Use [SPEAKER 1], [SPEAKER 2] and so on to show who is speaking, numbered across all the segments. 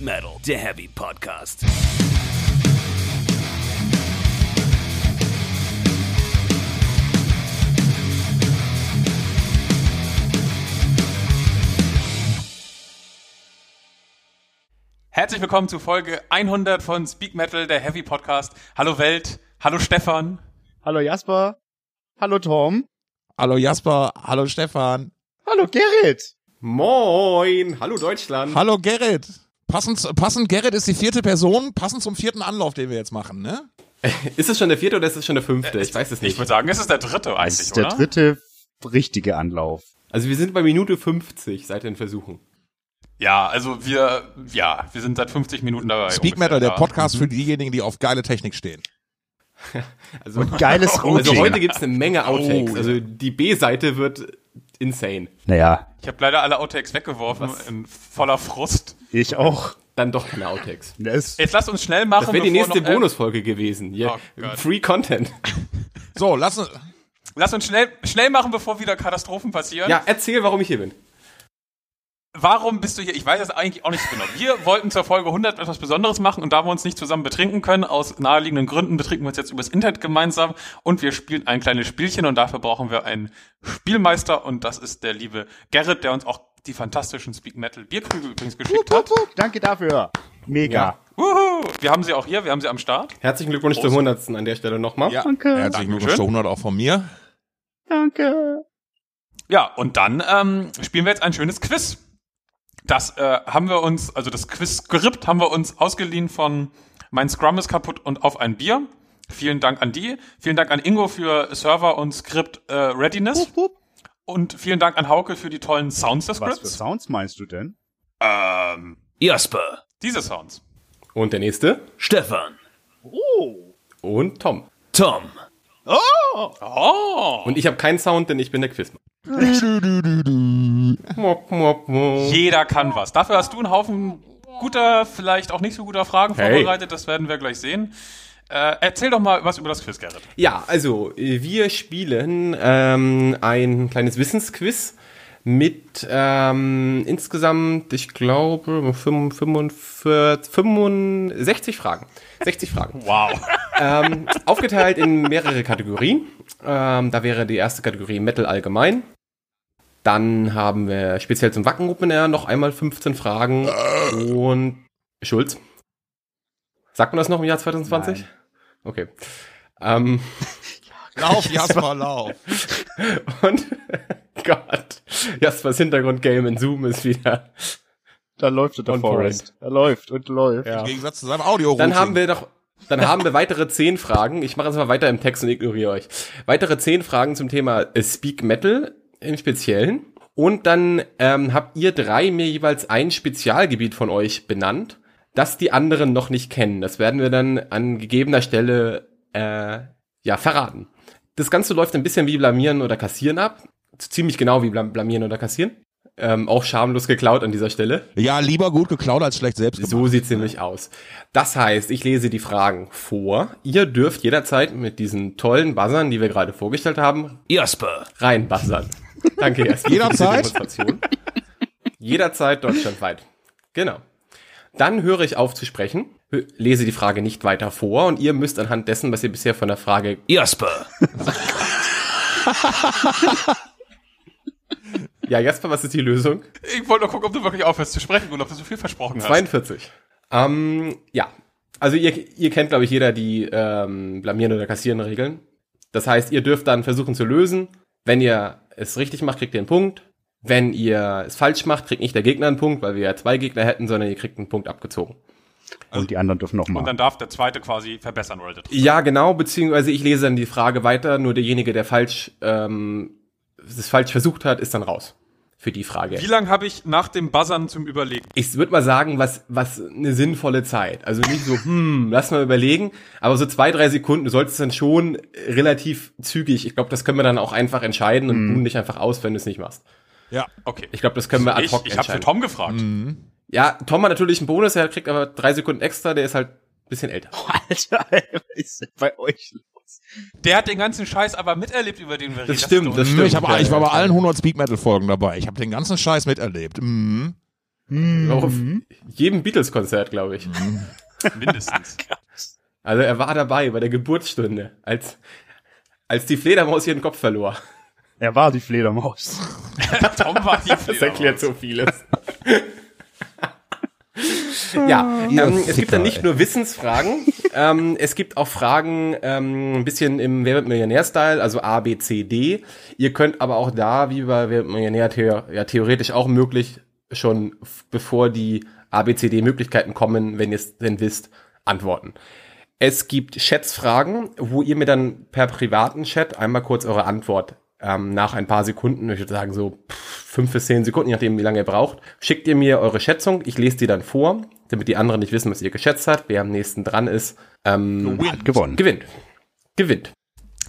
[SPEAKER 1] Metal, der Heavy Podcast.
[SPEAKER 2] Herzlich willkommen zu Folge 100 von Speak Metal, der Heavy Podcast. Hallo Welt, hallo Stefan.
[SPEAKER 3] Hallo Jasper. Hallo Tom.
[SPEAKER 4] Hallo Jasper, hallo Stefan.
[SPEAKER 3] Hallo Gerrit.
[SPEAKER 5] Moin, hallo Deutschland.
[SPEAKER 4] Hallo Gerrit. Passend, passend, Gerrit ist die vierte Person, passend zum vierten Anlauf, den wir jetzt machen, ne?
[SPEAKER 5] Ist es schon der vierte oder ist es schon der fünfte? ich weiß es
[SPEAKER 2] Ich
[SPEAKER 5] nicht.
[SPEAKER 2] würde sagen, es ist der dritte
[SPEAKER 3] Das
[SPEAKER 2] eigentlich,
[SPEAKER 3] ist der
[SPEAKER 2] oder?
[SPEAKER 3] dritte richtige Anlauf.
[SPEAKER 5] Also wir sind bei Minute 50 seit den Versuchen.
[SPEAKER 2] Ja, also wir, ja, wir sind seit 50 Minuten dabei.
[SPEAKER 4] Speak
[SPEAKER 2] ungefähr,
[SPEAKER 4] Metal, der
[SPEAKER 2] ja.
[SPEAKER 4] Podcast
[SPEAKER 5] Mhm.
[SPEAKER 4] für diejenigen, die auf geile Technik stehen.
[SPEAKER 5] Also,
[SPEAKER 3] Geiles
[SPEAKER 5] also
[SPEAKER 3] Routing.
[SPEAKER 5] heute gibt's eine Menge Outtakes. Also die B-Seite wird insane.
[SPEAKER 3] Naja,
[SPEAKER 2] Mhm. Ich habe leider alle Outtakes weggeworfen in voller Frust.
[SPEAKER 3] ich auch.
[SPEAKER 5] Dann doch keine Outtakes.
[SPEAKER 3] Das
[SPEAKER 2] Jetzt lasst uns schnell machen.
[SPEAKER 5] Das wäre die
[SPEAKER 2] bevor
[SPEAKER 5] nächste
[SPEAKER 2] noch, äh,
[SPEAKER 5] Bonusfolge gewesen. Ja,
[SPEAKER 2] Oh Gott.
[SPEAKER 5] Free Content.
[SPEAKER 4] So, lass uns.
[SPEAKER 2] Lass uns schnell, schnell machen, bevor wieder Katastrophen passieren.
[SPEAKER 5] Ja, erzähl, warum ich hier bin.
[SPEAKER 2] Warum bist du hier? Ich weiß das eigentlich auch nicht so genau. Wir wollten zur Folge 100 etwas Besonderes machen und da wir uns nicht zusammen betrinken können, aus naheliegenden Gründen betrinken wir uns jetzt übers Internet gemeinsam und wir spielen ein kleines Spielchen und dafür brauchen wir einen Spielmeister und das ist der liebe Gerrit, der uns auch die fantastischen Speak Metal Bierkrüge übrigens geschickt hat.
[SPEAKER 3] Danke dafür. Mega.
[SPEAKER 2] Uhu. Wir haben sie auch hier, wir haben sie am Start.
[SPEAKER 5] Herzlichen Glückwunsch zum 100. an der Stelle nochmal.
[SPEAKER 4] Ja,
[SPEAKER 3] Danke.
[SPEAKER 4] Herzlichen Glückwunsch
[SPEAKER 2] Dankeschön.
[SPEAKER 4] zu 100 auch von mir.
[SPEAKER 3] Danke.
[SPEAKER 2] Ja, und dann ähm, spielen wir jetzt ein schönes Quiz. Das äh, haben wir uns, also das Quiz-Skript haben wir uns ausgeliehen von Mein Scrum ist kaputt und auf ein Bier. Vielen Dank an die. Vielen Dank an Ingo für Server und Skript äh, Readiness. Und vielen Dank an Hauke für die tollen Sounds des
[SPEAKER 3] Was für
[SPEAKER 2] Skripts.
[SPEAKER 3] Sounds meinst du denn?
[SPEAKER 1] Ähm, Jasper,
[SPEAKER 2] Diese Sounds.
[SPEAKER 5] Und der nächste.
[SPEAKER 1] Stefan,
[SPEAKER 5] Und Tom.
[SPEAKER 1] Tom.
[SPEAKER 2] Oh!
[SPEAKER 5] Und ich habe keinen Sound, denn ich bin der Quizmann. Mop, mop, mop.
[SPEAKER 2] Jeder kann was. Dafür hast du einen Haufen guter, vielleicht auch nicht so guter Fragen
[SPEAKER 5] Hey.
[SPEAKER 2] vorbereitet. Das werden wir gleich sehen. Äh, erzähl doch mal was über das Quiz, Gerrit.
[SPEAKER 5] Ja, also äh, wir spielen ähm, ein kleines Wissensquiz mit ähm, insgesamt, ich glaube, 45, 65 Fragen. 60 Fragen.
[SPEAKER 2] Wow.
[SPEAKER 5] ähm, aufgeteilt in mehrere Kategorien. Ähm, da wäre die erste Kategorie Metal allgemein. Dann haben wir speziell zum Wacken Open Air noch einmal 15 Fragen und Schulz. Sagt man das noch im Jahr 2020?
[SPEAKER 3] Nein.
[SPEAKER 5] Okay. Ähm,
[SPEAKER 4] Lauf, Jasper, lauf.
[SPEAKER 5] Und Gott, Jaspers Hintergrundgame in Zoom ist wieder.
[SPEAKER 3] Da läuft er
[SPEAKER 5] On
[SPEAKER 3] doch Forest.
[SPEAKER 5] Forest.
[SPEAKER 3] Er läuft und läuft.
[SPEAKER 5] Ja.
[SPEAKER 4] Im Gegensatz zu seinem audio
[SPEAKER 5] Dann haben wir noch, dann haben wir weitere zehn Fragen. Ich mache jetzt mal weiter im Text und ignoriere euch. Weitere zehn Fragen zum Thema äh, Speak Metal im Speziellen. Und dann ähm, habt ihr drei mir jeweils ein Spezialgebiet von euch benannt, das die anderen noch nicht kennen. Das werden wir dann an gegebener Stelle äh, ja verraten. Das Ganze läuft ein bisschen wie Blamieren oder Kassieren ab. Ziemlich genau wie Blam- Blamieren oder Kassieren. Ähm, auch schamlos geklaut an dieser Stelle.
[SPEAKER 4] Ja, lieber gut geklaut als schlecht selbst gemacht.
[SPEAKER 5] So sieht's nämlich aus. Das heißt, ich lese die Fragen vor. Ihr dürft jederzeit mit diesen tollen Buzzern, die wir gerade vorgestellt haben,
[SPEAKER 1] Jasper,
[SPEAKER 5] reinbuzzern. Danke erstmal.
[SPEAKER 4] Jederzeit?
[SPEAKER 5] für diese Demonstration. Jederzeit deutschlandweit. Genau. Dann höre ich auf zu sprechen, hö- lese die Frage nicht weiter vor und ihr müsst anhand dessen, was ihr bisher von der Frage
[SPEAKER 1] Jasper,
[SPEAKER 5] Ja, Jasper, was ist die Lösung?
[SPEAKER 2] Ich wollte nur gucken, ob du wirklich aufhörst zu sprechen und ob du so viel versprochen hast.
[SPEAKER 5] 42. Ähm, ja. Also ihr, ihr kennt, glaube ich, jeder die ähm, blamieren oder kassieren Regeln. Das heißt, ihr dürft dann versuchen zu lösen. Wenn ihr es richtig macht, kriegt ihr einen Punkt. Wenn ihr es falsch macht, kriegt nicht der Gegner einen Punkt, weil wir ja zwei Gegner hätten, sondern ihr kriegt einen Punkt abgezogen.
[SPEAKER 3] Und die anderen dürfen
[SPEAKER 2] Und
[SPEAKER 3] nochmal.
[SPEAKER 2] dann darf der zweite quasi verbessern oder der dritte.
[SPEAKER 5] Ja, genau, beziehungsweise ich lese dann die Frage weiter, nur derjenige, der falsch ähm, es falsch versucht hat, ist dann raus. Für die Frage.
[SPEAKER 2] Wie lange habe ich nach dem Buzzern zum Überlegen?
[SPEAKER 5] ich würde mal sagen, was, was eine sinnvolle Zeit. Also nicht so, hm, lass mal überlegen, aber so zwei, drei Sekunden, du solltest dann schon relativ zügig, ich glaube, das können wir dann auch einfach entscheiden
[SPEAKER 2] Hm.
[SPEAKER 5] und buhen dich einfach aus, wenn du es nicht machst.
[SPEAKER 4] Ja.
[SPEAKER 2] Okay.
[SPEAKER 5] Ich glaube, das können wir ad
[SPEAKER 2] Ich,
[SPEAKER 5] hoc Hm.
[SPEAKER 2] ich habe für
[SPEAKER 5] entscheiden.
[SPEAKER 2] Tom gefragt.
[SPEAKER 5] ja, Tom hat natürlich einen Bonus, er kriegt aber drei Sekunden extra, der ist halt ein bisschen älter.
[SPEAKER 3] Alter, was ist denn bei euch los?
[SPEAKER 2] Der hat den ganzen Scheiß aber miterlebt, über den wir reden.
[SPEAKER 5] stimmt,
[SPEAKER 2] ist doch-
[SPEAKER 5] das
[SPEAKER 4] Ich, hab, ich war bei allen 100 Speak Metal Folgen dabei. Ich habe den ganzen Scheiß miterlebt. Mhm.
[SPEAKER 2] Hm.
[SPEAKER 5] Auf jedem Beatles-Konzert, glaube ich.
[SPEAKER 2] Mindestens.
[SPEAKER 5] Also er war dabei bei der Geburtsstunde, als, als die Fledermaus ihren Kopf verlor.
[SPEAKER 3] Er war die Fledermaus.
[SPEAKER 2] Tom war die
[SPEAKER 5] Das erklärt so vieles. ja, ähm, es gibt dann nicht nur Wissensfragen, ähm, es gibt auch Fragen ähm, ein bisschen im Wer wird Millionär-Style, also A, B, C, D. Ihr könnt aber auch da, wie bei Wer wird Millionär, the ja, theoretisch auch möglich, schon f- bevor die A, B, C, D-Möglichkeiten kommen, wenn ihr es denn wisst, antworten. Es gibt Schätzfragen, wo ihr mir dann per privaten Chat einmal kurz eure Antwort ähm, nach ein paar Sekunden, ich würde sagen so pff, fünf bis zehn Sekunden, je nachdem wie lange ihr braucht, schickt ihr mir eure Schätzung. Ich lese die dann vor, damit die anderen nicht wissen, was ihr geschätzt habt. Wer am nächsten dran ist, ähm,
[SPEAKER 3] Hm, Hat gewonnen.
[SPEAKER 5] gewinnt. Gewinnt.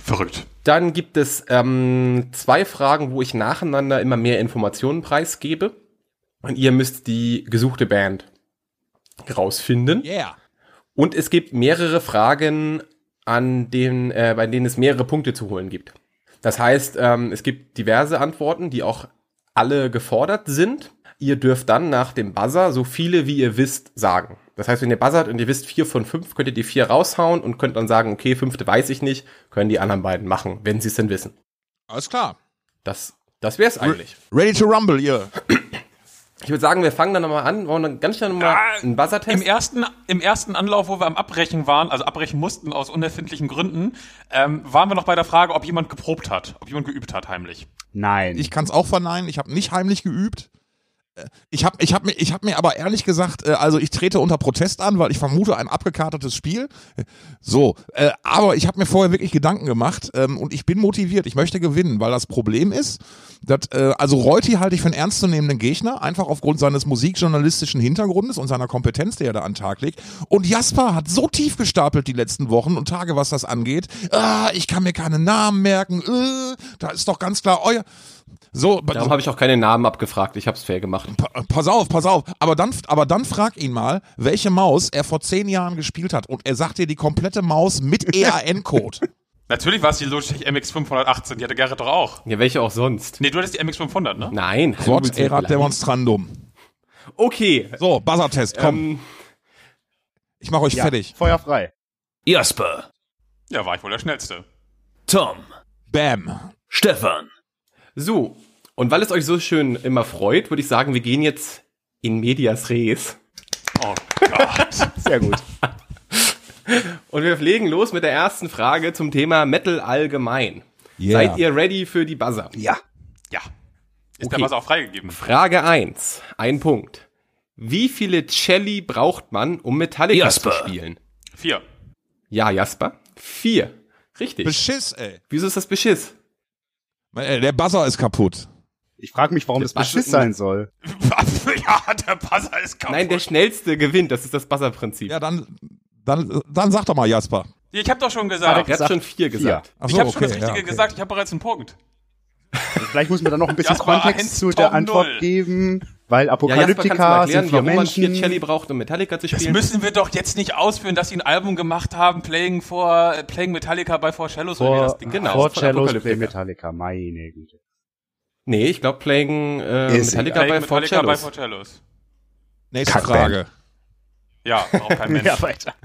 [SPEAKER 2] Verrückt.
[SPEAKER 5] Dann gibt es ähm, zwei Fragen, wo ich nacheinander immer mehr Informationen preisgebe. Und ihr müsst die gesuchte Band rausfinden.
[SPEAKER 4] Yeah.
[SPEAKER 5] Und es gibt mehrere Fragen, an denen, äh, bei denen es mehrere Punkte zu holen gibt. Das heißt, ähm, es gibt diverse Antworten, die auch alle gefordert sind. Ihr dürft dann nach dem Buzzer so viele, wie ihr wisst, sagen. Das heißt, wenn ihr buzzert und ihr wisst vier von fünf, könnt ihr die vier raushauen und könnt dann sagen, okay, fünfte weiß ich nicht, können die anderen beiden machen, wenn sie es denn wissen.
[SPEAKER 4] Alles klar.
[SPEAKER 5] Das, das wäre es eigentlich.
[SPEAKER 4] Ready to rumble, ihr.
[SPEAKER 5] Ich würde sagen, wir fangen dann nochmal an, wollen dann ganz schnell nochmal
[SPEAKER 2] Ah,
[SPEAKER 5] einen Buzzer-Test.
[SPEAKER 2] Im ersten, Im ersten Anlauf, wo wir am Abbrechen waren, also abbrechen mussten aus unerfindlichen Gründen, ähm, waren wir noch bei der Frage, ob jemand geprobt hat, ob jemand geübt hat heimlich.
[SPEAKER 3] Nein.
[SPEAKER 4] Ich kann es auch verneinen. Ich habe nicht heimlich geübt. Äh, Ich habe ich hab mir, ich hab mir aber ehrlich gesagt, äh, also ich trete unter Protest an, weil ich vermute ein abgekartetes Spiel. So, äh, aber ich habe mir vorher wirklich Gedanken gemacht ähm, und ich bin motiviert. Ich möchte gewinnen, weil das Problem ist, dass, äh, also Reuti halte ich für einen ernstzunehmenden Gegner, einfach aufgrund seines musikjournalistischen Hintergrundes und seiner Kompetenz, die er da an den Tag legt. Und Jasper hat so tief gestapelt die letzten Wochen und Tage, was das angeht. Ah, ich kann mir keine Namen merken. Äh, da ist doch ganz klar euer. So, ba-
[SPEAKER 5] Darum habe ich auch keine Namen abgefragt, ich habe es fair gemacht.
[SPEAKER 4] pa- pass auf, pass auf. Aber dann, aber dann frag ihn mal, welche Maus er vor zehn Jahren gespielt hat. Und er sagt dir die komplette Maus mit E EAN-Code.
[SPEAKER 2] Natürlich war es die Logitech MX518, die hatte Gerrit doch auch.
[SPEAKER 5] Ja, welche auch sonst.
[SPEAKER 2] Nee, du hattest die MX500, ne?
[SPEAKER 5] Nein.
[SPEAKER 4] Quod erat
[SPEAKER 5] Nein.
[SPEAKER 4] demonstrandum.
[SPEAKER 5] Okay,
[SPEAKER 4] So, Buzzertest, komm.
[SPEAKER 5] Ähm,
[SPEAKER 4] ich mach euch
[SPEAKER 3] ja,
[SPEAKER 4] fertig.
[SPEAKER 3] Feuer frei.
[SPEAKER 1] Jasper,
[SPEAKER 2] Ja, war ich wohl der Schnellste.
[SPEAKER 1] Tom,
[SPEAKER 4] Bam.
[SPEAKER 1] Stefan,
[SPEAKER 5] so, und weil es euch so schön immer freut, würde ich sagen, wir gehen jetzt in Medias Res.
[SPEAKER 2] Oh Gott.
[SPEAKER 3] Sehr gut.
[SPEAKER 5] Und wir legen los mit der ersten Frage zum Thema Metal allgemein.
[SPEAKER 4] Yeah.
[SPEAKER 5] Seid ihr ready für die Buzzer?
[SPEAKER 3] ja.
[SPEAKER 2] ja. Ist der
[SPEAKER 5] Okay.
[SPEAKER 2] Buzzer auch freigegeben?
[SPEAKER 5] Frage 1, ein Punkt. Wie viele Celli braucht man, um Metallica
[SPEAKER 1] Jasper.
[SPEAKER 5] zu spielen?
[SPEAKER 2] Vier.
[SPEAKER 5] Ja, Jasper. Vier. Richtig.
[SPEAKER 4] Beschiss, ey.
[SPEAKER 5] Wieso ist das Beschiss?
[SPEAKER 4] Äh, Der Buzzer ist kaputt.
[SPEAKER 3] Ich frage mich, warum das
[SPEAKER 5] Das
[SPEAKER 3] Beschiss
[SPEAKER 5] war-
[SPEAKER 3] sein soll.
[SPEAKER 2] ja, der Buzzer ist kaputt.
[SPEAKER 5] Nein, der Schnellste gewinnt. Das ist das Buzzer-Prinzip.
[SPEAKER 4] Ja, dann, dann, dann sag doch mal, Jasper.
[SPEAKER 2] ich habe doch schon
[SPEAKER 5] er
[SPEAKER 2] gesagt.
[SPEAKER 5] hat schon vier gesagt.
[SPEAKER 4] Ach
[SPEAKER 2] ich
[SPEAKER 4] so,
[SPEAKER 2] habe schon das
[SPEAKER 4] okay,
[SPEAKER 2] Richtige
[SPEAKER 4] ja, okay.
[SPEAKER 2] gesagt, ich habe bereits einen Punkt.
[SPEAKER 3] Vielleicht muss man da noch ein bisschen
[SPEAKER 2] Jasper,
[SPEAKER 3] Kontext
[SPEAKER 2] eins,
[SPEAKER 3] zu der
[SPEAKER 2] Tom,
[SPEAKER 3] Antwort
[SPEAKER 2] null.
[SPEAKER 3] geben, weil
[SPEAKER 5] Ja, Jasper, kannst du
[SPEAKER 3] Apokalyptika
[SPEAKER 5] mal erklären,
[SPEAKER 3] sind vier
[SPEAKER 5] warum man vier
[SPEAKER 3] Menschen.
[SPEAKER 5] Celli braucht, um Metallica zu
[SPEAKER 2] Das
[SPEAKER 5] spielen?
[SPEAKER 2] müssen wir doch jetzt nicht ausführen, dass sie ein Album gemacht haben, Playing for äh, Playing Metallica bei Four Cellos oder wie das
[SPEAKER 3] vor,
[SPEAKER 2] Ding
[SPEAKER 5] genau,
[SPEAKER 3] vor
[SPEAKER 5] von
[SPEAKER 3] Cellos
[SPEAKER 5] Apokalyptika.
[SPEAKER 3] bei Metallica, meine Güte.
[SPEAKER 5] Nee, ich glaube Playing äh,
[SPEAKER 3] Ist
[SPEAKER 5] Metallica
[SPEAKER 2] Playing
[SPEAKER 5] bei Metallica
[SPEAKER 2] bei Four Cellos.
[SPEAKER 4] Nächste
[SPEAKER 3] Kackband.
[SPEAKER 4] Frage.
[SPEAKER 2] Ja, braucht kein Mensch.
[SPEAKER 3] weiter.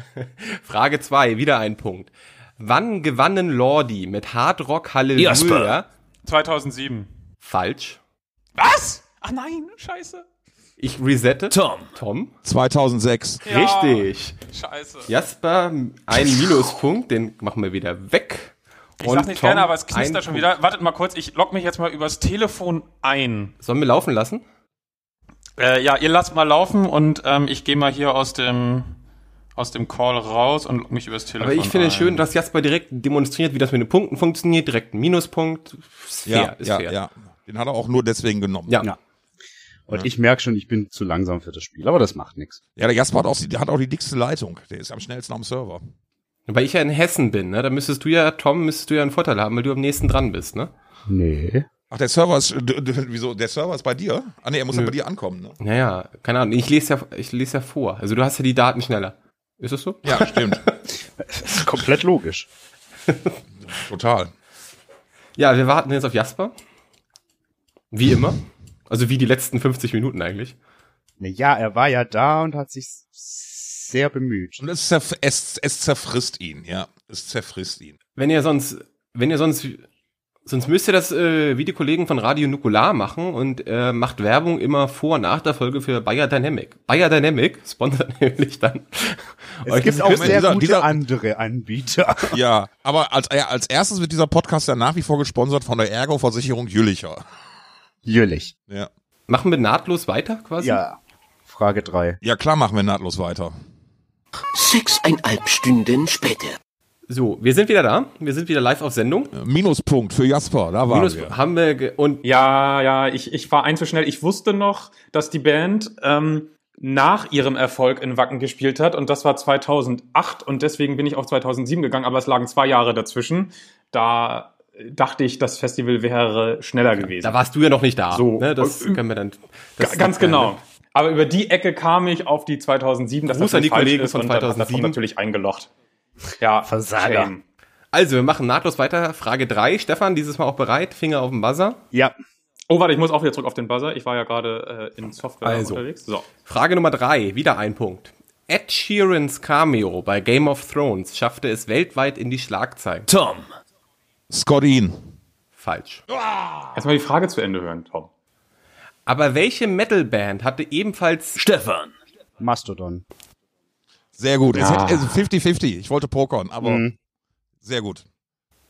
[SPEAKER 5] Frage 2, wieder ein Punkt. Wann gewannen Lordi mit Hard Rock Halleluja?
[SPEAKER 1] Jasper.
[SPEAKER 2] 2007.
[SPEAKER 5] Falsch.
[SPEAKER 2] Was? Ach nein, scheiße.
[SPEAKER 5] Ich resette.
[SPEAKER 1] Tom,
[SPEAKER 5] Tom?
[SPEAKER 4] 2006.
[SPEAKER 2] Ja.
[SPEAKER 5] Richtig.
[SPEAKER 2] Scheiße.
[SPEAKER 5] Jasper, ein Minuspunkt, den machen wir wieder weg.
[SPEAKER 2] ich sag nicht
[SPEAKER 5] Tom,
[SPEAKER 2] gerne, aber es
[SPEAKER 5] ein
[SPEAKER 2] knistert schon
[SPEAKER 5] Punkt.
[SPEAKER 2] wieder. Wartet mal kurz, ich log mich jetzt mal übers Telefon ein.
[SPEAKER 5] Sollen wir laufen lassen?
[SPEAKER 2] Äh, ja, ihr lasst mal laufen und ähm, ich gehe mal hier aus dem aus dem Call raus und log mich übers Telefon
[SPEAKER 5] Aber ich finde
[SPEAKER 2] ein.
[SPEAKER 5] es schön, dass Jasper direkt demonstriert, wie das mit den Punkten funktioniert. Direkt ein Minuspunkt. Ist
[SPEAKER 4] Ja,
[SPEAKER 5] fair, ist
[SPEAKER 4] ja,
[SPEAKER 5] fair.
[SPEAKER 4] ja. Den hat er auch nur deswegen genommen.
[SPEAKER 5] Ja.
[SPEAKER 3] Ja. Und ich merke schon, ich bin zu langsam für das Spiel, aber das macht nichts.
[SPEAKER 4] Ja, der Jasper hat auch, der hat auch die dickste Leitung. Der ist am schnellsten am Server.
[SPEAKER 5] Weil ich ja in Hessen bin, ne? Da müsstest du ja, Tom, müsstest du ja einen Vorteil haben, weil du am nächsten dran bist, ne?
[SPEAKER 3] Nee.
[SPEAKER 4] Ach, der Server ist, d- d- wieso, der Server ist bei dir? Ah, nee, er muss ja bei dir ankommen, ne?
[SPEAKER 5] Naja, keine Ahnung. Ich lese ja, ich lese ja vor. Also du hast ja die Daten schneller. Ist das so?
[SPEAKER 4] Ja, stimmt.
[SPEAKER 3] Das ist komplett logisch.
[SPEAKER 4] Total.
[SPEAKER 5] Ja, wir warten jetzt auf Jasper. Wie immer. Also wie die letzten 50 Minuten eigentlich.
[SPEAKER 3] mir. Ja, er war ja da und hat sich sehr bemüht.
[SPEAKER 4] Und es, zerf es, es zerfrisst ihn, ja. Es zerfrisst ihn.
[SPEAKER 5] Wenn ihr sonst, wenn ihr sonst, sonst müsst ihr das äh, wie die Kollegen von Radio Nukular machen und äh, macht Werbung immer vor und nach der Folge für Bayer Dynamic. Bayer Dynamic sponsert nämlich dann.
[SPEAKER 3] Es
[SPEAKER 5] euch.
[SPEAKER 3] gibt auch
[SPEAKER 4] Moment,
[SPEAKER 3] sehr
[SPEAKER 4] dieser-
[SPEAKER 3] gute
[SPEAKER 4] dieser-
[SPEAKER 3] andere Anbieter.
[SPEAKER 4] Ja, aber als, ja, als erstes wird dieser Podcast ja nach wie vor gesponsert von der Ergo-Versicherung Jülicher.
[SPEAKER 3] Jürlich.
[SPEAKER 4] Ja.
[SPEAKER 5] machen wir nahtlos weiter quasi.
[SPEAKER 3] Ja. Frage drei.
[SPEAKER 4] ja, klar machen wir nahtlos weiter.
[SPEAKER 6] Sechseinhalb Stunden später.
[SPEAKER 5] So, wir sind wieder da. Wir sind wieder live auf Sendung.
[SPEAKER 4] Äh, Minuspunkt für Jasper, da waren
[SPEAKER 5] Minus
[SPEAKER 4] wir.
[SPEAKER 5] haben wir ge- und
[SPEAKER 2] Ja, ja, ich, ich war ein zu schnell. Ich wusste noch, dass die Band ähm, nach ihrem Erfolg in Wacken gespielt hat und das war 2008 und deswegen bin ich auf 2007 gegangen, aber es lagen zwei Jahre dazwischen. Da äh, dachte ich, das Festival wäre schneller gewesen.
[SPEAKER 5] da warst du ja noch nicht da.
[SPEAKER 2] So.
[SPEAKER 5] ne, das
[SPEAKER 2] Und-
[SPEAKER 5] können wir dann.
[SPEAKER 2] Ga-
[SPEAKER 5] Das
[SPEAKER 2] Ganz genau. Aber über die Ecke kam ich auf die 2007, dass
[SPEAKER 5] Gruß an die
[SPEAKER 2] falsch
[SPEAKER 5] Kollegen von
[SPEAKER 2] und dann hat man
[SPEAKER 5] 2007.
[SPEAKER 2] davon natürlich eingelocht. Ja,
[SPEAKER 3] Versager.
[SPEAKER 2] shame.
[SPEAKER 5] Also, wir machen nahtlos weiter. Frage drei. Stefan, dieses Mal auch bereit. Finger auf dem Buzzer.
[SPEAKER 3] Ja.
[SPEAKER 2] Oh, warte, ich muss auch wieder zurück auf den Buzzer. Ich war ja gerade äh, in Software
[SPEAKER 5] Also.
[SPEAKER 2] unterwegs. So.
[SPEAKER 5] Frage Nummer drei, wieder ein Punkt. Ed Sheerans Cameo bei Game of Thrones schaffte es weltweit in die Schlagzeilen.
[SPEAKER 1] Tom.
[SPEAKER 4] Scottin.
[SPEAKER 5] Falsch.
[SPEAKER 2] Erstmal die Frage zu Ende hören, Tom.
[SPEAKER 5] Aber welche Metalband hatte ebenfalls
[SPEAKER 1] Stefan.
[SPEAKER 3] Mastodon.
[SPEAKER 4] Sehr gut. Es
[SPEAKER 2] Ja.
[SPEAKER 4] hätte- also 50-50. Ich wollte pokern, aber sehr gut.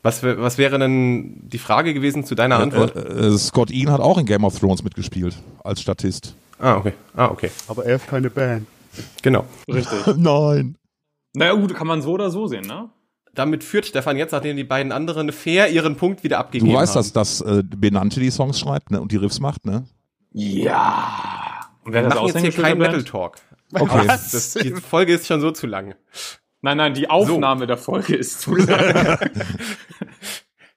[SPEAKER 5] was, wär- was wäre denn die Frage gewesen zu deiner Antwort?
[SPEAKER 4] Äh, äh, Scott Ian hat auch in Game of Thrones mitgespielt, als Statist.
[SPEAKER 5] Ah, okay. Ah, okay.
[SPEAKER 3] Aber er ist keine Band.
[SPEAKER 5] Genau.
[SPEAKER 2] Richtig.
[SPEAKER 4] Nein.
[SPEAKER 2] naja, gut, kann man so oder so sehen, ne?
[SPEAKER 5] Damit führt Stefan jetzt, nachdem die beiden anderen fair ihren Punkt wieder
[SPEAKER 4] Du
[SPEAKER 5] abgegeben haben.
[SPEAKER 4] weißt, dass, dass äh, Benante die Songs schreibt ne? und die Riffs macht, ne?
[SPEAKER 2] Ja. Und wer
[SPEAKER 5] Wir
[SPEAKER 2] hat das
[SPEAKER 5] machen jetzt hier
[SPEAKER 2] Aushängeschild
[SPEAKER 5] keinen
[SPEAKER 2] der
[SPEAKER 5] Metal
[SPEAKER 2] Band?
[SPEAKER 5] Talk.
[SPEAKER 4] Okay.
[SPEAKER 5] Das, das, die Folge ist schon so zu lang.
[SPEAKER 2] Nein, nein, die Aufnahme der Folge ist zu lang.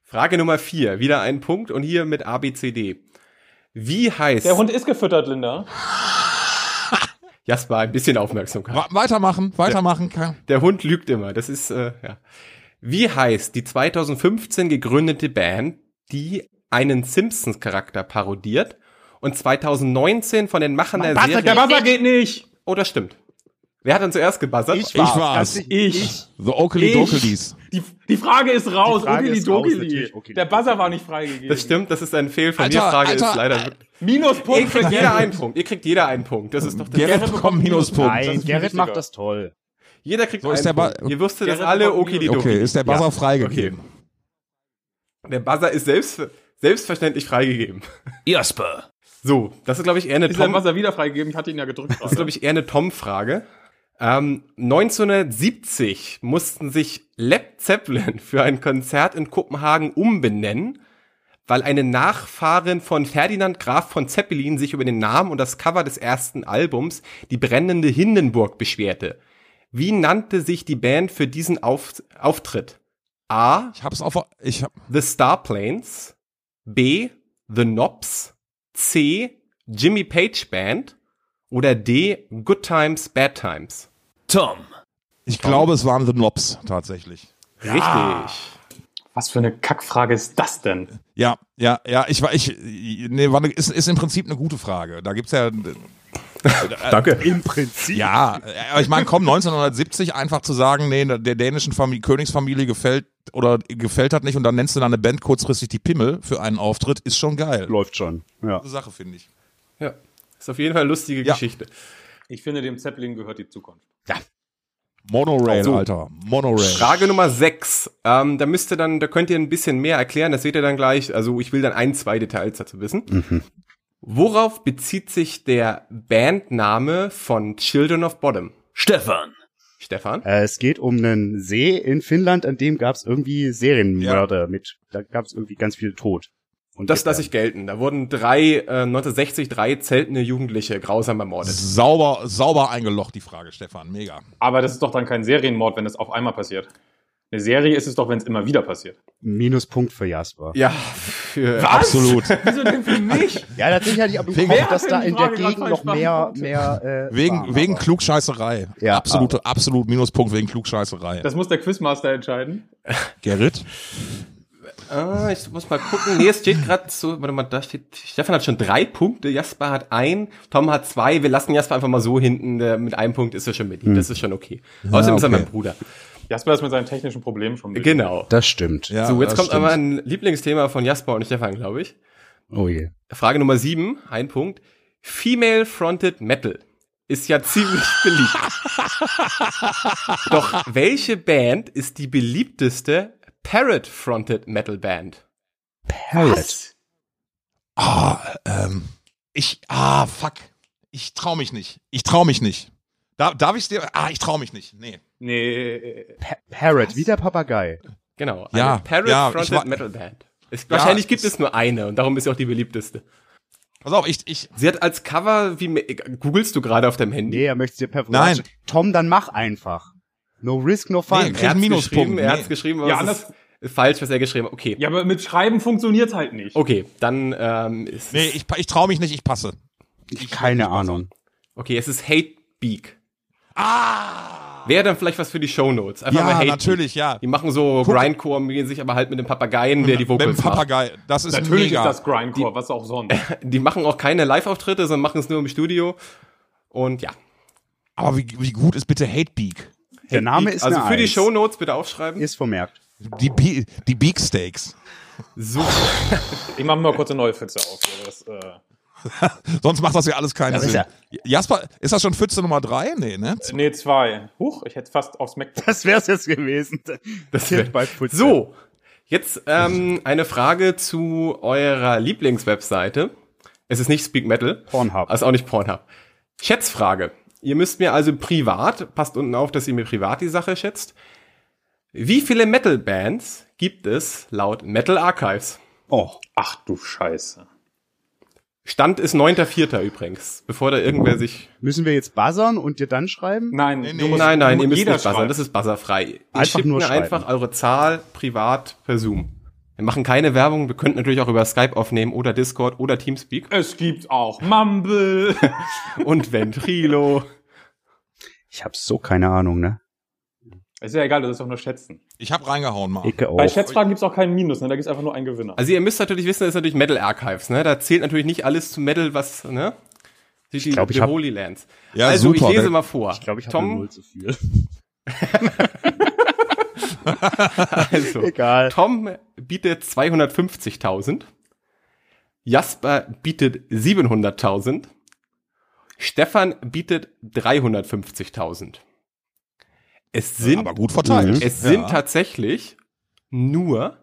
[SPEAKER 5] Frage Nummer vier, wieder ein Punkt und hier mit ABCD. Wie heißt
[SPEAKER 2] Der Hund ist gefüttert, Linda.
[SPEAKER 5] Jasper ein bisschen Aufmerksamkeit?
[SPEAKER 4] Wa- Weitermachen, weitermachen. Ka-
[SPEAKER 5] Der Hund lügt immer. Das ist, äh, ja. Wie heißt die 2015 gegründete Band, die einen Simpsons-Charakter parodiert und 2019 von den Machern der
[SPEAKER 2] Der
[SPEAKER 5] Serie...
[SPEAKER 2] Buzzer geht nicht.
[SPEAKER 5] Oh, das stimmt. Wer hat denn zuerst gebuzzert?
[SPEAKER 3] Ich
[SPEAKER 4] Ich war's.
[SPEAKER 3] Ganz-
[SPEAKER 2] Ich.
[SPEAKER 4] The Oakley
[SPEAKER 2] Ich.
[SPEAKER 4] Dockleys.
[SPEAKER 2] Die, die Frage ist raus.
[SPEAKER 3] Die Frage
[SPEAKER 2] Ogili
[SPEAKER 3] ist raus,
[SPEAKER 2] Dogili.
[SPEAKER 3] natürlich. Ogili
[SPEAKER 2] Der Buzzer
[SPEAKER 3] Dogili.
[SPEAKER 2] war nicht freigegeben.
[SPEAKER 5] Das stimmt, das ist ein Fehl von
[SPEAKER 4] Alter,
[SPEAKER 5] mir. Frage
[SPEAKER 4] Alter, äh,
[SPEAKER 5] ist leider... Ihr
[SPEAKER 2] Minuspunkt für
[SPEAKER 5] kriegt jeder
[SPEAKER 2] Gerrit.
[SPEAKER 5] einen Punkt. Ihr kriegt jeder einen Punkt. Das ist doch das...
[SPEAKER 4] Gerrit bekommt Minuspunkt.
[SPEAKER 3] Nein, Gerrit macht das toll.
[SPEAKER 5] Jeder kriegt
[SPEAKER 4] So
[SPEAKER 5] einen
[SPEAKER 4] ist der Ba-
[SPEAKER 5] Punkt. Ihr wusstet das
[SPEAKER 2] Gerrit
[SPEAKER 5] alle,
[SPEAKER 2] bekommt
[SPEAKER 5] okay, die
[SPEAKER 4] Okay, ist der Buzzer freigegeben.
[SPEAKER 5] Der Buzzer ist selbst, selbstverständlich freigegeben.
[SPEAKER 1] Jasper.
[SPEAKER 5] So, das ist, glaube ich, eher eine
[SPEAKER 2] Ist der
[SPEAKER 5] Tom...
[SPEAKER 2] Buzzer wieder freigegeben? Ich hatte ihn ja gedrückt.
[SPEAKER 5] Das ist, glaube ich, eher eine Tom-Frage. Ähm, 1970 mussten sich Led Zeppelin für ein Konzert in Kopenhagen umbenennen, weil eine Nachfahrin von Ferdinand Graf von Zeppelin sich über den Namen und das Cover des ersten Albums, die brennende Hindenburg, beschwerte. Wie nannte sich die Band für diesen Auf Auftritt? A.
[SPEAKER 4] Ich hab's auf. Ich hab,
[SPEAKER 5] The Star Planes, B. The Knobs, C. Jimmy Page Band oder D. Good Times, Bad Times.
[SPEAKER 1] Tom.
[SPEAKER 4] ich glaube, es waren The Knobs tatsächlich.
[SPEAKER 5] Richtig.
[SPEAKER 2] Was für eine Kackfrage ist das denn?
[SPEAKER 4] Ja, ja, ja. Ich war, ich, nee, war ne, ist, ist im Prinzip eine gute Frage. Da gibt's ja,
[SPEAKER 5] Danke.
[SPEAKER 3] Im Prinzip.
[SPEAKER 4] ja. Aber ich meine, komm, 1970 einfach zu sagen, nee, der dänischen Familie, Königsfamilie gefällt oder gefällt hat nicht und dann nennst du deine Band kurzfristig die Pimmel für einen Auftritt, ist schon geil.
[SPEAKER 3] Läuft schon. Ja.
[SPEAKER 4] Gute Sache finde ich.
[SPEAKER 5] Ja. Ist auf jeden Fall eine lustige
[SPEAKER 4] Ja.
[SPEAKER 5] Geschichte.
[SPEAKER 2] Ich finde, dem Zeppelin gehört die Zukunft.
[SPEAKER 4] Monorail,
[SPEAKER 5] So.
[SPEAKER 4] Alter. Monorail.
[SPEAKER 5] Frage Nummer 6. Ähm, da müsst ihr dann, da könnt ihr ein bisschen mehr erklären, das seht ihr dann gleich. Also ich will dann ein, zwei Details dazu wissen. Worauf bezieht sich der Bandname von Children of Bottom?
[SPEAKER 1] Stefan.
[SPEAKER 5] Stefan?
[SPEAKER 3] Äh, Es geht um einen See in Finnland, an dem gab es irgendwie Serienmörder mit. Da gab es irgendwie ganz viel Tod. Und äh,
[SPEAKER 5] Das lasse ich gelten. Da wurden drei, äh, 1960 drei zeltende Jugendliche grausam ermordet.
[SPEAKER 4] Sauber, sauber eingelocht die Frage, Stefan. Mega.
[SPEAKER 2] Aber das ist doch dann kein Serienmord, wenn das auf einmal passiert. Eine Serie ist es doch, wenn es immer wieder passiert.
[SPEAKER 3] Minuspunkt für Jasper.
[SPEAKER 5] Ja, für
[SPEAKER 4] Absolut.
[SPEAKER 2] Wieso denn für mich?
[SPEAKER 3] Ja, tatsächlich hatte ich aber im
[SPEAKER 4] Wegen-
[SPEAKER 3] Kopf, dass
[SPEAKER 2] Wer
[SPEAKER 3] da
[SPEAKER 2] hat denn
[SPEAKER 3] in
[SPEAKER 2] die
[SPEAKER 3] der
[SPEAKER 2] Frage gerade
[SPEAKER 3] Gegend
[SPEAKER 2] falsch
[SPEAKER 3] noch mehr,
[SPEAKER 2] beantwortet?
[SPEAKER 3] mehr, äh,
[SPEAKER 4] Wegen,
[SPEAKER 3] war,
[SPEAKER 4] wegen
[SPEAKER 3] aber-
[SPEAKER 4] Klugscheißerei.
[SPEAKER 3] Ja,
[SPEAKER 4] Absolute, absolut Minuspunkt wegen Klugscheißerei.
[SPEAKER 2] Das muss der Quizmaster entscheiden.
[SPEAKER 4] Gerrit?
[SPEAKER 5] Ah, ich muss mal gucken. Nee, es steht gerade so, warte mal, da steht, Stefan hat schon drei Punkte, Jasper hat ein, Tom hat zwei. Wir lassen Jasper einfach mal so hinten, der, mit einem Punkt ist er schon mit ihm. Das ist schon okay. Außerdem ist er
[SPEAKER 4] Hm. okay.
[SPEAKER 5] mein Bruder.
[SPEAKER 7] Jasper ist mit seinen technischen Problemen schon durch.
[SPEAKER 5] Genau.
[SPEAKER 3] Das stimmt.
[SPEAKER 4] Ja,
[SPEAKER 5] so, jetzt
[SPEAKER 4] das
[SPEAKER 5] kommt
[SPEAKER 4] stimmt.
[SPEAKER 5] aber ein Lieblingsthema von Jasper und Stefan, glaube ich.
[SPEAKER 3] Oh je.
[SPEAKER 5] Frage Nummer sieben, ein Punkt. Female Fronted Metal ist ja ziemlich beliebt. Doch welche Band ist die beliebteste Parrot Fronted Metal Band?
[SPEAKER 3] Parrot.
[SPEAKER 4] Ah, ähm, ich, ah, fuck. Ich trau mich nicht. Ich trau mich nicht. Dar- darf ich dir? Ah, ich trau mich nicht. Nee.
[SPEAKER 7] Nee.
[SPEAKER 3] Pa Parrot, wie der Papagei.
[SPEAKER 5] Genau,
[SPEAKER 4] Ja,
[SPEAKER 5] eine Parrot
[SPEAKER 4] ja, ich wa-
[SPEAKER 5] Fronted Metal Band. Ist,
[SPEAKER 4] Ja,
[SPEAKER 5] wahrscheinlich gibt
[SPEAKER 4] ist-
[SPEAKER 5] es nur eine und darum ist sie auch die beliebteste.
[SPEAKER 4] Pass auf, ich, ich,
[SPEAKER 5] Sie hat als Cover, wie me- googelst du gerade auf deinem Handy?
[SPEAKER 3] Nee, er möchte dir perfekt.
[SPEAKER 4] Nein.
[SPEAKER 3] Tom, dann mach einfach. No risk, no fun.
[SPEAKER 4] Nee,
[SPEAKER 5] er
[SPEAKER 4] krieg-
[SPEAKER 5] hat
[SPEAKER 4] Minuspunkt,
[SPEAKER 5] geschrieben, er
[SPEAKER 4] nee.
[SPEAKER 5] hat's geschrieben, aber
[SPEAKER 7] Ja,
[SPEAKER 5] es ist, ist falsch, was er geschrieben hat. Okay,
[SPEAKER 7] Ja, aber mit Schreiben funktioniert's halt nicht.
[SPEAKER 5] okay, dann ähm, ist
[SPEAKER 4] nee, ich, ich trau mich nicht, ich passe.
[SPEAKER 3] Ich- Keine Ahnung.
[SPEAKER 5] okay, es ist Hate Beak.
[SPEAKER 4] Ah!
[SPEAKER 5] Wäre dann vielleicht was für die Shownotes. Einfach mal
[SPEAKER 4] Ja,
[SPEAKER 5] Hate
[SPEAKER 4] natürlich, ja.
[SPEAKER 5] Die machen so Grindcore, gehen sich aber halt mit dem Papageien, der die
[SPEAKER 4] Beim
[SPEAKER 5] Vocals macht.
[SPEAKER 4] Papagei. Das ist
[SPEAKER 7] Natürlich
[SPEAKER 4] mega.
[SPEAKER 7] ist das Grindcore, was auch sonst.
[SPEAKER 5] Die machen auch keine Live-Auftritte, sondern machen es nur im Studio. Und ja.
[SPEAKER 4] Aber wie, wie gut ist bitte Hatebeak?
[SPEAKER 3] Der Name ist
[SPEAKER 5] Also
[SPEAKER 3] eine
[SPEAKER 5] für die
[SPEAKER 3] Eins.
[SPEAKER 5] Shownotes bitte aufschreiben.
[SPEAKER 3] Ist vermerkt.
[SPEAKER 4] Die, Be die Beaksteaks.
[SPEAKER 5] so.
[SPEAKER 7] Ich mache mal kurz eine neue Pfütze auf. hier, Das, äh,
[SPEAKER 4] Sonst macht das ja alles keinen
[SPEAKER 3] Das ist
[SPEAKER 4] Sinn. Jasper, ist das schon Pfütze Nummer drei? Nee, ne?
[SPEAKER 7] nee, zwei. Huch, ich hätte fast aufs Mac.
[SPEAKER 3] Das wär's jetzt gewesen. Das
[SPEAKER 5] wär-
[SPEAKER 3] hilft bei Putz.
[SPEAKER 5] so. Jetzt ähm, eine Frage zu eurer Lieblingswebseite. Es ist nicht Speak Metal.
[SPEAKER 3] Pornhub.
[SPEAKER 5] Also auch nicht Pornhub. Schätzfrage. Ihr müsst mir also privat, passt unten auf, dass ihr mir privat die Sache schätzt. Wie viele Metal-Bands gibt es laut Metal Archives?
[SPEAKER 3] Oh.
[SPEAKER 7] Ach du Scheiße.
[SPEAKER 5] Stand ist 9.4. übrigens, bevor da irgendwer sich...
[SPEAKER 3] Müssen wir jetzt buzzern und dir dann schreiben?
[SPEAKER 7] Nein,
[SPEAKER 4] Nee,
[SPEAKER 7] du
[SPEAKER 4] nee.
[SPEAKER 7] musst-
[SPEAKER 5] Nein, nein,
[SPEAKER 7] du-
[SPEAKER 5] ihr müsst
[SPEAKER 7] jeder
[SPEAKER 5] nicht buzzern,
[SPEAKER 7] schreibt.
[SPEAKER 5] das ist buzzerfrei. Ihr
[SPEAKER 3] Einfach
[SPEAKER 5] schickt
[SPEAKER 3] nur
[SPEAKER 5] mir
[SPEAKER 3] schreiben.
[SPEAKER 5] einfach eure Zahl privat per Zoom. Wir machen keine Werbung, wir könnten natürlich auch über Skype aufnehmen oder Discord oder Teamspeak
[SPEAKER 7] es gibt auch Mumble.
[SPEAKER 5] und Ventrilo.
[SPEAKER 3] Ich hab so keine Ahnung, ne?
[SPEAKER 7] ist ja egal, das ist doch nur Schätzen.
[SPEAKER 4] Ich hab reingehauen mal.
[SPEAKER 3] Icke
[SPEAKER 7] Bei
[SPEAKER 3] auch.
[SPEAKER 7] Schätzfragen gibt's auch keinen Minus, ne? da gibt's einfach nur einen Gewinner.
[SPEAKER 5] Also ihr müsst natürlich wissen, das ist natürlich Metal Archives, ne? Da zählt natürlich nicht alles zu Metal, was, ne? Die, ich
[SPEAKER 3] glaub, ich
[SPEAKER 5] die
[SPEAKER 3] hab-
[SPEAKER 5] Holy Lands.
[SPEAKER 4] Ja,
[SPEAKER 5] also
[SPEAKER 4] super,
[SPEAKER 5] ich lese
[SPEAKER 4] ne?
[SPEAKER 5] mal vor.
[SPEAKER 3] Ich glaube, ich habe
[SPEAKER 5] Tom,
[SPEAKER 3] null zu viel.
[SPEAKER 5] also,
[SPEAKER 3] Egal.
[SPEAKER 5] Tom bietet 250.000. Jasper bietet 700.000. Stefan bietet 350.000. Es sind,
[SPEAKER 4] aber gut verteilt.
[SPEAKER 3] Mhm.
[SPEAKER 5] es sind halt
[SPEAKER 4] Ja.
[SPEAKER 5] tatsächlich nur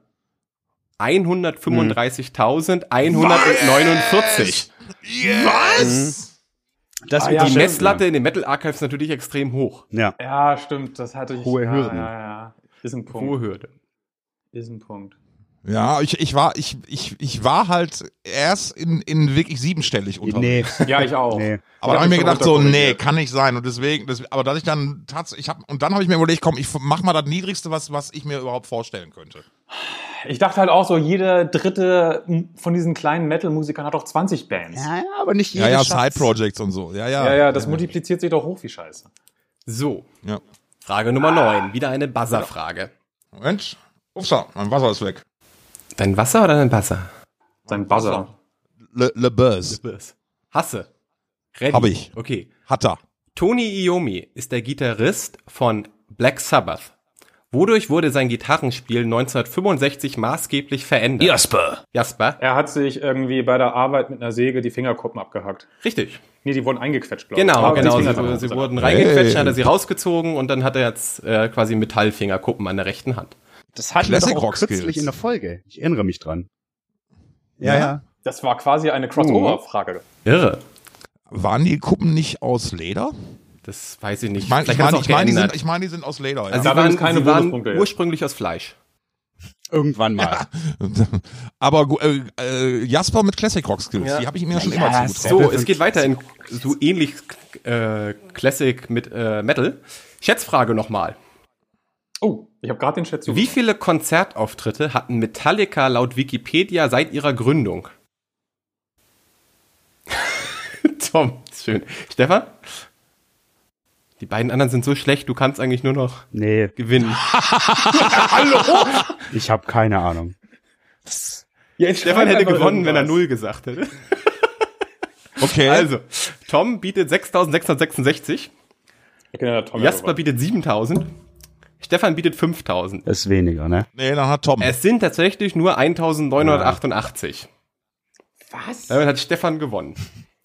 [SPEAKER 5] 135.149.
[SPEAKER 4] Was?
[SPEAKER 3] Das
[SPEAKER 7] Ah,
[SPEAKER 3] wird
[SPEAKER 7] ja,
[SPEAKER 5] Die
[SPEAKER 7] stimmt.
[SPEAKER 5] Messlatte in den Metal Archives ist natürlich extrem hoch.
[SPEAKER 3] Ja.
[SPEAKER 7] ja, stimmt, das hatte ich.
[SPEAKER 3] Hohe
[SPEAKER 7] ja,
[SPEAKER 3] Hürden.
[SPEAKER 7] Ja, ja. Ist ein
[SPEAKER 5] Hohe
[SPEAKER 7] Punkt.
[SPEAKER 5] Hürde.
[SPEAKER 7] Ist ein Punkt.
[SPEAKER 4] Ja, ich, ich war, ich, ich, ich war halt erst in, in wirklich siebenstellig unterwegs.
[SPEAKER 3] Nee.
[SPEAKER 7] Ja, ich auch.
[SPEAKER 3] nee.
[SPEAKER 4] Aber dann
[SPEAKER 7] Ja,
[SPEAKER 4] habe ich mir
[SPEAKER 7] schon
[SPEAKER 4] gedacht, so, nee,
[SPEAKER 7] runterkorrigiert.
[SPEAKER 4] kann nicht sein. Und deswegen, das, aber dass ich dann tatsächlich, ich hab, und dann habe ich mir überlegt, komm, ich mach mal das Niedrigste, was, was ich mir überhaupt vorstellen könnte.
[SPEAKER 7] Ich dachte halt auch so, jeder dritte m- von diesen kleinen Metal-Musikern hat auch 20 Bands.
[SPEAKER 3] Ja, aber nicht jeder.
[SPEAKER 4] Ja, ja,
[SPEAKER 3] schafft's.
[SPEAKER 4] Side-Projects und so. Ja, ja.
[SPEAKER 7] Ja, ja, das multipliziert sich doch hoch wie Scheiße.
[SPEAKER 5] So,
[SPEAKER 4] Ja.
[SPEAKER 5] Frage Nummer 9. Wieder eine Buzzer-Frage.
[SPEAKER 4] Mensch, ups, mein Wasser ist weg.
[SPEAKER 5] Dein Wasser oder dein Buzzer?
[SPEAKER 7] Sein Buzzer.
[SPEAKER 4] Le, Le Buzz.
[SPEAKER 5] Hasse. Ready.
[SPEAKER 4] Hab ich.
[SPEAKER 5] Okay.
[SPEAKER 4] Hat er.
[SPEAKER 5] Tony Iommi ist der Gitarrist von Black Sabbath. Wodurch wurde sein Gitarrenspiel 1965 maßgeblich verändert?
[SPEAKER 1] Jasper.
[SPEAKER 5] Jasper?
[SPEAKER 7] Er hat sich irgendwie bei der Arbeit mit einer Säge die Fingerkuppen abgehackt.
[SPEAKER 5] Richtig.
[SPEAKER 7] Nee, die wurden eingequetscht, glaube
[SPEAKER 5] Genau,
[SPEAKER 7] ich.
[SPEAKER 5] genau.
[SPEAKER 7] Die
[SPEAKER 5] Sie,
[SPEAKER 7] Fingerkuppen
[SPEAKER 5] sie
[SPEAKER 7] sind
[SPEAKER 5] wurden
[SPEAKER 7] ab.
[SPEAKER 5] reingequetscht,
[SPEAKER 4] Hey.
[SPEAKER 5] hat er sie rausgezogen und dann hat er jetzt äh, quasi Metallfingerkuppen an der rechten Hand.
[SPEAKER 3] Das hatten wir
[SPEAKER 4] Classic
[SPEAKER 3] doch auch
[SPEAKER 4] Rock
[SPEAKER 3] kürzlich
[SPEAKER 4] Skills.
[SPEAKER 3] in der Folge. Ich erinnere mich dran.
[SPEAKER 4] Ja.
[SPEAKER 7] Das war quasi eine Crossover-Frage.
[SPEAKER 5] Irre.
[SPEAKER 4] Waren die Kuppen nicht aus Leder?
[SPEAKER 5] Das weiß ich nicht.
[SPEAKER 4] Ich meine, ich
[SPEAKER 5] Vielleicht hat's
[SPEAKER 4] meine,
[SPEAKER 5] auch
[SPEAKER 4] ich meine, die,
[SPEAKER 5] geändert.
[SPEAKER 4] sind- ich meine, die sind aus Leder.
[SPEAKER 5] Also
[SPEAKER 4] Ja.
[SPEAKER 5] sie
[SPEAKER 7] Da
[SPEAKER 5] waren,
[SPEAKER 7] gibt's keine
[SPEAKER 5] sie waren
[SPEAKER 7] Bonuspunkte jetzt.
[SPEAKER 5] ursprünglich aus Fleisch.
[SPEAKER 3] Irgendwann mal.
[SPEAKER 4] Aber gu- äh, äh, Jasper mit Classic Rock Skills,
[SPEAKER 5] Ja.
[SPEAKER 4] die habe ich mir schon
[SPEAKER 3] Ja,
[SPEAKER 4] immer
[SPEAKER 3] ja,
[SPEAKER 4] zugetraut.
[SPEAKER 5] So, es geht weiter in so ähnlich äh, Classic mit äh, Metal. Schätzfrage nochmal.
[SPEAKER 7] Oh, ich habe gerade den Chat zu.
[SPEAKER 5] Wie viele Konzertauftritte hatten Metallica laut Wikipedia seit ihrer Gründung? Tom, ist schön. Stefan? Die beiden anderen sind so schlecht, du kannst eigentlich nur noch
[SPEAKER 3] Nee,
[SPEAKER 5] gewinnen.
[SPEAKER 3] ich habe keine Ahnung.
[SPEAKER 5] Ja, Stefan hätte
[SPEAKER 2] einfach
[SPEAKER 5] gewonnen, wenn er
[SPEAKER 2] irgendwas.
[SPEAKER 5] null gesagt hätte.
[SPEAKER 4] Okay.
[SPEAKER 5] Also, Tom bietet 6666,
[SPEAKER 7] Genau, Tom
[SPEAKER 5] Jasper bietet 7000, Stefan bietet 5000.
[SPEAKER 3] Ist weniger, ne?
[SPEAKER 4] nee, dann hat Tom.
[SPEAKER 5] Es sind tatsächlich nur 1988.
[SPEAKER 2] Was?
[SPEAKER 5] Damit hat Stefan gewonnen.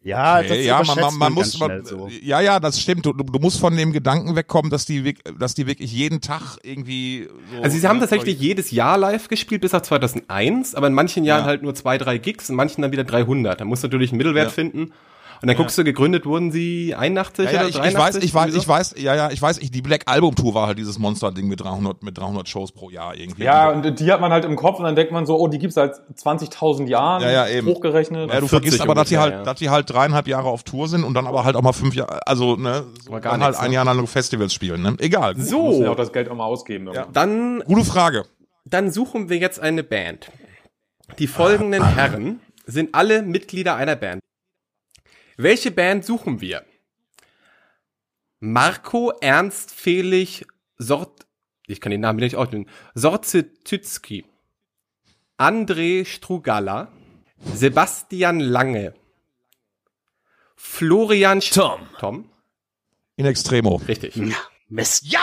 [SPEAKER 3] Ja,
[SPEAKER 5] halt,
[SPEAKER 4] Okay, ja, man, man, man muss, man, ja, ja, das stimmt. Du, du du musst von dem Gedanken wegkommen, dass die, wirk- dass die wirklich jeden Tag irgendwie. So äh,
[SPEAKER 5] Also sie haben tatsächlich jedes Jahr live gespielt, bis nach 2001, aber in manchen Jahren halt nur zwei, drei Gigs, in manchen dann wieder 300. Da musst du natürlich einen Mittelwert finden. Und dann guckst du, gegründet wurden sie 81
[SPEAKER 4] Ja, ja,
[SPEAKER 5] oder
[SPEAKER 4] ich,
[SPEAKER 5] 83?
[SPEAKER 4] ich weiß, ich weiß,
[SPEAKER 5] irgendwie so.
[SPEAKER 4] ich weiß, ja, ja, ich weiß, ich, die Black Album Tour war halt dieses Monster-Ding mit 300, mit 300 Shows pro Jahr irgendwie. Also,
[SPEAKER 7] Ja, und die hat man halt im Kopf und dann denkt man so, oh, die gibt's seit 20.000 Jahren.
[SPEAKER 4] Ja, ja, eben.
[SPEAKER 7] Hochgerechnet.
[SPEAKER 4] Ja, du
[SPEAKER 5] 40
[SPEAKER 4] vergisst aber, dass die,
[SPEAKER 5] ungefähr,
[SPEAKER 4] halt,
[SPEAKER 5] ja.
[SPEAKER 4] dass die halt dreieinhalb Jahre auf Tour sind und dann aber halt auch mal fünf Jahre, also ne, so
[SPEAKER 5] gar
[SPEAKER 4] dann halt
[SPEAKER 5] nichts,
[SPEAKER 4] ein
[SPEAKER 5] ne?
[SPEAKER 4] Jahr lang Festivals spielen, ne? Egal. gut.
[SPEAKER 7] Du musst ja auch
[SPEAKER 5] So,
[SPEAKER 7] das Geld auch mal ausgeben. irgendwann.
[SPEAKER 5] dann,
[SPEAKER 4] Gute Frage.
[SPEAKER 5] dann suchen wir jetzt eine Band. Die folgenden Herren sind alle Mitglieder einer Band. Welche Band suchen wir? Marco Ernst Felix Sort, ich kann den Namen nicht ordnen, Sorzetützki, André Strugala, Sebastian Lange, Florian Sch
[SPEAKER 1] Tom.
[SPEAKER 5] Tom,
[SPEAKER 4] In Extremo.
[SPEAKER 5] richtig.
[SPEAKER 3] Mist.
[SPEAKER 4] Ja!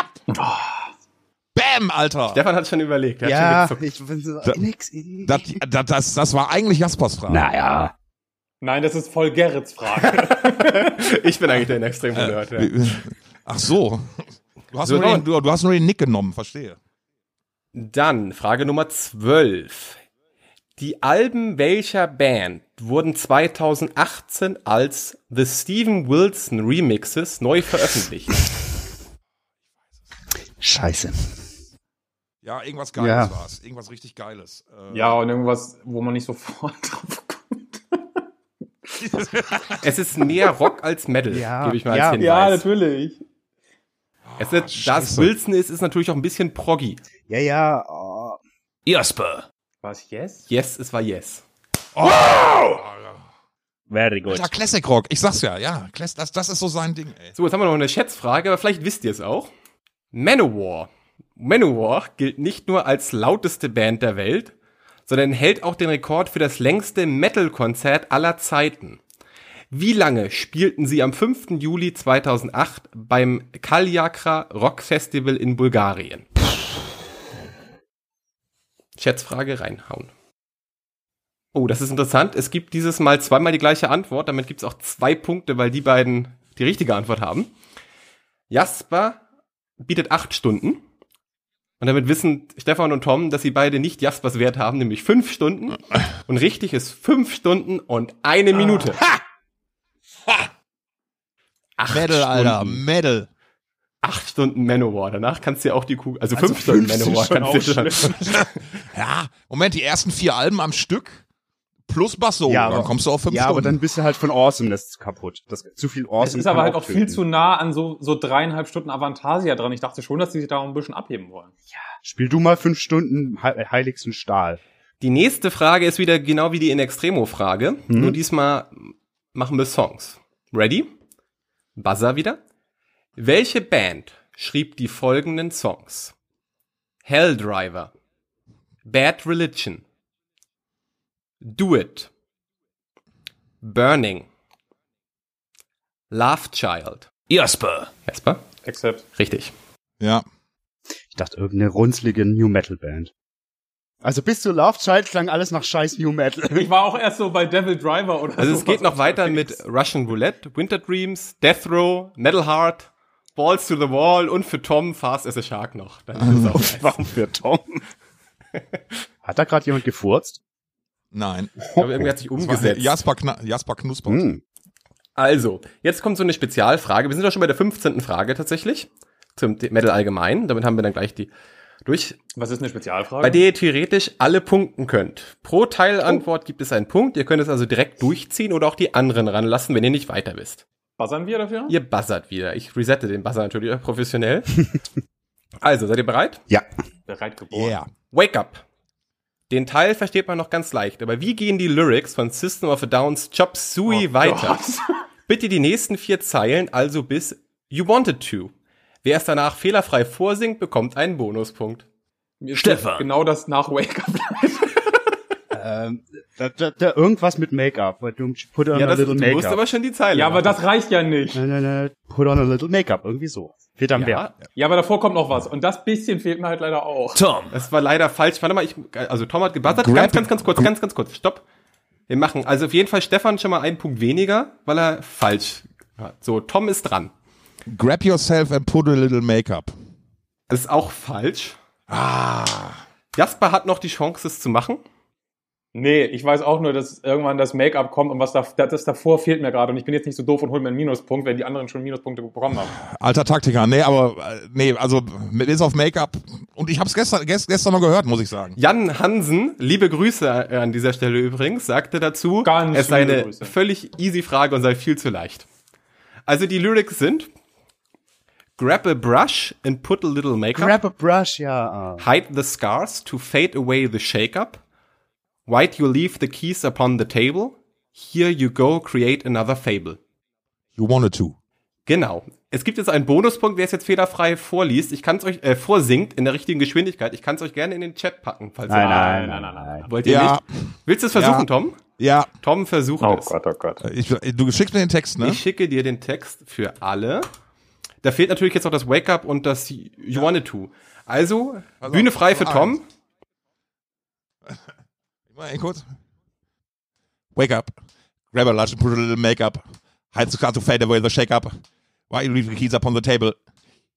[SPEAKER 4] Bam, Alter!
[SPEAKER 5] Stefan hat schon überlegt. er hat
[SPEAKER 3] Ja,
[SPEAKER 5] schon gezuckt.
[SPEAKER 3] ich bin so
[SPEAKER 4] Da-
[SPEAKER 3] nix.
[SPEAKER 4] Das, das, das, das war eigentlich Jaspers Frage.
[SPEAKER 3] Naja.
[SPEAKER 7] Nein, das ist voll Gerrits Frage.
[SPEAKER 5] ich bin eigentlich der extrem nerd ja.
[SPEAKER 4] Äh, Ach so. Du hast,
[SPEAKER 5] So,
[SPEAKER 4] nur den, du, du hast nur den Nick genommen, verstehe.
[SPEAKER 5] Dann Frage Nummer 12. Die Alben welcher Band wurden 2018 als The Steven Wilson Remixes neu veröffentlicht?
[SPEAKER 3] Scheiße.
[SPEAKER 4] Ja, irgendwas Geiles
[SPEAKER 3] Ja.
[SPEAKER 4] war's. Irgendwas richtig Geiles. Äh,
[SPEAKER 7] ja, und irgendwas, wo man nicht sofort drauf kommt.
[SPEAKER 5] es ist mehr Rock als Metal,
[SPEAKER 3] Ja,
[SPEAKER 5] gebe ich mal
[SPEAKER 3] ja.
[SPEAKER 5] als Hinweis.
[SPEAKER 7] natürlich.
[SPEAKER 5] es ist, da es
[SPEAKER 4] Scheiße.
[SPEAKER 5] Wilson ist, ist natürlich auch ein bisschen proggy.
[SPEAKER 3] Ja, ja. Oh.
[SPEAKER 1] Jasper.
[SPEAKER 7] Was, yes?
[SPEAKER 5] Yes, es war Yes.
[SPEAKER 3] Very good.
[SPEAKER 4] Alter, Classic Rock, ich sag's ja, ja. Class, das, das ist so sein Ding, ey.
[SPEAKER 5] So, jetzt haben wir noch eine Schätzfrage, aber vielleicht wisst ihr es auch. Manowar. Manowar gilt nicht nur als lauteste Band der Welt, sondern hält auch den Rekord für das längste Metal-Konzert aller Zeiten. Wie lange spielten sie am 5. Juli 2008 beim Kalyakra Rock Festival in Bulgarien? Schätzfrage reinhauen. Oh, das ist interessant. Es gibt dieses Mal zweimal die gleiche Antwort. Damit gibt es auch zwei Punkte, weil die beiden die richtige Antwort haben. Jasper bietet acht Stunden. Und damit wissen Stefan und Tom, dass sie beide nicht Jaspers Wert haben, nämlich fünf Stunden. Und richtig ist fünf Stunden und eine Minute. Acht
[SPEAKER 4] Metal, Alter,
[SPEAKER 5] Stunden.
[SPEAKER 4] Metal.
[SPEAKER 5] Acht Stunden Manowar. Danach kannst du ja auch die Kugel, also, fünf Stunden Manowar kannst du dann.
[SPEAKER 4] Ja, Moment, die ersten vier Alben am Stück plus Basso,
[SPEAKER 3] Ja,
[SPEAKER 4] Oh, dann
[SPEAKER 3] aber-
[SPEAKER 4] kommst du auf fünf
[SPEAKER 3] ja, aber
[SPEAKER 4] Stunden.
[SPEAKER 3] dann bist du halt von Awesomeness kaputt. Das, zu viel Awesome.
[SPEAKER 7] Es ist
[SPEAKER 3] kann
[SPEAKER 7] aber halt auch viel
[SPEAKER 3] töten.
[SPEAKER 7] zu nah an so, so dreieinhalb Stunden Avantasia dran. Ich dachte schon, dass die sich da auch ein bisschen abheben wollen.
[SPEAKER 3] Spiel du mal fünf Stunden He- heiligsten Stahl.
[SPEAKER 5] Die nächste Frage ist wieder genau wie die in Extremo-Frage.
[SPEAKER 3] Mhm.
[SPEAKER 5] Nur diesmal machen wir Songs. Ready? Buzzer wieder. Welche Band schrieb die folgenden Songs? Helldriver. Bad Religion. Do It. Burning. Love Child.
[SPEAKER 1] Jasper.
[SPEAKER 5] Jasper?
[SPEAKER 7] Except.
[SPEAKER 5] Richtig.
[SPEAKER 4] ja.
[SPEAKER 3] Ich dachte, irgendeine runzlige New Metal Band. Also bis zu Love Child klang alles nach scheiß New Metal.
[SPEAKER 7] Ich war auch erst so bei Devil Driver oder
[SPEAKER 5] Also
[SPEAKER 7] so.
[SPEAKER 5] es geht noch weiter mit Russian Roulette, Winter Dreams, Death Row, Metal Heart, Balls to the Wall und für Tom Fast as a Shark noch. Dann ist es auch nice.
[SPEAKER 3] Warum für Tom? Hat da gerade jemand gefurzt?
[SPEAKER 4] Nein.
[SPEAKER 5] Aber irgendwie hat sich umgesetzt.
[SPEAKER 4] Jasper, Kna Jasper Knusper.
[SPEAKER 3] Hm.
[SPEAKER 5] Also, jetzt kommt so eine Spezialfrage. Wir sind doch schon bei der 15. Frage tatsächlich. Zum T- Metal allgemein. Damit haben wir dann gleich die durch.
[SPEAKER 7] Was ist eine Spezialfrage?
[SPEAKER 5] Bei der ihr theoretisch alle punkten könnt. Pro Teilantwort gibt es einen Punkt. Ihr könnt es also direkt durchziehen oder auch die anderen ranlassen, wenn ihr nicht weiter wisst.
[SPEAKER 7] Buzzern wir dafür?
[SPEAKER 5] Ihr buzzert wieder. Ich resette den Buzzer natürlich auch professionell. also, seid ihr bereit?
[SPEAKER 3] Ja.
[SPEAKER 7] Bereit geboren.
[SPEAKER 4] Yeah.
[SPEAKER 5] Wake Up. Den Teil versteht man noch ganz leicht, aber wie gehen die Lyrics von System of a Downs Chop Suey
[SPEAKER 3] Oh
[SPEAKER 7] Oh
[SPEAKER 5] weiter? Bitte die nächsten vier Zeilen, also bis You Wanted To. Wer es danach fehlerfrei vorsingt, bekommt einen Bonuspunkt.
[SPEAKER 7] Mir
[SPEAKER 1] Stefan.
[SPEAKER 7] steht Genau das nach Wake Up.
[SPEAKER 3] Ähm, da, da, da irgendwas mit Make-up. But don't Put on
[SPEAKER 5] Ja,
[SPEAKER 3] a
[SPEAKER 5] das, du
[SPEAKER 3] little
[SPEAKER 5] musst
[SPEAKER 3] Make-up.
[SPEAKER 5] aber schon die Zeile.
[SPEAKER 2] Ja, aber
[SPEAKER 5] machen.
[SPEAKER 2] das reicht ja nicht.
[SPEAKER 3] Na, na, na, Put on a little Make-up. Irgendwie so. Wird am Wert.
[SPEAKER 5] ja,
[SPEAKER 2] Ja, aber davor kommt noch was. Und das bisschen fehlt mir halt leider auch.
[SPEAKER 1] Tom,
[SPEAKER 5] das war leider falsch. Warte mal, ich, also Tom hat gebuzzert.
[SPEAKER 4] Grab-
[SPEAKER 5] Ganz, ganz, ganz kurz, ganz, ganz kurz. Stopp. Wir machen, also auf jeden Fall Stefan schon mal einen Punkt weniger, weil er falsch hat. So, Tom ist dran.
[SPEAKER 4] Grab yourself and put a little Make-up.
[SPEAKER 5] Das ist auch falsch.
[SPEAKER 3] Ah.
[SPEAKER 5] Jasper hat noch die Chance, es zu machen.
[SPEAKER 2] Nee, ich weiß auch nur, dass irgendwann das Make-up kommt und was da, das, das davor fehlt mir gerade. Und ich bin jetzt nicht so doof und hole mir einen Minuspunkt, wenn die anderen schon Minuspunkte bekommen haben.
[SPEAKER 4] Alter Taktiker. Nee, aber äh, nee, also mit ist auf Make-up. Und ich hab's gestern, gest, gestern noch gehört, muss ich sagen.
[SPEAKER 5] Jan Hansen, liebe Grüße äh, an dieser Stelle übrigens, sagte dazu,
[SPEAKER 2] Ganz
[SPEAKER 5] es sei
[SPEAKER 2] liebe
[SPEAKER 5] eine
[SPEAKER 2] Grüße.
[SPEAKER 5] völlig easy Frage und sei viel zu leicht. Also die Lyrics sind Grab a brush and put a little makeup.
[SPEAKER 3] Grab a brush, ja. ah.
[SPEAKER 5] Hide the scars to fade away the shake-up. White you leave the keys upon the table. Here you go, create another fable.
[SPEAKER 4] You wanted to.
[SPEAKER 5] Genau. Es gibt jetzt einen Bonuspunkt, wer es jetzt fehlerfrei vorliest. Ich kann es euch, äh, vorsingt in der richtigen Geschwindigkeit. Ich kann es euch gerne in den Chat packen, falls
[SPEAKER 3] Nein,
[SPEAKER 5] ihr
[SPEAKER 3] nein, nein, nein, nein.
[SPEAKER 5] wollt ihr
[SPEAKER 4] Ja.
[SPEAKER 5] nicht. Willst du es versuchen,
[SPEAKER 4] Ja.
[SPEAKER 5] Tom?
[SPEAKER 4] Ja,
[SPEAKER 5] Tom, versuch
[SPEAKER 3] Oh
[SPEAKER 5] es.
[SPEAKER 3] Gott, oh Gott.
[SPEAKER 4] ich, du schickst mir den Text, ne?
[SPEAKER 5] Ich schicke dir den Text für alle. Da fehlt natürlich jetzt noch das Wake Up und das You Wanted To. Also,
[SPEAKER 4] auf,
[SPEAKER 5] Bühne frei
[SPEAKER 4] nur
[SPEAKER 5] für Tom.
[SPEAKER 4] Mal eben kurz. Wake up. Grab a lunch and put a little makeup. Hide the car to fade away the shake up. Why you leave the keys up on the table?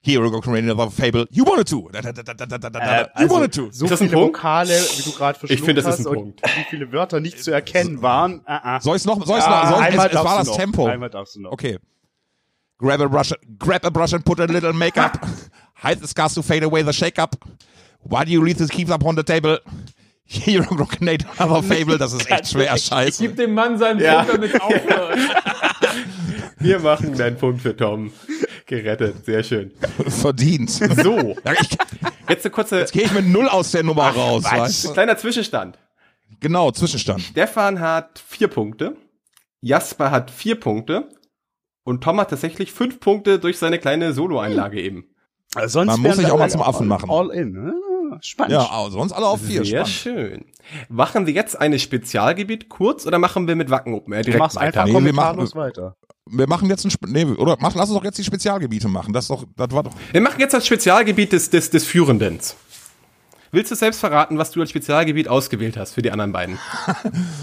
[SPEAKER 4] Here we go, create another fable. You wanted to. Da, da, da, da, da, da, da, da.
[SPEAKER 3] Äh,
[SPEAKER 4] you
[SPEAKER 3] also,
[SPEAKER 4] wanted to.
[SPEAKER 3] So
[SPEAKER 5] Ist das ein
[SPEAKER 3] viele
[SPEAKER 5] Punkt?
[SPEAKER 3] Vokale, wie du gerade verschluckt
[SPEAKER 5] finde, das
[SPEAKER 3] hast
[SPEAKER 5] ist ein Äh,
[SPEAKER 3] und wie viele Wörter nicht zu erkennen waren. Ah, ah.
[SPEAKER 4] Soll ich's noch? Soll ich's
[SPEAKER 3] Ah,
[SPEAKER 4] noch? Soll ich,
[SPEAKER 3] einmal
[SPEAKER 4] es, es war
[SPEAKER 3] darfst
[SPEAKER 4] das
[SPEAKER 3] du noch.
[SPEAKER 4] Tempo.
[SPEAKER 3] Einmal darfst du noch.
[SPEAKER 4] Okay. Grab a brush, grab a brush and put a little makeup. Hide the scars to fade away the shake up. Why do you leave the keys up on the table? Here we go, create another fable. Das ist echt schwer, scheiße.
[SPEAKER 2] Gib dem Mann seinen
[SPEAKER 5] Ja.
[SPEAKER 2] Punkt, damit aufhört.
[SPEAKER 5] Wir machen deinen Punkt für Tom. Gerettet, sehr schön.
[SPEAKER 4] Verdient.
[SPEAKER 5] So,
[SPEAKER 4] Ja, ich,
[SPEAKER 5] jetzt eine kurze,
[SPEAKER 4] gehe ich mit null aus der Nummer raus. Weißt? du?
[SPEAKER 5] kleiner Zwischenstand.
[SPEAKER 4] Genau, Zwischenstand.
[SPEAKER 5] Stefan hat vier Punkte, Jasper hat vier Punkte und Tom hat tatsächlich fünf Punkte durch seine kleine Solo-Einlage eben.
[SPEAKER 3] Äh,
[SPEAKER 5] Also
[SPEAKER 3] Sonst
[SPEAKER 4] Man muss
[SPEAKER 3] wären
[SPEAKER 4] sich
[SPEAKER 3] wir
[SPEAKER 4] auch mal
[SPEAKER 3] alle
[SPEAKER 4] zum Affen machen.
[SPEAKER 3] All in. Ah, Spannend.
[SPEAKER 4] Ja, aber sonst alle auf vier.
[SPEAKER 5] Sehr
[SPEAKER 4] Spannend.
[SPEAKER 5] schön. Machen wir jetzt ein Spezialgebiet kurz oder machen wir mit Wacken Open Air
[SPEAKER 3] Du
[SPEAKER 5] direkt
[SPEAKER 3] machst
[SPEAKER 5] weiter?
[SPEAKER 3] einfach
[SPEAKER 4] Nee, wir machen-
[SPEAKER 3] kommentarlos weiter.
[SPEAKER 4] Wir machen jetzt ein Sp nee, oder mach, lass uns doch jetzt die Spezialgebiete machen. Das ist doch, das war doch.
[SPEAKER 5] Wir machen jetzt das Spezialgebiet des, des, des Führenden. Willst du selbst verraten, was du als Spezialgebiet ausgewählt hast für die anderen beiden?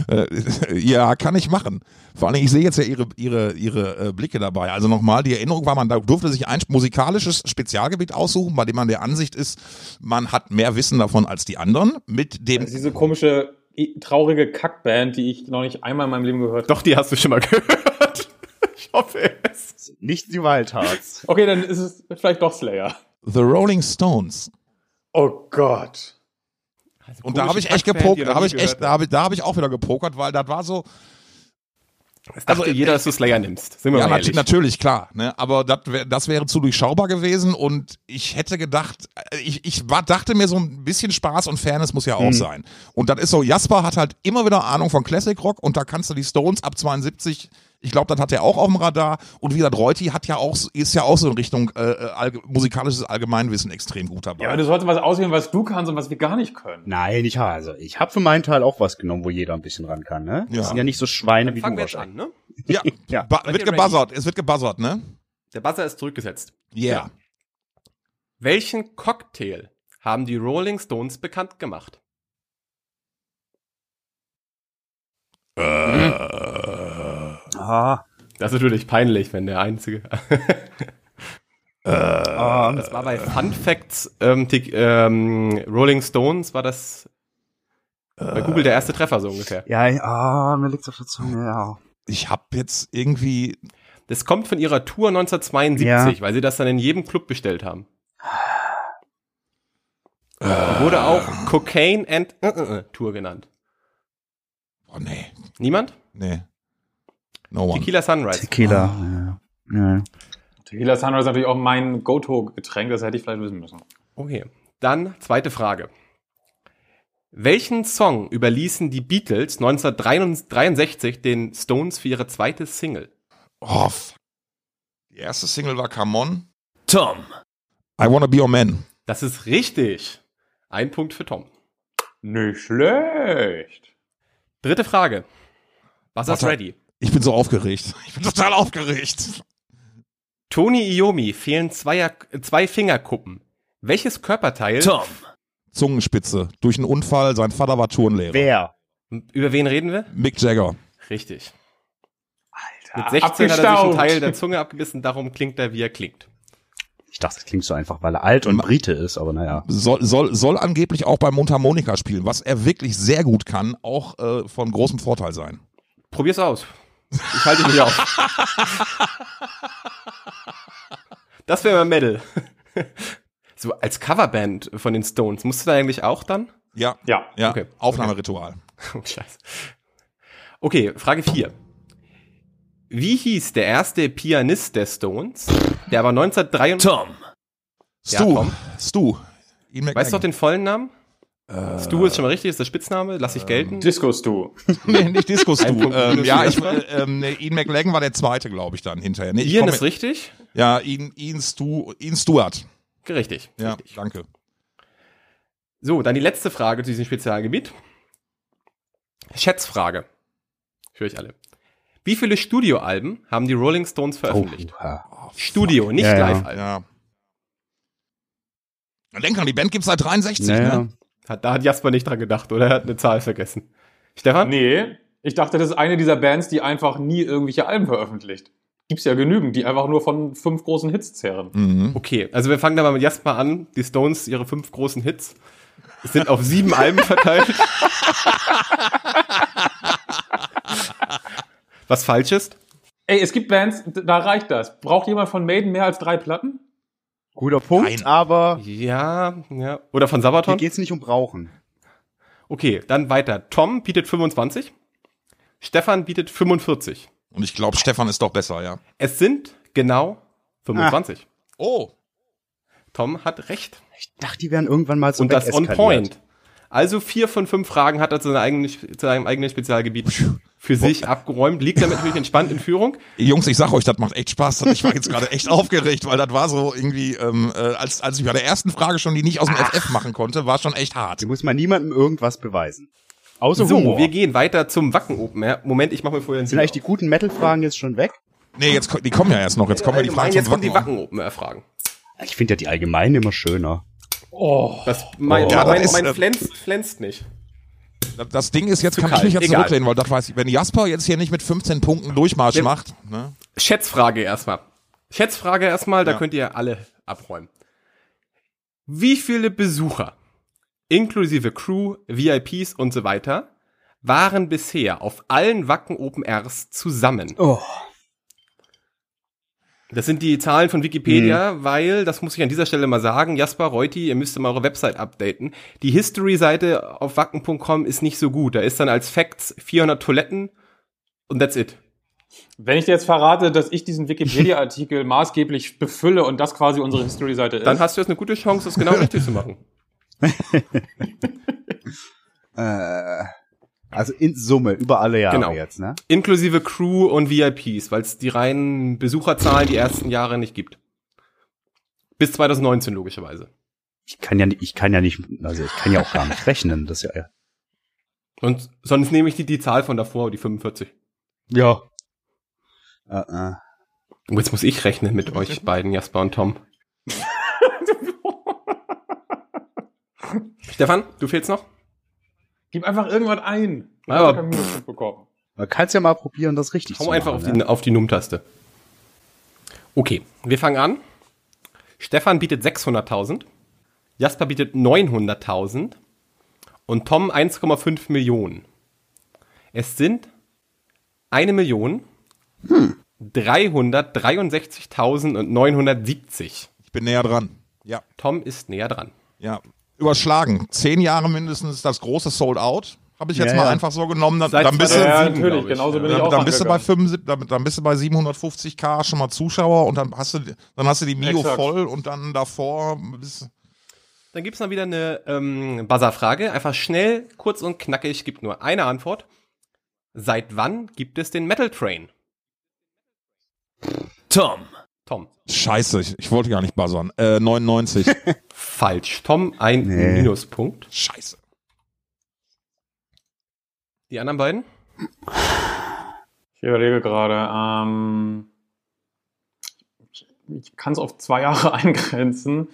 [SPEAKER 4] Äh, ja, kann ich machen. Vor allen Dingen, ich sehe jetzt ja ihre ihre ihre äh, Blicke dabei. Also nochmal, die Erinnerung war, man da- durfte sich ein musikalisches Spezialgebiet aussuchen, bei dem man der Ansicht ist, man hat mehr Wissen davon als die anderen. Mit dem
[SPEAKER 2] Das ist diese komische, i- traurige Kackband, die ich noch nicht einmal in meinem Leben gehört habe.
[SPEAKER 5] Doch, die hast du schon mal gehört. Ich hoffe es.
[SPEAKER 3] Nicht die Wild Hearts.
[SPEAKER 2] Okay, dann ist es vielleicht doch Slayer.
[SPEAKER 4] The Rolling Stones.
[SPEAKER 2] Oh Gott.
[SPEAKER 4] Also Und da habe ich echt gepokert. Da habe ich echt, da habe ich, da habe ich auch wieder gepokert, weil das war so.
[SPEAKER 5] Es dachte also, jeder, dass du Slayer nimmst. Sind wir
[SPEAKER 4] Ja,
[SPEAKER 5] mal
[SPEAKER 4] nat
[SPEAKER 5] ehrlich.
[SPEAKER 4] natürlich, klar. Ne? Aber das wär, das wäre zu durchschaubar gewesen und ich hätte gedacht, äh, ich, ich war, dachte mir so ein bisschen Spaß und Fairness muss ja auch sein. Und das ist so, Jasper hat halt immer wieder Ahnung von Classic Rock und da kannst du die Stones ab 72, ich glaube, das hat er auch auf dem Radar. Und wie gesagt, Reuti hat ja auch, ist ja auch so in Richtung äh, äh, allge musikalisches Allgemeinwissen extrem gut dabei.
[SPEAKER 2] Ja, aber du solltest was auswählen, was du kannst und was wir gar nicht können.
[SPEAKER 3] Nein, ich habe also ich habe für meinen Teil auch was genommen, wo jeder ein bisschen ran kann, ne?
[SPEAKER 4] Ja.
[SPEAKER 3] Das sind ja nicht so Schweine wie
[SPEAKER 5] Fangen
[SPEAKER 3] du
[SPEAKER 5] wir jetzt
[SPEAKER 3] wahrscheinlich.
[SPEAKER 5] an, ne?
[SPEAKER 4] ja,
[SPEAKER 3] Ja.
[SPEAKER 4] ba-
[SPEAKER 5] Seid
[SPEAKER 4] wird
[SPEAKER 5] ihr ready?
[SPEAKER 4] gebuzzert, es wird gebuzzert, ne?
[SPEAKER 5] Der Buzzer ist zurückgesetzt.
[SPEAKER 4] Yeah.
[SPEAKER 5] Welchen Cocktail haben die Rolling Stones bekannt gemacht?
[SPEAKER 3] Ah,
[SPEAKER 5] Das ist natürlich peinlich, wenn der einzige. Äh,
[SPEAKER 3] ah,
[SPEAKER 5] Das war bei Fun Facts ähm, Tick- ähm, Rolling Stones war das äh, bei Google der erste Treffer so ungefähr.
[SPEAKER 3] ja, ah, mir liegt's auf der Zunge, ja.
[SPEAKER 4] Ich habe jetzt irgendwie
[SPEAKER 5] Das kommt von ihrer Tour 1972, weil sie das dann in jedem Club bestellt haben. Wurde auch Cocaine and äh, äh, äh, Tour genannt.
[SPEAKER 4] Oh nee,
[SPEAKER 5] Niemand?
[SPEAKER 4] nee. No one.
[SPEAKER 5] Tequila Sunrise.
[SPEAKER 4] Ah,
[SPEAKER 3] Tequila. Ja. Ja.
[SPEAKER 2] Tequila Sunrise ist natürlich auch mein Go-To-Getränk, das hätte ich vielleicht wissen müssen.
[SPEAKER 5] Okay, dann zweite Frage. Welchen Song überließen die Beatles 1963 den Stones für ihre zweite Single?
[SPEAKER 4] Oh, fuck. Die erste Single war Come On.
[SPEAKER 1] Tom,
[SPEAKER 4] I Wanna Be Your Man.
[SPEAKER 5] Das ist richtig. Ein Punkt für Tom.
[SPEAKER 2] Nicht schlecht.
[SPEAKER 5] Dritte Frage. Was ist
[SPEAKER 4] Warte.
[SPEAKER 5] ready?
[SPEAKER 4] Ich bin so aufgeregt. Ich bin total aufgeregt.
[SPEAKER 5] Toni Iommi fehlen zweier, zwei Fingerkuppen. Welches Körperteil?
[SPEAKER 1] Tom.
[SPEAKER 4] Zungenspitze. Durch einen Unfall. Sein Vater war Turnlehrer.
[SPEAKER 3] Wer?
[SPEAKER 5] Über wen reden wir?
[SPEAKER 4] Mick Jagger.
[SPEAKER 5] Richtig. Mit 16 hat er sich einen
[SPEAKER 2] abgestaubt.
[SPEAKER 5] Teil der Zunge abgebissen, darum klingt er, wie er klingt.
[SPEAKER 3] Ich dachte, das klingt so einfach, weil er alt und Brite ist, aber naja.
[SPEAKER 4] Soll, soll, soll angeblich auch bei Mundharmonika spielen, was er wirklich sehr gut kann, auch äh, von großem Vorteil sein.
[SPEAKER 5] Probier's aus. Ich halte dich nicht auf. Das wäre mein Medal. So, als Coverband von den Stones, musst du da eigentlich auch dann?
[SPEAKER 4] Ja,
[SPEAKER 2] Ja.
[SPEAKER 4] ja.
[SPEAKER 5] Okay.
[SPEAKER 4] Aufnahmeritual.
[SPEAKER 5] Oh, scheiße. Okay, Frage 4. Wie hieß der erste Pianist der Stones, der aber 1993...
[SPEAKER 1] Tom.
[SPEAKER 5] Ja,
[SPEAKER 4] Stu,
[SPEAKER 5] komm.
[SPEAKER 4] Stu. Ian McMahon.
[SPEAKER 5] Weißt du noch den vollen Namen? Stu ist schon mal richtig, ist der Spitzname, lass ich gelten.
[SPEAKER 2] Disco-Stu.
[SPEAKER 4] nee, nicht Disco Stu.
[SPEAKER 5] Ein Punkt
[SPEAKER 4] Ähm,
[SPEAKER 5] minus
[SPEAKER 4] ja,
[SPEAKER 5] für
[SPEAKER 4] ich,
[SPEAKER 5] Jasper.
[SPEAKER 4] äh, ähm, nee, Ian McLagan war der zweite, glaube ich, dann hinterher. Nee, ich
[SPEAKER 5] Ian
[SPEAKER 4] komm
[SPEAKER 5] ist
[SPEAKER 4] mit-
[SPEAKER 5] richtig?
[SPEAKER 4] Ja, Ian, Ian, Stu, Ian Stewart.
[SPEAKER 5] Richtig.
[SPEAKER 4] Ja,
[SPEAKER 5] richtig.
[SPEAKER 4] danke.
[SPEAKER 5] So, dann die letzte Frage zu diesem Spezialgebiet. Schätzfrage. Für euch alle. Wie viele Studioalben haben die Rolling Stones
[SPEAKER 3] Oh,
[SPEAKER 5] veröffentlicht?
[SPEAKER 3] ja.
[SPEAKER 5] Studio, nicht
[SPEAKER 3] Ja, ja.
[SPEAKER 5] Live-Alben.
[SPEAKER 4] Ja. Na, Denk dran, die Band gibt's seit 63,
[SPEAKER 3] Naja.
[SPEAKER 4] ne?
[SPEAKER 5] Hat, da hat Jasper nicht dran gedacht, oder? Er hat eine Zahl vergessen. Stefan?
[SPEAKER 2] Nee, ich dachte, das ist eine dieser Bands, die einfach nie irgendwelche Alben veröffentlicht. Gibt's ja genügend, die einfach nur von fünf großen Hits zehren.
[SPEAKER 4] Mhm.
[SPEAKER 5] Okay, also wir fangen da mal mit Jasper an. Die Stones, ihre fünf großen Hits, sind auf sieben Alben verteilt. Was falsch ist?
[SPEAKER 2] Ey, es gibt Bands, d- da reicht das. Braucht jemand von Maiden mehr als drei Platten?
[SPEAKER 3] Guter Punkt,
[SPEAKER 4] Nein.
[SPEAKER 3] aber
[SPEAKER 5] Ja, ja. Oder von
[SPEAKER 3] hier
[SPEAKER 5] Sabaton?
[SPEAKER 3] geht's nicht um Brauchen.
[SPEAKER 5] Okay, dann weiter. Tom bietet 25. Stefan bietet 45.
[SPEAKER 4] Und ich glaube, Stefan ist doch besser, ja.
[SPEAKER 5] Es sind genau 25.
[SPEAKER 4] Oh,
[SPEAKER 5] Tom hat recht.
[SPEAKER 3] Ich dachte, die wären irgendwann mal so
[SPEAKER 5] Und das on
[SPEAKER 3] wegeskaliert.
[SPEAKER 5] point. Also vier von fünf Fragen hat er zu, seiner eigenen, zu seinem eigenen Spezialgebiet für sich abgeräumt. Liegt damit natürlich entspannt in Führung.
[SPEAKER 4] Jungs, ich sag euch, das macht echt Spaß. Ich war jetzt gerade echt aufgeregt, weil das war so irgendwie, ähm, äh, als, als ich bei der ersten Frage schon die nicht aus
[SPEAKER 5] Ah.
[SPEAKER 4] dem FF machen konnte, war schon echt hart.
[SPEAKER 3] Hier muss man niemandem irgendwas beweisen. Außer
[SPEAKER 5] So,
[SPEAKER 3] Humor.
[SPEAKER 5] wir gehen weiter zum Wacken Open Air. Moment, ich mache mir vorher einen
[SPEAKER 3] Sind eigentlich die guten Metal-Fragen jetzt schon weg?
[SPEAKER 4] Nee, jetzt, ko- die kommen ja erst noch. Jetzt kommen ja die Fragen
[SPEAKER 5] Äh, Jetzt kommen
[SPEAKER 4] zum
[SPEAKER 5] die
[SPEAKER 4] Wacken.
[SPEAKER 5] Wacken Open Air Fragen.
[SPEAKER 3] Ich finde ja die allgemeinen immer schöner.
[SPEAKER 5] Das, mein
[SPEAKER 4] Oh, Ja,
[SPEAKER 5] mein,
[SPEAKER 4] das ist,
[SPEAKER 5] mein
[SPEAKER 4] äh,
[SPEAKER 5] flänzt, flänzt nicht.
[SPEAKER 4] Das- Das Ding ist, jetzt
[SPEAKER 5] Zu
[SPEAKER 4] kann
[SPEAKER 5] kalt,
[SPEAKER 4] ich mich ja
[SPEAKER 5] egal.
[SPEAKER 4] zurücklehnen, weil das weiß ich. Wenn Jasper jetzt hier nicht mit 15 Punkten Durchmarsch
[SPEAKER 5] Ja.
[SPEAKER 4] macht, ne?
[SPEAKER 5] Schätzfrage erstmal. Schätzfrage erstmal, da
[SPEAKER 4] Ja.
[SPEAKER 5] könnt ihr alle abräumen. Wie viele Besucher, inklusive Crew, VIPs und so weiter, waren bisher auf allen Wacken Open Airs zusammen?
[SPEAKER 3] Oh.
[SPEAKER 5] Das sind die Zahlen von Wikipedia, weil, das muss ich an dieser Stelle mal sagen, Jasper Reuti, ihr müsst mal eure Website updaten. Die History-Seite auf wacken.com ist nicht so gut. Da ist dann als Facts 400 Toiletten und that's it.
[SPEAKER 2] Wenn ich dir jetzt verrate, dass ich diesen Wikipedia-Artikel maßgeblich befülle und das quasi unsere History-Seite ist,
[SPEAKER 5] Dann hast du jetzt eine gute Chance, das genau richtig zu machen.
[SPEAKER 3] Äh, also in Summe, über alle Jahre
[SPEAKER 5] Genau.
[SPEAKER 3] jetzt, ne?
[SPEAKER 5] Inklusive Crew und VIPs, weil es die reinen Besucherzahlen die ersten Jahre nicht gibt. Bis 2019 logischerweise.
[SPEAKER 3] Ich kann ja nicht, ich kann ja nicht, also ich kann ja auch gar nicht rechnen, das ist ja.
[SPEAKER 5] Und sonst nehme ich die, die Zahl von davor, die 45.
[SPEAKER 3] Ja. Äh, äh.
[SPEAKER 5] Und jetzt muss ich rechnen mit euch beiden, Jasper und Tom. Stefan, du fehlst noch?
[SPEAKER 2] gib einfach irgendwann ein. Dann
[SPEAKER 5] Aber-
[SPEAKER 2] hast du keinen Minuspunkt bekommen.
[SPEAKER 3] Man kann es ja mal probieren, das richtig
[SPEAKER 5] Hau
[SPEAKER 3] zu
[SPEAKER 5] einfach
[SPEAKER 3] machen. ne?
[SPEAKER 5] auf die, auf die Num-Taste. Okay, wir fangen an. Stefan bietet 600.000, Jasper bietet 900.000 und Tom 1,5 Millionen. Es sind 1 Million 363.970.
[SPEAKER 4] Ich bin näher dran. Ja,
[SPEAKER 5] Tom ist näher dran.
[SPEAKER 4] ja. Überschlagen. Zehn Jahre mindestens das große Sold Out. Habe ich jetzt
[SPEAKER 3] Ja,
[SPEAKER 4] mal
[SPEAKER 3] ja.
[SPEAKER 4] einfach so genommen. Dann,
[SPEAKER 5] Seit
[SPEAKER 4] dann bist du.
[SPEAKER 5] 2007,
[SPEAKER 2] Ja,
[SPEAKER 5] glaub
[SPEAKER 2] natürlich,
[SPEAKER 5] ich.
[SPEAKER 2] genauso bin ich
[SPEAKER 4] Dann,
[SPEAKER 2] auch
[SPEAKER 4] dann bist du bei
[SPEAKER 2] rangegangen.
[SPEAKER 4] 75, dann, dann bist du bei 750k schon mal Zuschauer und dann hast du, dann hast du die Mio
[SPEAKER 2] Exakt.
[SPEAKER 4] voll und dann davor bist,
[SPEAKER 5] Dann gibt's mal wieder eine ähm, Buzzer-Frage. Einfach schnell, kurz und knackig, gibt nur eine Antwort. Seit wann gibt es den Metal Train?
[SPEAKER 1] Tom.
[SPEAKER 5] Tom.
[SPEAKER 4] Scheiße, ich, ich wollte gar nicht buzzern. Äh, 99.
[SPEAKER 5] Falsch. Tom, ein
[SPEAKER 3] Nee.
[SPEAKER 5] Minuspunkt.
[SPEAKER 4] Scheiße.
[SPEAKER 5] Die anderen beiden?
[SPEAKER 2] Ich überlege gerade. Ähm, ich kann es auf zwei Jahre eingrenzen.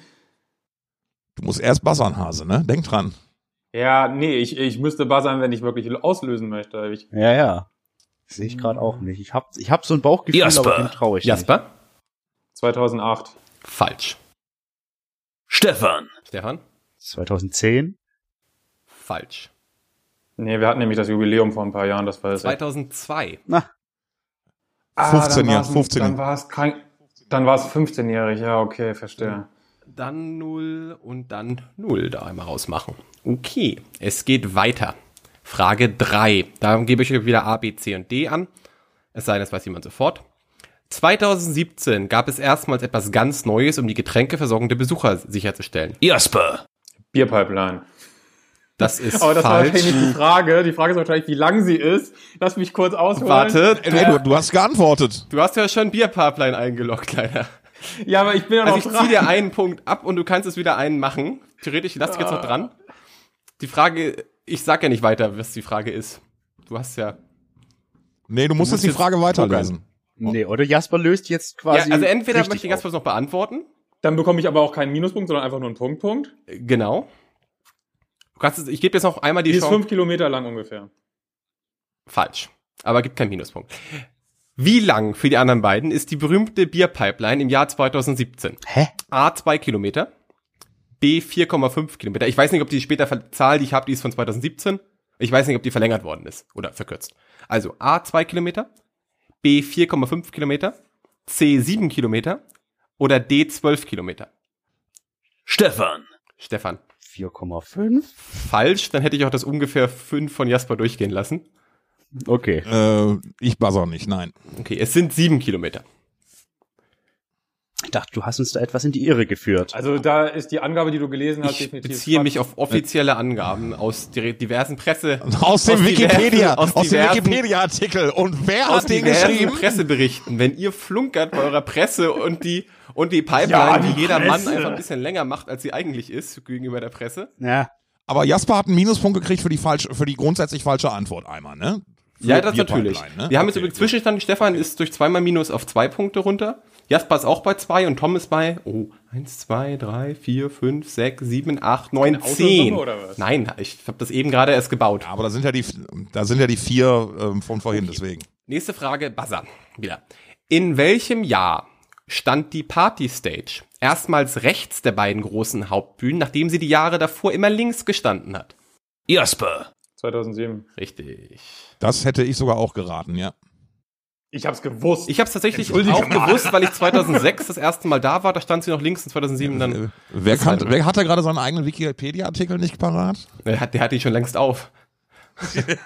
[SPEAKER 4] Du musst erst buzzern, Hase, ne? Denk dran.
[SPEAKER 2] Ja, nee, ich, ich müsste buzzern, wenn ich wirklich auslösen möchte. Ich,
[SPEAKER 3] Ja, ja. Sehe ich gerade auch nicht. Ich hab, ich hab so ein Bauchgefühl,
[SPEAKER 1] Jasper.
[SPEAKER 3] aber dem traue ich nicht.
[SPEAKER 5] Jasper?
[SPEAKER 2] 2008.
[SPEAKER 5] Falsch.
[SPEAKER 1] Stefan.
[SPEAKER 5] Stefan?
[SPEAKER 3] 2010?
[SPEAKER 5] Falsch.
[SPEAKER 2] Nee, wir hatten nämlich das Jubiläum vor ein paar Jahren, das war es.
[SPEAKER 5] 2002.
[SPEAKER 3] Na,
[SPEAKER 4] 15 Jahre, 15
[SPEAKER 2] Dann
[SPEAKER 4] Jahre.
[SPEAKER 2] war es kein, dann war es 15-jährig, ja, okay, verstehe.
[SPEAKER 5] Dann 0 und dann 0 da einmal rausmachen. Okay, es geht weiter. Frage 3. Da gebe ich euch wieder A, B, C und D an. Es sei denn, das weiß jemand sofort. 2017 gab es erstmals etwas ganz Neues, um die Getränkeversorgung der Besucher sicherzustellen.
[SPEAKER 1] Jasper.
[SPEAKER 2] Bierpipeline.
[SPEAKER 5] Das ist
[SPEAKER 2] Aber das war
[SPEAKER 5] falsch.
[SPEAKER 2] wahrscheinlich nicht die Frage. Die Frage ist wahrscheinlich, wie lang sie ist. Lass mich kurz ausholen.
[SPEAKER 5] Warte,
[SPEAKER 4] Ey, Äh, du, du hast geantwortet.
[SPEAKER 5] du hast ja schon Bierpipeline eingeloggt, leider.
[SPEAKER 2] Ja, aber ich bin ja noch
[SPEAKER 5] Also ich
[SPEAKER 2] dran.
[SPEAKER 5] ziehe dir einen Punkt ab und du kannst es wieder einen machen. Theoretisch, lass dich jetzt noch
[SPEAKER 2] Ah.
[SPEAKER 5] dran. Die Frage, ich sag ja nicht weiter, was die Frage ist. Du hast ja.
[SPEAKER 4] Nee, du musst,
[SPEAKER 5] musst
[SPEAKER 4] jetzt die
[SPEAKER 5] jetzt
[SPEAKER 4] Frage weiterlesen.
[SPEAKER 3] nee, oder Jasper löst jetzt quasi.
[SPEAKER 5] ja also entweder
[SPEAKER 3] richtig
[SPEAKER 5] möchte ich den
[SPEAKER 3] auf.
[SPEAKER 5] Gastpass noch beantworten.
[SPEAKER 2] Dann bekomme ich aber auch keinen Minuspunkt, sondern einfach nur einen Punktpunkt.
[SPEAKER 5] Äh, Genau. Du kannst es, ich gebe jetzt noch einmal die,
[SPEAKER 2] Die ist
[SPEAKER 5] Chance.
[SPEAKER 2] fünf Kilometer lang ungefähr.
[SPEAKER 5] Falsch. Aber gibt keinen Minuspunkt. Wie lang für die anderen beiden ist die berühmte Bierpipeline im Jahr 2017?
[SPEAKER 3] Hä?
[SPEAKER 5] A 2 Kilometer, B 4,5 Kilometer. Ich weiß nicht, ob die später Ver- Zahl, die ich habe, die ist von 2017. Ich weiß nicht, ob die verlängert worden ist oder verkürzt. Also A 2 Kilometer, B 4,5 Kilometer, C 7 Kilometer oder D 12 Kilometer.
[SPEAKER 1] Stefan.
[SPEAKER 5] Stefan,
[SPEAKER 3] 4,5?
[SPEAKER 5] falsch, dann hätte ich auch das ungefähr 5 von Jasper durchgehen lassen.
[SPEAKER 3] Okay.
[SPEAKER 4] Äh, ich buzzer nicht, nein.
[SPEAKER 5] Okay, es sind 7 Kilometer.
[SPEAKER 3] Ich dachte, du hast uns da etwas in die Irre geführt.
[SPEAKER 2] Also da ist die Angabe, die du gelesen hast,
[SPEAKER 5] Ich
[SPEAKER 2] definitiv.
[SPEAKER 5] beziehe
[SPEAKER 2] Quatsch.
[SPEAKER 5] mich auf offizielle Angaben aus dire- diversen Presse.
[SPEAKER 4] Aus dem
[SPEAKER 5] diversen-
[SPEAKER 4] Wikipedia,
[SPEAKER 5] aus
[SPEAKER 4] aus dem
[SPEAKER 5] diversen-
[SPEAKER 4] Wikipedia-Artikel. Und wer
[SPEAKER 5] Aus
[SPEAKER 4] hat den
[SPEAKER 5] diversen
[SPEAKER 4] geschrieben?
[SPEAKER 5] Presseberichten. Wenn ihr flunkert bei eurer Presse und die, und die Pipeline,
[SPEAKER 3] Ja,
[SPEAKER 5] die,
[SPEAKER 3] die
[SPEAKER 5] jeder Mann
[SPEAKER 3] Presse.
[SPEAKER 5] einfach ein bisschen länger macht, als sie eigentlich ist, gegenüber der Presse.
[SPEAKER 3] Ja.
[SPEAKER 4] Aber Jasper hat einen Minuspunkt gekriegt für die falsche, für die grundsätzlich falsche Antwort einmal, ne? Für
[SPEAKER 5] ja, das
[SPEAKER 4] die
[SPEAKER 5] natürlich.
[SPEAKER 4] Pipeline, ne?
[SPEAKER 5] Wir haben jetzt
[SPEAKER 4] Okay,
[SPEAKER 5] übrigens
[SPEAKER 4] gut.
[SPEAKER 5] Zwischenstand. Stefan ist durch zweimal Minus auf zwei Punkte runter. Jasper ist auch bei zwei und Tom ist bei, oh, eins, zwei, drei, vier, fünf, sechs, sieben, acht, neun,
[SPEAKER 2] Auslösung
[SPEAKER 5] zehn.
[SPEAKER 2] Genau oder was?
[SPEAKER 5] Nein, ich habe das eben gerade erst gebaut.
[SPEAKER 4] Ja, aber da sind ja die, da sind ja die vier ähm, von vorhin, deswegen.
[SPEAKER 5] Nächste Frage, Buzzer. Wieder. In welchem Jahr stand die Party Stage erstmals rechts der beiden großen Hauptbühnen, nachdem sie die Jahre davor immer links gestanden hat?
[SPEAKER 1] Jasper.
[SPEAKER 2] 2007.
[SPEAKER 5] Richtig.
[SPEAKER 4] Das hätte ich sogar auch geraten, ja.
[SPEAKER 2] Ich hab's gewusst.
[SPEAKER 5] Ich habe es tatsächlich auch gewusst, weil ich 2006 das erste Mal da war, da stand sie noch links und 2007 dann,
[SPEAKER 4] Äh, Wer, kann, wer hat da gerade seinen eigenen Wikipedia-Artikel nicht parat?
[SPEAKER 5] der äh, hat, der hat die schon längst auf.
[SPEAKER 4] Der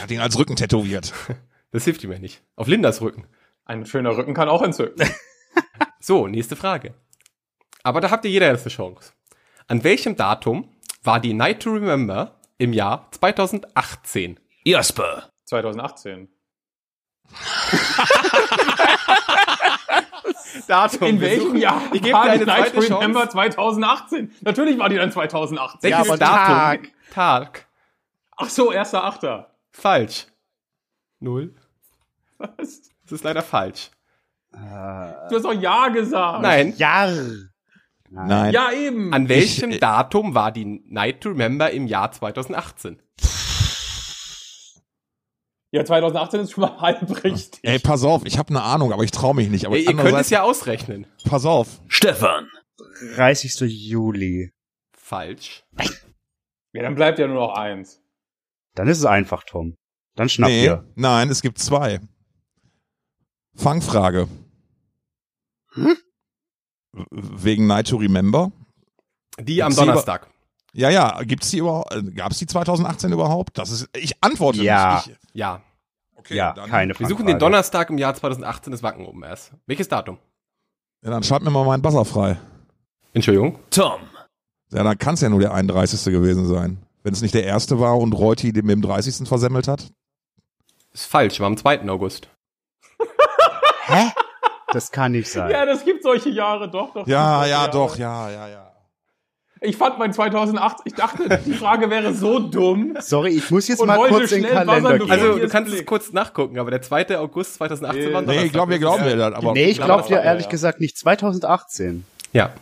[SPEAKER 4] hat ihn als Rücken tätowiert.
[SPEAKER 5] Das hilft ihm ja nicht. Auf Lindas Rücken.
[SPEAKER 2] Ein schöner Rücken kann auch entzücken.
[SPEAKER 5] So, nächste Frage. Aber da habt ihr jeder jetzt eine Chance. An welchem Datum war die Night to Remember im Jahr 2018?
[SPEAKER 1] Jasper.
[SPEAKER 2] 2018.
[SPEAKER 5] Datum.
[SPEAKER 2] In
[SPEAKER 5] Wir
[SPEAKER 2] welchem
[SPEAKER 5] suchen-
[SPEAKER 2] Jahr?
[SPEAKER 5] Ich gebe dir
[SPEAKER 2] war
[SPEAKER 5] eine
[SPEAKER 2] die Night
[SPEAKER 5] zweite
[SPEAKER 2] to
[SPEAKER 5] Chance.
[SPEAKER 2] Remember 2018. Natürlich war die dann 2018.
[SPEAKER 5] Welches
[SPEAKER 3] aber
[SPEAKER 5] Datum? Tag.
[SPEAKER 2] Ach so, 1.8.
[SPEAKER 5] Falsch. Null.
[SPEAKER 2] Was?
[SPEAKER 5] Das ist leider falsch.
[SPEAKER 2] Du hast auch Ja gesagt.
[SPEAKER 5] Nein.
[SPEAKER 3] äh, Jahr.
[SPEAKER 4] Nein.
[SPEAKER 2] Ja, eben.
[SPEAKER 5] An welchem
[SPEAKER 4] Ich-
[SPEAKER 5] Datum war die Night to Remember im Jahr 2018?
[SPEAKER 2] Ja, 2018 ist schon mal halb richtig.
[SPEAKER 4] Ey, pass auf, ich habe eine Ahnung, aber ich traue mich nicht. Aber
[SPEAKER 5] Ihr, ihr könnt es
[SPEAKER 4] andererseits,
[SPEAKER 5] ja ausrechnen.
[SPEAKER 4] pass auf.
[SPEAKER 1] Stefan.
[SPEAKER 3] 30. Juli.
[SPEAKER 5] Falsch.
[SPEAKER 2] Ja, dann bleibt ja nur noch eins.
[SPEAKER 3] Dann ist es einfach, Tom. Dann schnapp
[SPEAKER 4] nee,
[SPEAKER 3] dir.
[SPEAKER 4] nein, es gibt zwei. Fangfrage. W- Wegen Night to Remember?
[SPEAKER 5] Die am
[SPEAKER 4] Sie war-
[SPEAKER 5] Donnerstag.
[SPEAKER 4] Ja, ja, gibt's die überhaupt? äh, Gab's die 2018 überhaupt? Das ist ich antworte
[SPEAKER 3] Ja.
[SPEAKER 4] nicht. Ich,
[SPEAKER 5] Ja.
[SPEAKER 4] okay,
[SPEAKER 3] ja,
[SPEAKER 4] dann,
[SPEAKER 3] keine Frage.
[SPEAKER 5] Wir suchen den Donnerstag im Jahr 2018 des Wacken oben erst. Welches Datum?
[SPEAKER 4] Ja, dann schalt mir mal meinen Buzzer frei.
[SPEAKER 5] Entschuldigung.
[SPEAKER 1] Tom.
[SPEAKER 4] Ja, dann kann's ja nur der 31. gewesen sein. Wenn es nicht der erste war und Reuti den mit dem 30. versemmelt hat.
[SPEAKER 5] Ist falsch, war am 2. August.
[SPEAKER 3] Hä? Das kann nicht sein.
[SPEAKER 2] Ja, das gibt solche Jahre, doch, doch.
[SPEAKER 4] Ja,
[SPEAKER 2] Solche
[SPEAKER 4] ja,
[SPEAKER 2] Jahre.
[SPEAKER 4] doch, ja, ja, ja.
[SPEAKER 2] Ich fand mein 2008, ich dachte, die Frage wäre so dumm.
[SPEAKER 3] Sorry, ich muss jetzt
[SPEAKER 2] Und
[SPEAKER 3] mal
[SPEAKER 2] wollte
[SPEAKER 3] kurz in den
[SPEAKER 2] schnell
[SPEAKER 3] Kalender
[SPEAKER 2] buzzern, du-
[SPEAKER 3] gehen.
[SPEAKER 5] Also,
[SPEAKER 2] Hier
[SPEAKER 5] du
[SPEAKER 2] ist
[SPEAKER 5] kannst es
[SPEAKER 2] Blick.
[SPEAKER 5] kurz nachgucken, aber der 2. August 2018 war ein
[SPEAKER 4] Nee, ich
[SPEAKER 5] Donnerstag.
[SPEAKER 4] glaube, wir glauben ja dann, aber.
[SPEAKER 3] nee, ich
[SPEAKER 2] glaube,
[SPEAKER 3] glaube dir
[SPEAKER 2] das war-
[SPEAKER 3] ehrlich
[SPEAKER 2] ja.
[SPEAKER 3] gesagt nicht. 2018.
[SPEAKER 5] Ja.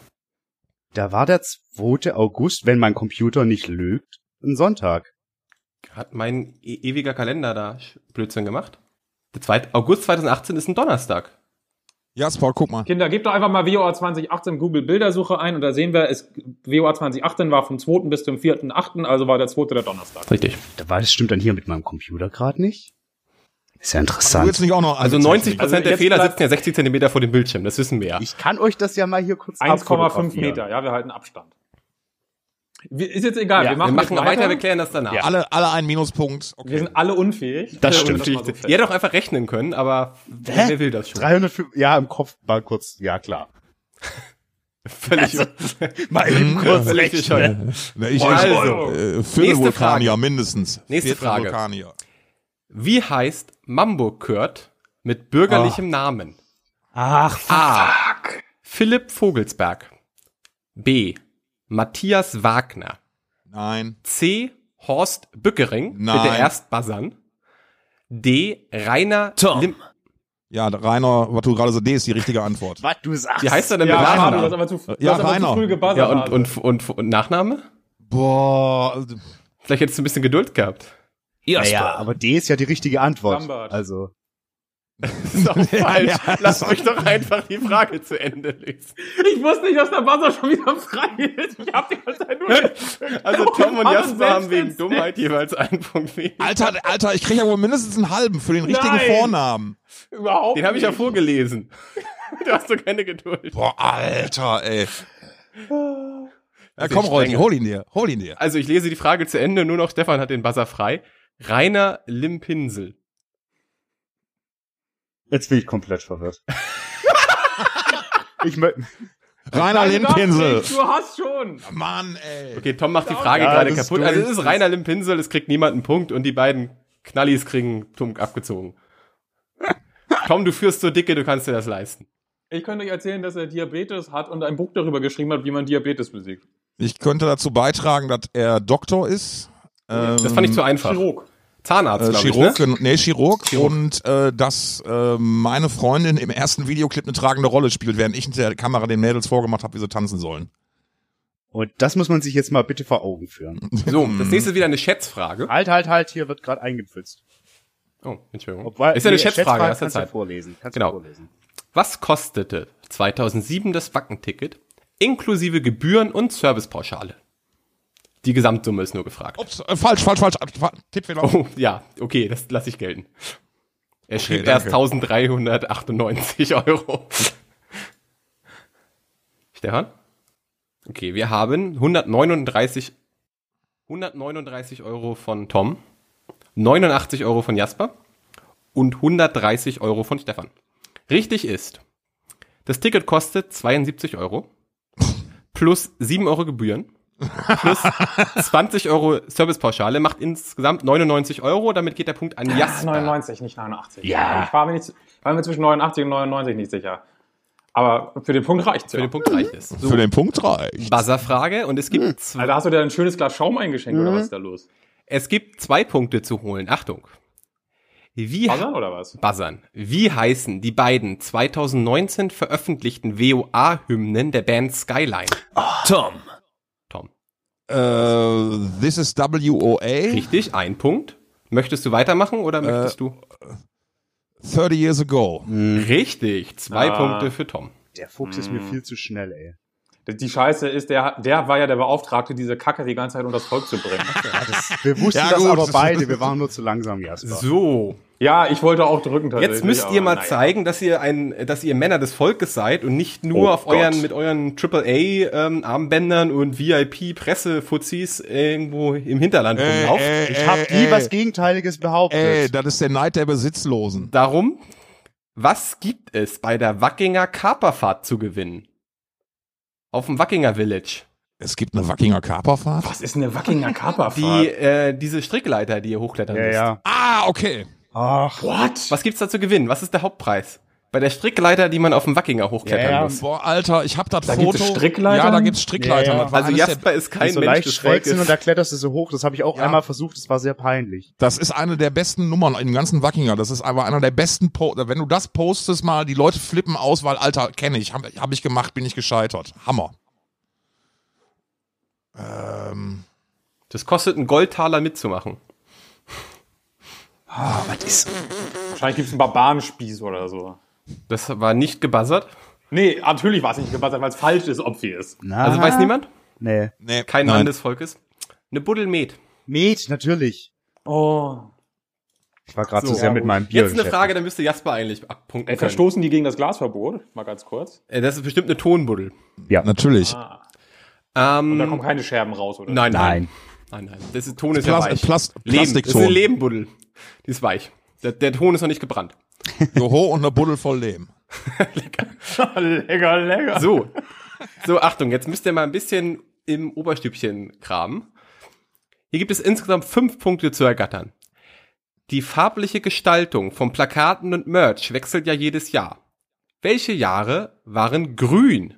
[SPEAKER 3] Da war der 2. August, wenn mein Computer nicht lügt, ein Sonntag.
[SPEAKER 5] Hat mein e ewiger Kalender da Sch- Blödsinn gemacht? Der 2. August 2018 ist ein Donnerstag.
[SPEAKER 4] Jasper, guck mal.
[SPEAKER 2] Kinder, gebt doch einfach mal WOA 2018 Google Bildersuche ein und da sehen wir, es, WOA 2018 war vom 2. bis zum 4.8., also war der 2. der Donnerstag.
[SPEAKER 5] Richtig.
[SPEAKER 3] Da war das stimmt dann hier mit meinem Computer gerade nicht. Ist ja
[SPEAKER 4] Du
[SPEAKER 3] interessant.
[SPEAKER 4] willst nicht auch noch.
[SPEAKER 5] Also 90 Prozent
[SPEAKER 2] Also
[SPEAKER 5] der
[SPEAKER 2] jetzt
[SPEAKER 5] Fehler
[SPEAKER 2] bleibt-
[SPEAKER 5] sitzen ja 60 Zentimeter vor dem Bildschirm, das wissen wir ja.
[SPEAKER 3] ich kann euch das ja mal hier kurz
[SPEAKER 2] 1,5
[SPEAKER 3] abfotografieren.
[SPEAKER 2] Meter, ja, wir halten Abstand. Wir, ist jetzt egal,
[SPEAKER 5] Ja,
[SPEAKER 2] wir machen, jetzt
[SPEAKER 5] noch weiter, wir klären das danach.
[SPEAKER 4] Alle, alle einen Minuspunkt. Okay.
[SPEAKER 2] Wir sind alle unfähig.
[SPEAKER 3] Das
[SPEAKER 2] Um
[SPEAKER 3] stimmt.
[SPEAKER 2] mal so fest-
[SPEAKER 5] Ihr hättet Also, auch einfach rechnen können, aber wer, wer will das schon?
[SPEAKER 3] 305, ja, im Kopf war kurz, ja klar.
[SPEAKER 5] Völlig
[SPEAKER 3] Mal eben kurz
[SPEAKER 5] völlig bescheuert.
[SPEAKER 4] Mhm. Na, ich,
[SPEAKER 5] Also.
[SPEAKER 4] äh, Viertelvulkanier mindestens.
[SPEAKER 5] Nächste Frage.
[SPEAKER 4] Viertelvulkanier.
[SPEAKER 5] Wie heißt Mambo Kurt mit bürgerlichem Namen? Ach, fuck. A. Philipp Vogelsberg. B. Matthias Wagner.
[SPEAKER 4] Nein.
[SPEAKER 5] C. Horst Bückering.
[SPEAKER 4] Nein.
[SPEAKER 5] Bitte erst buzzern. D. Rainer
[SPEAKER 1] Tom.
[SPEAKER 5] Lim
[SPEAKER 4] Ja, Rainer, was du gerade so D ist die richtige Antwort.
[SPEAKER 3] Was du sagst.
[SPEAKER 5] Wie heißt er denn
[SPEAKER 2] Ja,
[SPEAKER 5] mit
[SPEAKER 2] Rainer, du hast
[SPEAKER 5] Nachnamen?
[SPEAKER 2] aber zu, du
[SPEAKER 4] Ja,
[SPEAKER 2] hast aber
[SPEAKER 4] Rainer.
[SPEAKER 2] zu früh gebuzzert.
[SPEAKER 5] Ja, und,
[SPEAKER 2] Hase.
[SPEAKER 5] und, und, und Nachname?
[SPEAKER 4] Boah. also,
[SPEAKER 5] Vielleicht hättest du ein bisschen Geduld gehabt.
[SPEAKER 1] Jasper.
[SPEAKER 3] Naja, aber D ist ja die richtige Antwort.
[SPEAKER 2] Lambert.
[SPEAKER 3] Also,
[SPEAKER 5] Das ist auch falsch.
[SPEAKER 4] Ja,
[SPEAKER 5] Lass euch doch einfach die Frage zu Ende lösen.
[SPEAKER 2] ich wusste nicht, dass der Buzzer schon wieder frei ist. Ich hab die ganze Zeit nur...
[SPEAKER 5] Also Tom und
[SPEAKER 2] Mann,
[SPEAKER 5] Jasper haben
[SPEAKER 2] selbst
[SPEAKER 5] wegen
[SPEAKER 2] wenn's
[SPEAKER 5] Dummheit jeweils einen Punkt weniger.
[SPEAKER 4] Alter, Alter, ich krieg ja wohl mindestens einen halben für den richtigen
[SPEAKER 2] Nein.
[SPEAKER 4] Vornamen.
[SPEAKER 2] Überhaupt
[SPEAKER 5] Den habe ich ja
[SPEAKER 2] nicht.
[SPEAKER 5] vorgelesen. Du hast doch keine Geduld.
[SPEAKER 4] Boah, Alter, ey. Ja,
[SPEAKER 5] Also
[SPEAKER 4] komm,
[SPEAKER 5] ich
[SPEAKER 4] Rolli,
[SPEAKER 5] strenge.
[SPEAKER 4] hol ihn dir, hol ihn dir.
[SPEAKER 5] Also ich lese die Frage zu Ende, nur noch Stefan hat den Buzzer frei. Rainer Limpinsel.
[SPEAKER 3] jetzt bin ich komplett verwirrt. ich mö-
[SPEAKER 4] Rainer
[SPEAKER 2] Nein, du darfst
[SPEAKER 4] Lindpinsel.
[SPEAKER 2] nicht, Du hast schon.
[SPEAKER 4] Mann, ey.
[SPEAKER 5] Okay, Tom macht die Frage
[SPEAKER 3] Ja,
[SPEAKER 5] gerade
[SPEAKER 3] das ist
[SPEAKER 5] kaputt.
[SPEAKER 3] durch.
[SPEAKER 5] Also es ist Rainer Limpinsel, es kriegt niemand einen Punkt und die beiden Knallis kriegen Tunk abgezogen. Tom, du führst so dicke, du kannst dir das leisten.
[SPEAKER 2] Ich könnte euch erzählen, dass er Diabetes hat und ein Buch darüber geschrieben hat, wie man Diabetes besiegt.
[SPEAKER 4] Ich könnte dazu beitragen, dass er Doktor ist. Ähm,
[SPEAKER 5] Das
[SPEAKER 3] Ähm,
[SPEAKER 5] fand ich zu einfach.
[SPEAKER 2] Chirurg.
[SPEAKER 5] Zahnarzt,
[SPEAKER 4] Äh,
[SPEAKER 5] glaube ich,
[SPEAKER 4] Chirurg,
[SPEAKER 5] ne?
[SPEAKER 4] gen- nee, Chirurg, und äh, dass äh, meine Freundin im ersten Videoclip eine tragende Rolle spielt, während ich hinter der Kamera den Mädels vorgemacht habe, wie sie tanzen sollen.
[SPEAKER 3] Und das muss man sich jetzt mal bitte vor Augen führen.
[SPEAKER 5] So, das nächste ist wieder eine Schätzfrage.
[SPEAKER 3] Halt, halt, halt, hier wird gerade eingepfützt.
[SPEAKER 5] Oh, Entschuldigung.
[SPEAKER 3] Obwohl-
[SPEAKER 5] ist ja eine
[SPEAKER 3] nee,
[SPEAKER 5] Schätzfrage, hast du
[SPEAKER 3] kannst du
[SPEAKER 5] Zeit.
[SPEAKER 3] vorlesen. Kannst
[SPEAKER 5] Genau.
[SPEAKER 3] du vorlesen.
[SPEAKER 5] Was kostete 2007 das Wackenticket inklusive Gebühren und Servicepauschale? Die Gesamtsumme ist nur gefragt.
[SPEAKER 4] Ups, äh, falsch, falsch, falsch. äh, fa- Tippfehler.
[SPEAKER 5] Oh, ja, okay, das lasse ich gelten. Er schrieb
[SPEAKER 4] danke.
[SPEAKER 5] erst 1398 Euro. Stefan? Okay, wir haben 139, 139 Euro von Tom, 89 Euro von Jasper und 130 Euro von Stefan. Richtig ist, das Ticket kostet 72 Euro plus 7 Euro Gebühren plus 20 Euro Servicepauschale macht insgesamt 99 Euro. Damit geht der Punkt
[SPEAKER 4] Ah,
[SPEAKER 5] an Jasper.
[SPEAKER 2] 99, nicht 89. Ja. Ich war mir, nicht, war mir zwischen 89 und 99 nicht sicher. Aber für den Punkt reicht's.
[SPEAKER 5] Für
[SPEAKER 2] Ja.
[SPEAKER 5] den Punkt reicht es. So,
[SPEAKER 4] Für den Hm. Punkt reicht.
[SPEAKER 5] Buzzerfrage. Und es gibt, zwei,
[SPEAKER 2] Alter, Also hast du dir ein schönes Glas Schaum eingeschenkt
[SPEAKER 4] Mhm.
[SPEAKER 2] oder was ist da los?
[SPEAKER 5] es gibt zwei Punkte zu holen. Achtung. Wie
[SPEAKER 2] Buzzern oder was?
[SPEAKER 5] Buzzern. Wie heißen die beiden 2019 veröffentlichten WOA-Hymnen der Band Skyline?
[SPEAKER 1] Tom.
[SPEAKER 5] Tom.
[SPEAKER 4] Äh, this is WOA,
[SPEAKER 5] Richtig, ein Punkt. Möchtest du weitermachen oder möchtest
[SPEAKER 3] Äh,
[SPEAKER 5] du?
[SPEAKER 4] 30 years ago.
[SPEAKER 5] Richtig, zwei
[SPEAKER 2] Ah.
[SPEAKER 5] Punkte für Tom.
[SPEAKER 3] Der Fuchs ist mir viel zu schnell, ey.
[SPEAKER 2] Die Scheiße ist, der, der war ja der Beauftragte, diese Kacke die ganze Zeit unter das Volk zu bringen.
[SPEAKER 3] Wir wussten
[SPEAKER 4] Ja,
[SPEAKER 3] das
[SPEAKER 4] gut.
[SPEAKER 3] aber beide, wir waren nur zu langsam, Jasper.
[SPEAKER 5] So,
[SPEAKER 2] ja, ich wollte auch drücken.
[SPEAKER 5] Jetzt
[SPEAKER 2] tatsächlich,
[SPEAKER 5] müsst
[SPEAKER 2] aber
[SPEAKER 5] ihr mal
[SPEAKER 2] Äh, naja.
[SPEAKER 5] zeigen, dass ihr ein, dass ihr Männer des Volkes seid und nicht nur
[SPEAKER 3] Oh
[SPEAKER 5] auf
[SPEAKER 3] Gott.
[SPEAKER 5] euren mit euren AAA ähm, Armbändern und VIP Pressefuzis irgendwo im Hinterland
[SPEAKER 3] Äh,
[SPEAKER 5] rumlauft.
[SPEAKER 4] ey,
[SPEAKER 3] Ich habe nie was Gegenteiliges behauptet.
[SPEAKER 4] Ey, das ist der Neid der Besitzlosen.
[SPEAKER 5] Darum, was gibt es bei der Wackinger Kaperfahrt zu gewinnen? Auf dem Wackinger Village.
[SPEAKER 4] Es gibt eine Wackinger Kaperfahrt.
[SPEAKER 2] Was ist denn eine Wackinger Kaperfahrt?
[SPEAKER 5] Die äh, diese Strickleiter, die ihr hochklettern
[SPEAKER 3] ja,
[SPEAKER 5] müsst.
[SPEAKER 3] ja.
[SPEAKER 4] Ah, okay.
[SPEAKER 3] Ach,
[SPEAKER 2] What?
[SPEAKER 5] Was gibt's da zu gewinnen? Was ist der Hauptpreis? Bei der Strickleiter, die man auf dem Wackinger hochklettern
[SPEAKER 3] Ja, ja.
[SPEAKER 5] muss.
[SPEAKER 4] Boah, Alter, ich hab das
[SPEAKER 2] Da
[SPEAKER 4] Foto.
[SPEAKER 2] gibt's Strickleitern?
[SPEAKER 4] Ja, da gibt's Strickleitern.
[SPEAKER 3] Ja, ja.
[SPEAKER 4] Das, war
[SPEAKER 5] Also
[SPEAKER 4] eines der,
[SPEAKER 5] Jasper ist
[SPEAKER 3] Die
[SPEAKER 5] kein
[SPEAKER 3] so
[SPEAKER 5] Mensch
[SPEAKER 3] leicht
[SPEAKER 5] des
[SPEAKER 3] schräg sind
[SPEAKER 5] Volkes.
[SPEAKER 3] und da kletterst du so hoch. Das habe ich auch
[SPEAKER 4] Ja.
[SPEAKER 3] einmal versucht, das war sehr peinlich.
[SPEAKER 4] das ist eine der besten Nummern im ganzen Wackinger. Das ist einfach einer der besten po Wenn du das postest mal, die Leute flippen aus, weil, Alter, kenne ich, hab, hab ich gemacht, bin ich gescheitert. Hammer. Ähm,
[SPEAKER 5] Das kostet einen Goldtaler mitzumachen.
[SPEAKER 2] Wahrscheinlich gibt's einen Barbarenspieß oder so.
[SPEAKER 5] Das war nicht gebuzzert.
[SPEAKER 2] Nee, natürlich war es nicht gebassert, weil es falsch ist, obvious.
[SPEAKER 3] Na,
[SPEAKER 5] Also weiß niemand?
[SPEAKER 3] Nee.
[SPEAKER 4] nee,
[SPEAKER 5] Kein
[SPEAKER 4] nein.
[SPEAKER 5] Mann des Volkes. Eine Buddel Met.
[SPEAKER 3] Met, natürlich.
[SPEAKER 2] Oh.
[SPEAKER 3] Ich war gerade
[SPEAKER 5] So.
[SPEAKER 3] zu sehr mit meinem Bier
[SPEAKER 5] Jetzt eine
[SPEAKER 3] beschäftigt.
[SPEAKER 5] Frage, da müsste Jasper eigentlich abpunkten
[SPEAKER 2] Ey,
[SPEAKER 5] können.
[SPEAKER 2] verstoßen die gegen das Glasverbot? Mal ganz kurz.
[SPEAKER 5] Äh, Das ist bestimmt eine Tonbuddel.
[SPEAKER 4] Natürlich.
[SPEAKER 5] Ähm,
[SPEAKER 2] Da kommen keine Scherben raus, oder?
[SPEAKER 5] nein, nein.
[SPEAKER 3] Nein.
[SPEAKER 5] Nein, nein. Das ist, Ton ist ja
[SPEAKER 4] Plas
[SPEAKER 5] weich.
[SPEAKER 4] Plast
[SPEAKER 5] Leben. Das ist eine
[SPEAKER 4] Plastikton.
[SPEAKER 5] Lebenbuddel. Die ist weich. Der, der Ton ist noch nicht gebrannt.
[SPEAKER 4] Joho und eine Buddel voll Lehm.
[SPEAKER 2] lecker, lecker.
[SPEAKER 5] So. So, Achtung, jetzt müsst ihr mal ein bisschen im Oberstübchen kramen. Hier gibt es insgesamt fünf Punkte zu ergattern. Die farbliche Gestaltung von Plakaten und Merch wechselt ja jedes Jahr. Welche Jahre waren grün?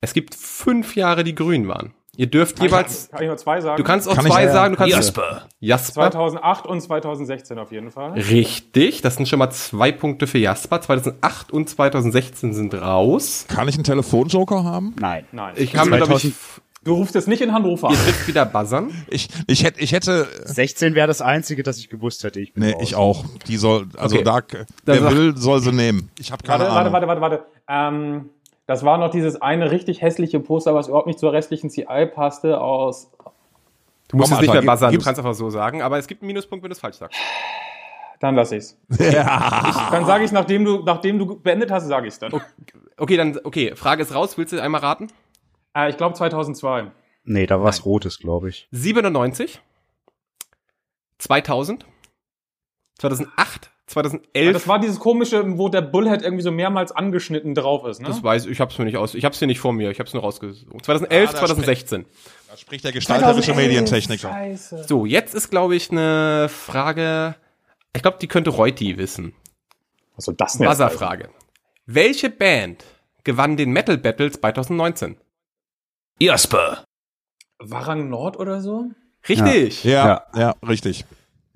[SPEAKER 5] Es gibt fünf Jahre, die grün waren. Ihr dürft jeweils,
[SPEAKER 2] Kann ich nur zwei sagen?
[SPEAKER 5] du kannst auch
[SPEAKER 4] Kann ich-
[SPEAKER 5] zwei
[SPEAKER 4] ja, ja.
[SPEAKER 5] sagen, du kannst
[SPEAKER 1] Jasper.
[SPEAKER 5] Jasper.
[SPEAKER 2] 2008 und 2016 auf jeden Fall.
[SPEAKER 5] Richtig, das sind schon mal zwei Punkte für Jasper. 2008 und 2016 sind raus.
[SPEAKER 4] Kann ich einen Telefonjoker haben?
[SPEAKER 3] Nein.
[SPEAKER 2] Nein.
[SPEAKER 5] Ich kann, glaube ich,
[SPEAKER 2] du rufst jetzt nicht in Hannover
[SPEAKER 5] Ihr
[SPEAKER 2] an.
[SPEAKER 5] trifft wieder buzzern.
[SPEAKER 4] Ich, ich hätte, ich hätte,
[SPEAKER 3] 16 wäre das einzige, das ich gewusst hätte. Ich bin
[SPEAKER 4] nee,
[SPEAKER 3] raus.
[SPEAKER 4] ich auch. Die soll, also
[SPEAKER 5] Okay.
[SPEAKER 4] da,
[SPEAKER 5] Dann
[SPEAKER 4] wer
[SPEAKER 5] sag-
[SPEAKER 4] will, soll sie nehmen. Ich habe keine
[SPEAKER 2] Warte, warte,
[SPEAKER 4] Ahnung.
[SPEAKER 2] warte, warte, warte. Ähm, das war noch dieses eine richtig hässliche Poster, was überhaupt nicht zur restlichen CI passte, aus.
[SPEAKER 5] Du musst
[SPEAKER 4] Komm,
[SPEAKER 5] es nicht
[SPEAKER 4] Alter,
[SPEAKER 5] mehr buzzern, du
[SPEAKER 4] gib's-
[SPEAKER 5] kannst einfach so sagen, aber es gibt einen Minuspunkt, wenn du es falsch sagst.
[SPEAKER 2] Dann lass ich's. Ja. Ich, dann sage ich, nachdem du, nachdem du beendet hast, sage ich's dann.
[SPEAKER 5] Okay, dann, okay, Frage ist raus, willst du einmal raten?
[SPEAKER 2] Äh, ich glaube 2002.
[SPEAKER 3] Nee, da war es Rotes, glaube ich.
[SPEAKER 5] 97, 2000, 2008, 2011.
[SPEAKER 2] Ja, das war dieses komische, wo der Bullhead irgendwie so mehrmals angeschnitten drauf ist, ne?
[SPEAKER 5] Das weiß ich, ich hab's mir nicht aus, ich hab's hier nicht vor mir, ich hab's nur rausgesucht. 2011,
[SPEAKER 4] Ah, da
[SPEAKER 5] 2016.
[SPEAKER 4] Da spricht der gestalterische
[SPEAKER 2] 2011,
[SPEAKER 4] Medientechniker.
[SPEAKER 2] Scheiße.
[SPEAKER 5] So, jetzt ist, glaube ich, eine Frage, ich glaube, die könnte Reuti wissen.
[SPEAKER 2] Was soll das denn? jetzt heißen?
[SPEAKER 5] Buzzerfrage. Welche Band gewann den Metal Battle 2019?
[SPEAKER 1] Jasper.
[SPEAKER 2] Warang Nord oder so?
[SPEAKER 5] Richtig.
[SPEAKER 4] Ja, ja, richtig.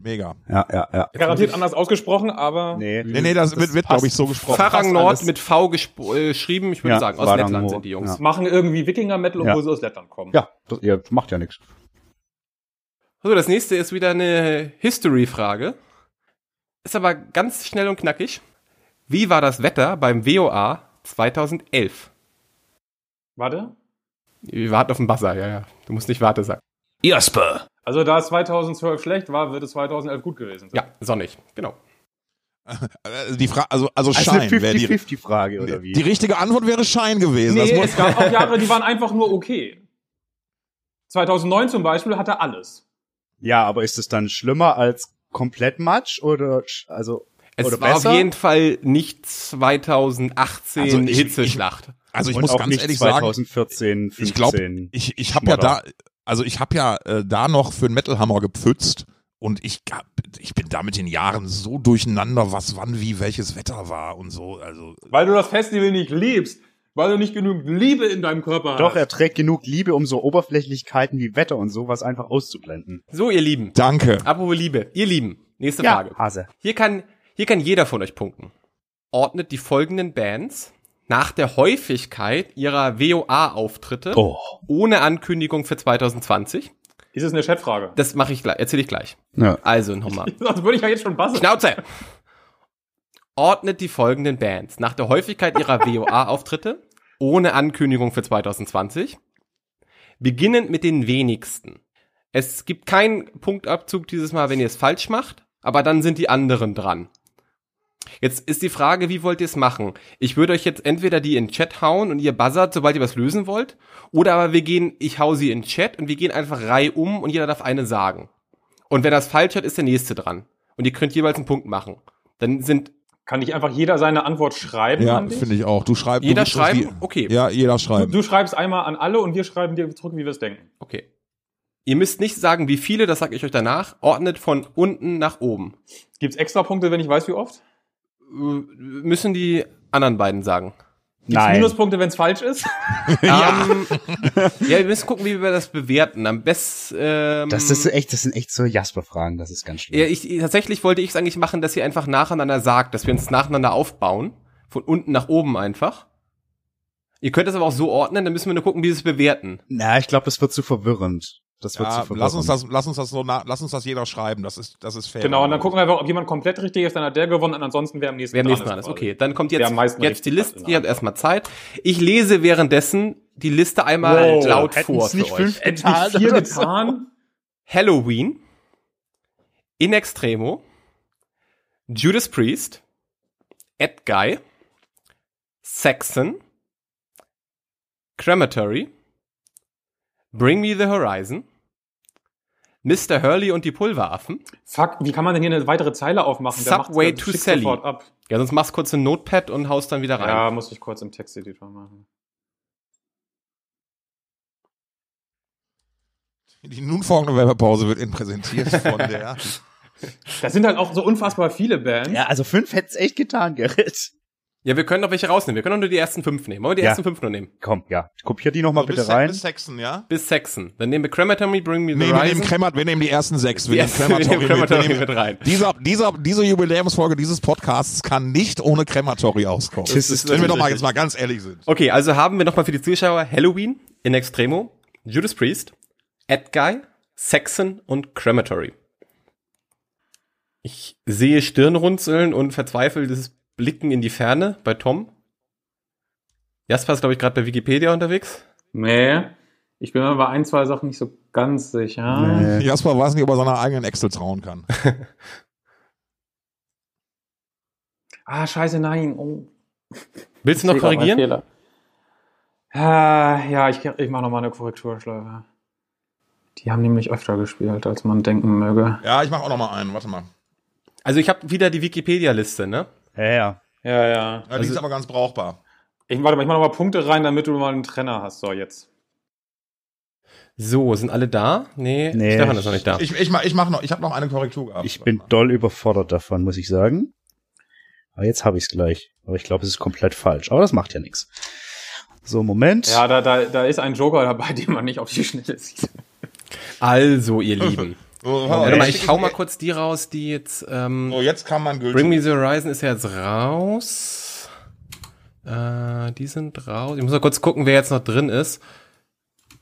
[SPEAKER 4] Mega.
[SPEAKER 3] Ja, ja, ja.
[SPEAKER 2] Garantiert anders ausgesprochen, aber.
[SPEAKER 3] Nee.
[SPEAKER 4] Nee, nee, das, wird, wird glaube ich, so gesprochen.
[SPEAKER 5] Farang Nord
[SPEAKER 3] alles.
[SPEAKER 5] mit V gespro- äh, geschrieben, ich würde
[SPEAKER 3] Ja,
[SPEAKER 5] sagen, aus
[SPEAKER 3] Farang
[SPEAKER 5] Lettland
[SPEAKER 3] Nord,
[SPEAKER 5] sind die Jungs.
[SPEAKER 3] ja.
[SPEAKER 2] Machen irgendwie Wikinger-Metal, obwohl
[SPEAKER 3] Ja.
[SPEAKER 2] sie aus Lettland kommen.
[SPEAKER 3] Ja, das, ihr macht ja nichts.
[SPEAKER 5] So, das nächste ist wieder eine History-Frage. Ist aber ganz schnell und knackig. Wie war das Wetter beim WOA 2011?
[SPEAKER 2] Warte.
[SPEAKER 5] Wir warten auf den Buzzer, ja, ja. Du musst nicht Warte sagen.
[SPEAKER 1] Jasper.
[SPEAKER 2] Also, da es 2012 schlecht war, wird es 2011 gut gewesen sein.
[SPEAKER 5] Ja, sonnig, genau.
[SPEAKER 4] Äh, Die Fra also, also
[SPEAKER 3] Also
[SPEAKER 4] Schein wäre die,
[SPEAKER 3] 50-50-Frage, oder wie?
[SPEAKER 4] die richtige Antwort wäre Schein gewesen.
[SPEAKER 2] Nee,
[SPEAKER 4] das
[SPEAKER 2] es gab auch Jahre, die waren einfach nur okay. 2009 zum Beispiel hatte alles.
[SPEAKER 3] ja, aber ist es dann schlimmer als komplett Matsch oder sch- also
[SPEAKER 5] Es
[SPEAKER 3] oder
[SPEAKER 5] war
[SPEAKER 3] besser?
[SPEAKER 5] auf jeden Fall nicht 2018
[SPEAKER 4] Also ich-
[SPEAKER 5] Hitzeschlacht.
[SPEAKER 4] also ich
[SPEAKER 3] und
[SPEAKER 4] muss
[SPEAKER 3] auch
[SPEAKER 4] ganz
[SPEAKER 3] nicht
[SPEAKER 4] ehrlich sagen,
[SPEAKER 3] 2014, 15.
[SPEAKER 4] ich glaube, ich, ich habe ja da,
[SPEAKER 3] Schmodder.
[SPEAKER 4] also ich habe ja äh, da noch für einen Metalhammer gepfützt und ich, gab- ich bin da mit den Jahren so durcheinander, was wann wie welches Wetter war und so. Also
[SPEAKER 2] Weil du das Festival nicht liebst. Weil du nicht genügend Liebe in deinem Körper
[SPEAKER 3] Doch,
[SPEAKER 2] hast.
[SPEAKER 3] er trägt genug Liebe, um so Oberflächlichkeiten wie Wetter und sowas einfach auszublenden.
[SPEAKER 5] So, ihr Lieben.
[SPEAKER 4] danke.
[SPEAKER 5] Apropos Liebe, ihr Lieben. Nächste Frage.
[SPEAKER 3] Hase.
[SPEAKER 5] Hier kann, hier kann jeder von euch punkten. Ordnet die folgenden Bands nach der Häufigkeit ihrer WOA-Auftritte ohne Ankündigung für 2020.
[SPEAKER 2] Ist es eine Chatfrage?
[SPEAKER 5] Das mache ich gleich, erzähle ich gleich.
[SPEAKER 3] Ja.
[SPEAKER 5] Also nochmal.
[SPEAKER 2] Sonst würde ich ja jetzt schon bassen.
[SPEAKER 5] Schnauze! Ordnet die folgenden Bands nach der Häufigkeit ihrer WOA-Auftritte ohne Ankündigung für 2020. Beginnend mit den wenigsten. Es gibt keinen Punktabzug dieses Mal, wenn ihr es falsch macht, aber dann sind die anderen dran. Jetzt ist die Frage, wie wollt ihr es machen? Ich würde euch jetzt entweder die in den Chat hauen und ihr buzzert, sobald ihr was lösen wollt, oder aber wir gehen, ich hau sie in den Chat und wir gehen einfach Reihe um und jeder darf eine sagen. Und wenn das falsch hat, ist der nächste dran. Und ihr könnt jeweils einen Punkt machen. Dann sind
[SPEAKER 2] Kann nicht einfach jeder seine Antwort schreiben?
[SPEAKER 4] Ja,
[SPEAKER 2] an dich?
[SPEAKER 4] finde ich auch. Du schreibst. du
[SPEAKER 5] Jeder
[SPEAKER 4] gibst uns
[SPEAKER 5] schreiben?
[SPEAKER 4] die-
[SPEAKER 5] Okay.
[SPEAKER 4] Ja, jeder
[SPEAKER 2] Du,
[SPEAKER 4] schreiben.
[SPEAKER 2] du schreibst einmal an alle und wir schreiben dir zurück, wie wir es denken.
[SPEAKER 5] Okay. Ihr müsst nicht sagen, wie viele, das sage ich euch danach. Ordnet von unten nach oben.
[SPEAKER 2] Gibt es extra Punkte, wenn ich weiß, wie oft?
[SPEAKER 5] Äh, Müssen die anderen beiden sagen.
[SPEAKER 2] Gibt es
[SPEAKER 3] Nein.
[SPEAKER 2] Minuspunkte, wenn es falsch ist?
[SPEAKER 5] Ja. Ähm, ja, wir müssen gucken, wie wir das bewerten. Am besten. Ähm,
[SPEAKER 3] Das ist echt, das sind echt so Jasper-Fragen, das ist ganz schlimm.
[SPEAKER 5] ja, ich, tatsächlich wollte ich es eigentlich machen, dass ihr einfach nacheinander sagt, dass wir uns nacheinander aufbauen. Von unten nach oben einfach. Ihr könnt das aber auch so ordnen, dann müssen wir nur gucken, wie wir es bewerten.
[SPEAKER 3] Na, ich glaube, das wird zu verwirrend. Das wird
[SPEAKER 4] Ja,
[SPEAKER 3] zu verwirrend.
[SPEAKER 4] lass uns das, lass uns das so, na, lass uns das jeder schreiben. Das ist, das ist fair.
[SPEAKER 2] Genau, und dann gucken wir einfach, ob jemand komplett richtig ist, dann hat der gewonnen und ansonsten wer am nächsten
[SPEAKER 5] Wer am nächsten Mal ist.
[SPEAKER 2] quasi.
[SPEAKER 5] Okay, dann kommt
[SPEAKER 2] Wer
[SPEAKER 5] jetzt,
[SPEAKER 2] am meisten
[SPEAKER 5] jetzt die
[SPEAKER 2] richtig hat,
[SPEAKER 5] Liste.
[SPEAKER 2] genau.
[SPEAKER 5] Ihr habt erstmal Zeit. Ich lese währenddessen die Liste einmal
[SPEAKER 2] Wow.
[SPEAKER 5] laut
[SPEAKER 3] Hätten's
[SPEAKER 5] vor für
[SPEAKER 3] nicht
[SPEAKER 5] euch.
[SPEAKER 3] fünf
[SPEAKER 2] Endlich vier getan.
[SPEAKER 5] Halloween, In Extremo, Judas Priest, Ed Guy, Saxon, Crematory, Bring Me the Horizon, Mr. Hurley und die Pulveraffen.
[SPEAKER 2] Fuck, wie kann man denn hier eine weitere Zeile aufmachen?
[SPEAKER 5] Subway
[SPEAKER 2] das
[SPEAKER 5] to
[SPEAKER 2] schickt
[SPEAKER 5] Sally.
[SPEAKER 2] sofort ab.
[SPEAKER 5] Ja, sonst machst kurz ein Notepad und haust dann wieder rein.
[SPEAKER 2] Ja, muss ich kurz im Texteditor machen.
[SPEAKER 4] Die nun folgende Werbepause wird Ihnen präsentiert von der.
[SPEAKER 2] Das sind halt auch so unfassbar viele Bands.
[SPEAKER 3] Ja, also fünf hätt's echt getan, Gerrit.
[SPEAKER 5] Ja, wir können doch welche rausnehmen. Wir können doch nur die ersten fünf nehmen. Wollen wir die
[SPEAKER 3] Ja.
[SPEAKER 5] ersten fünf nur nehmen?
[SPEAKER 3] Komm, ja. Kopier die nochmal bitte rein.
[SPEAKER 4] Bis Sexen, ja?
[SPEAKER 5] Bis Saxon. Dann nehmen wir Crematory, Bring Me the
[SPEAKER 4] Nee, wir
[SPEAKER 5] Horizon.
[SPEAKER 4] nehmen, Kremat, wir nehmen die ersten sechs. Wir nehmen
[SPEAKER 5] Die ersten- wir nehmen
[SPEAKER 4] Krematory mit. Wir
[SPEAKER 5] Crematory
[SPEAKER 4] nehmen
[SPEAKER 5] mit rein.
[SPEAKER 4] Dieser, dieser, diese Jubiläumsfolge dieses Podcasts kann nicht ohne Krematory auskommen.
[SPEAKER 3] Das ist
[SPEAKER 4] wenn wir doch mal
[SPEAKER 5] natürlich
[SPEAKER 4] jetzt mal ganz ehrlich sind.
[SPEAKER 5] Okay, also haben wir nochmal für die Zuschauer Halloween, In Extremo, Judas Priest, Ed Guy, Saxon und Crematory. Ich sehe Stirnrunzeln und verzweifeltes Blicken in die Ferne bei Tom. Jasper ist, glaube ich, gerade bei Wikipedia unterwegs.
[SPEAKER 2] Nee. Ich bin mir bei ein, zwei Sachen nicht so ganz sicher.
[SPEAKER 3] Nee.
[SPEAKER 4] Jasper weiß nicht, ob er seiner eigenen Excel trauen kann.
[SPEAKER 2] Ah, scheiße, nein. Oh.
[SPEAKER 5] Willst du noch korrigieren?
[SPEAKER 2] Fehler. Ah, ja, ich, ich mache nochmal eine Korrekturschleife. Die haben nämlich öfter gespielt, als man denken möge.
[SPEAKER 4] Ja, ich mache auch noch mal einen. Warte mal.
[SPEAKER 5] Also ich habe wieder die Wikipedia-Liste, ne?
[SPEAKER 3] Äh, Ja, ja.
[SPEAKER 2] Ja, ja.
[SPEAKER 4] Ja, die ist aber ganz brauchbar.
[SPEAKER 2] Ich, warte mal, ich mache nochmal Punkte rein, damit du mal einen Trenner hast. So, jetzt.
[SPEAKER 5] So, sind alle da? Nee,
[SPEAKER 3] Nee.
[SPEAKER 5] Stefan ist noch nicht da.
[SPEAKER 4] Ich, ich, mach- ich mach noch, ich habe noch eine Korrektur gehabt.
[SPEAKER 3] Ich bin doll überfordert davon, muss ich sagen. Aber jetzt habe ich's gleich. Aber ich glaube, es ist komplett falsch. Aber das macht ja nichts. So, Moment.
[SPEAKER 2] Ja, da, da, da ist ein Joker dabei, den man nicht auf die Schnelle sieht.
[SPEAKER 5] Also, ihr Lieben.
[SPEAKER 4] Oh,
[SPEAKER 5] Warte mal,
[SPEAKER 4] jetzt-
[SPEAKER 5] ich hau mal kurz die raus, die jetzt... Ähm,
[SPEAKER 3] Oh,
[SPEAKER 4] So, jetzt kann man gültig.
[SPEAKER 5] Bring Me the Horizon ist ja jetzt raus. Äh, die sind raus. Ich muss mal kurz gucken, wer jetzt noch drin ist.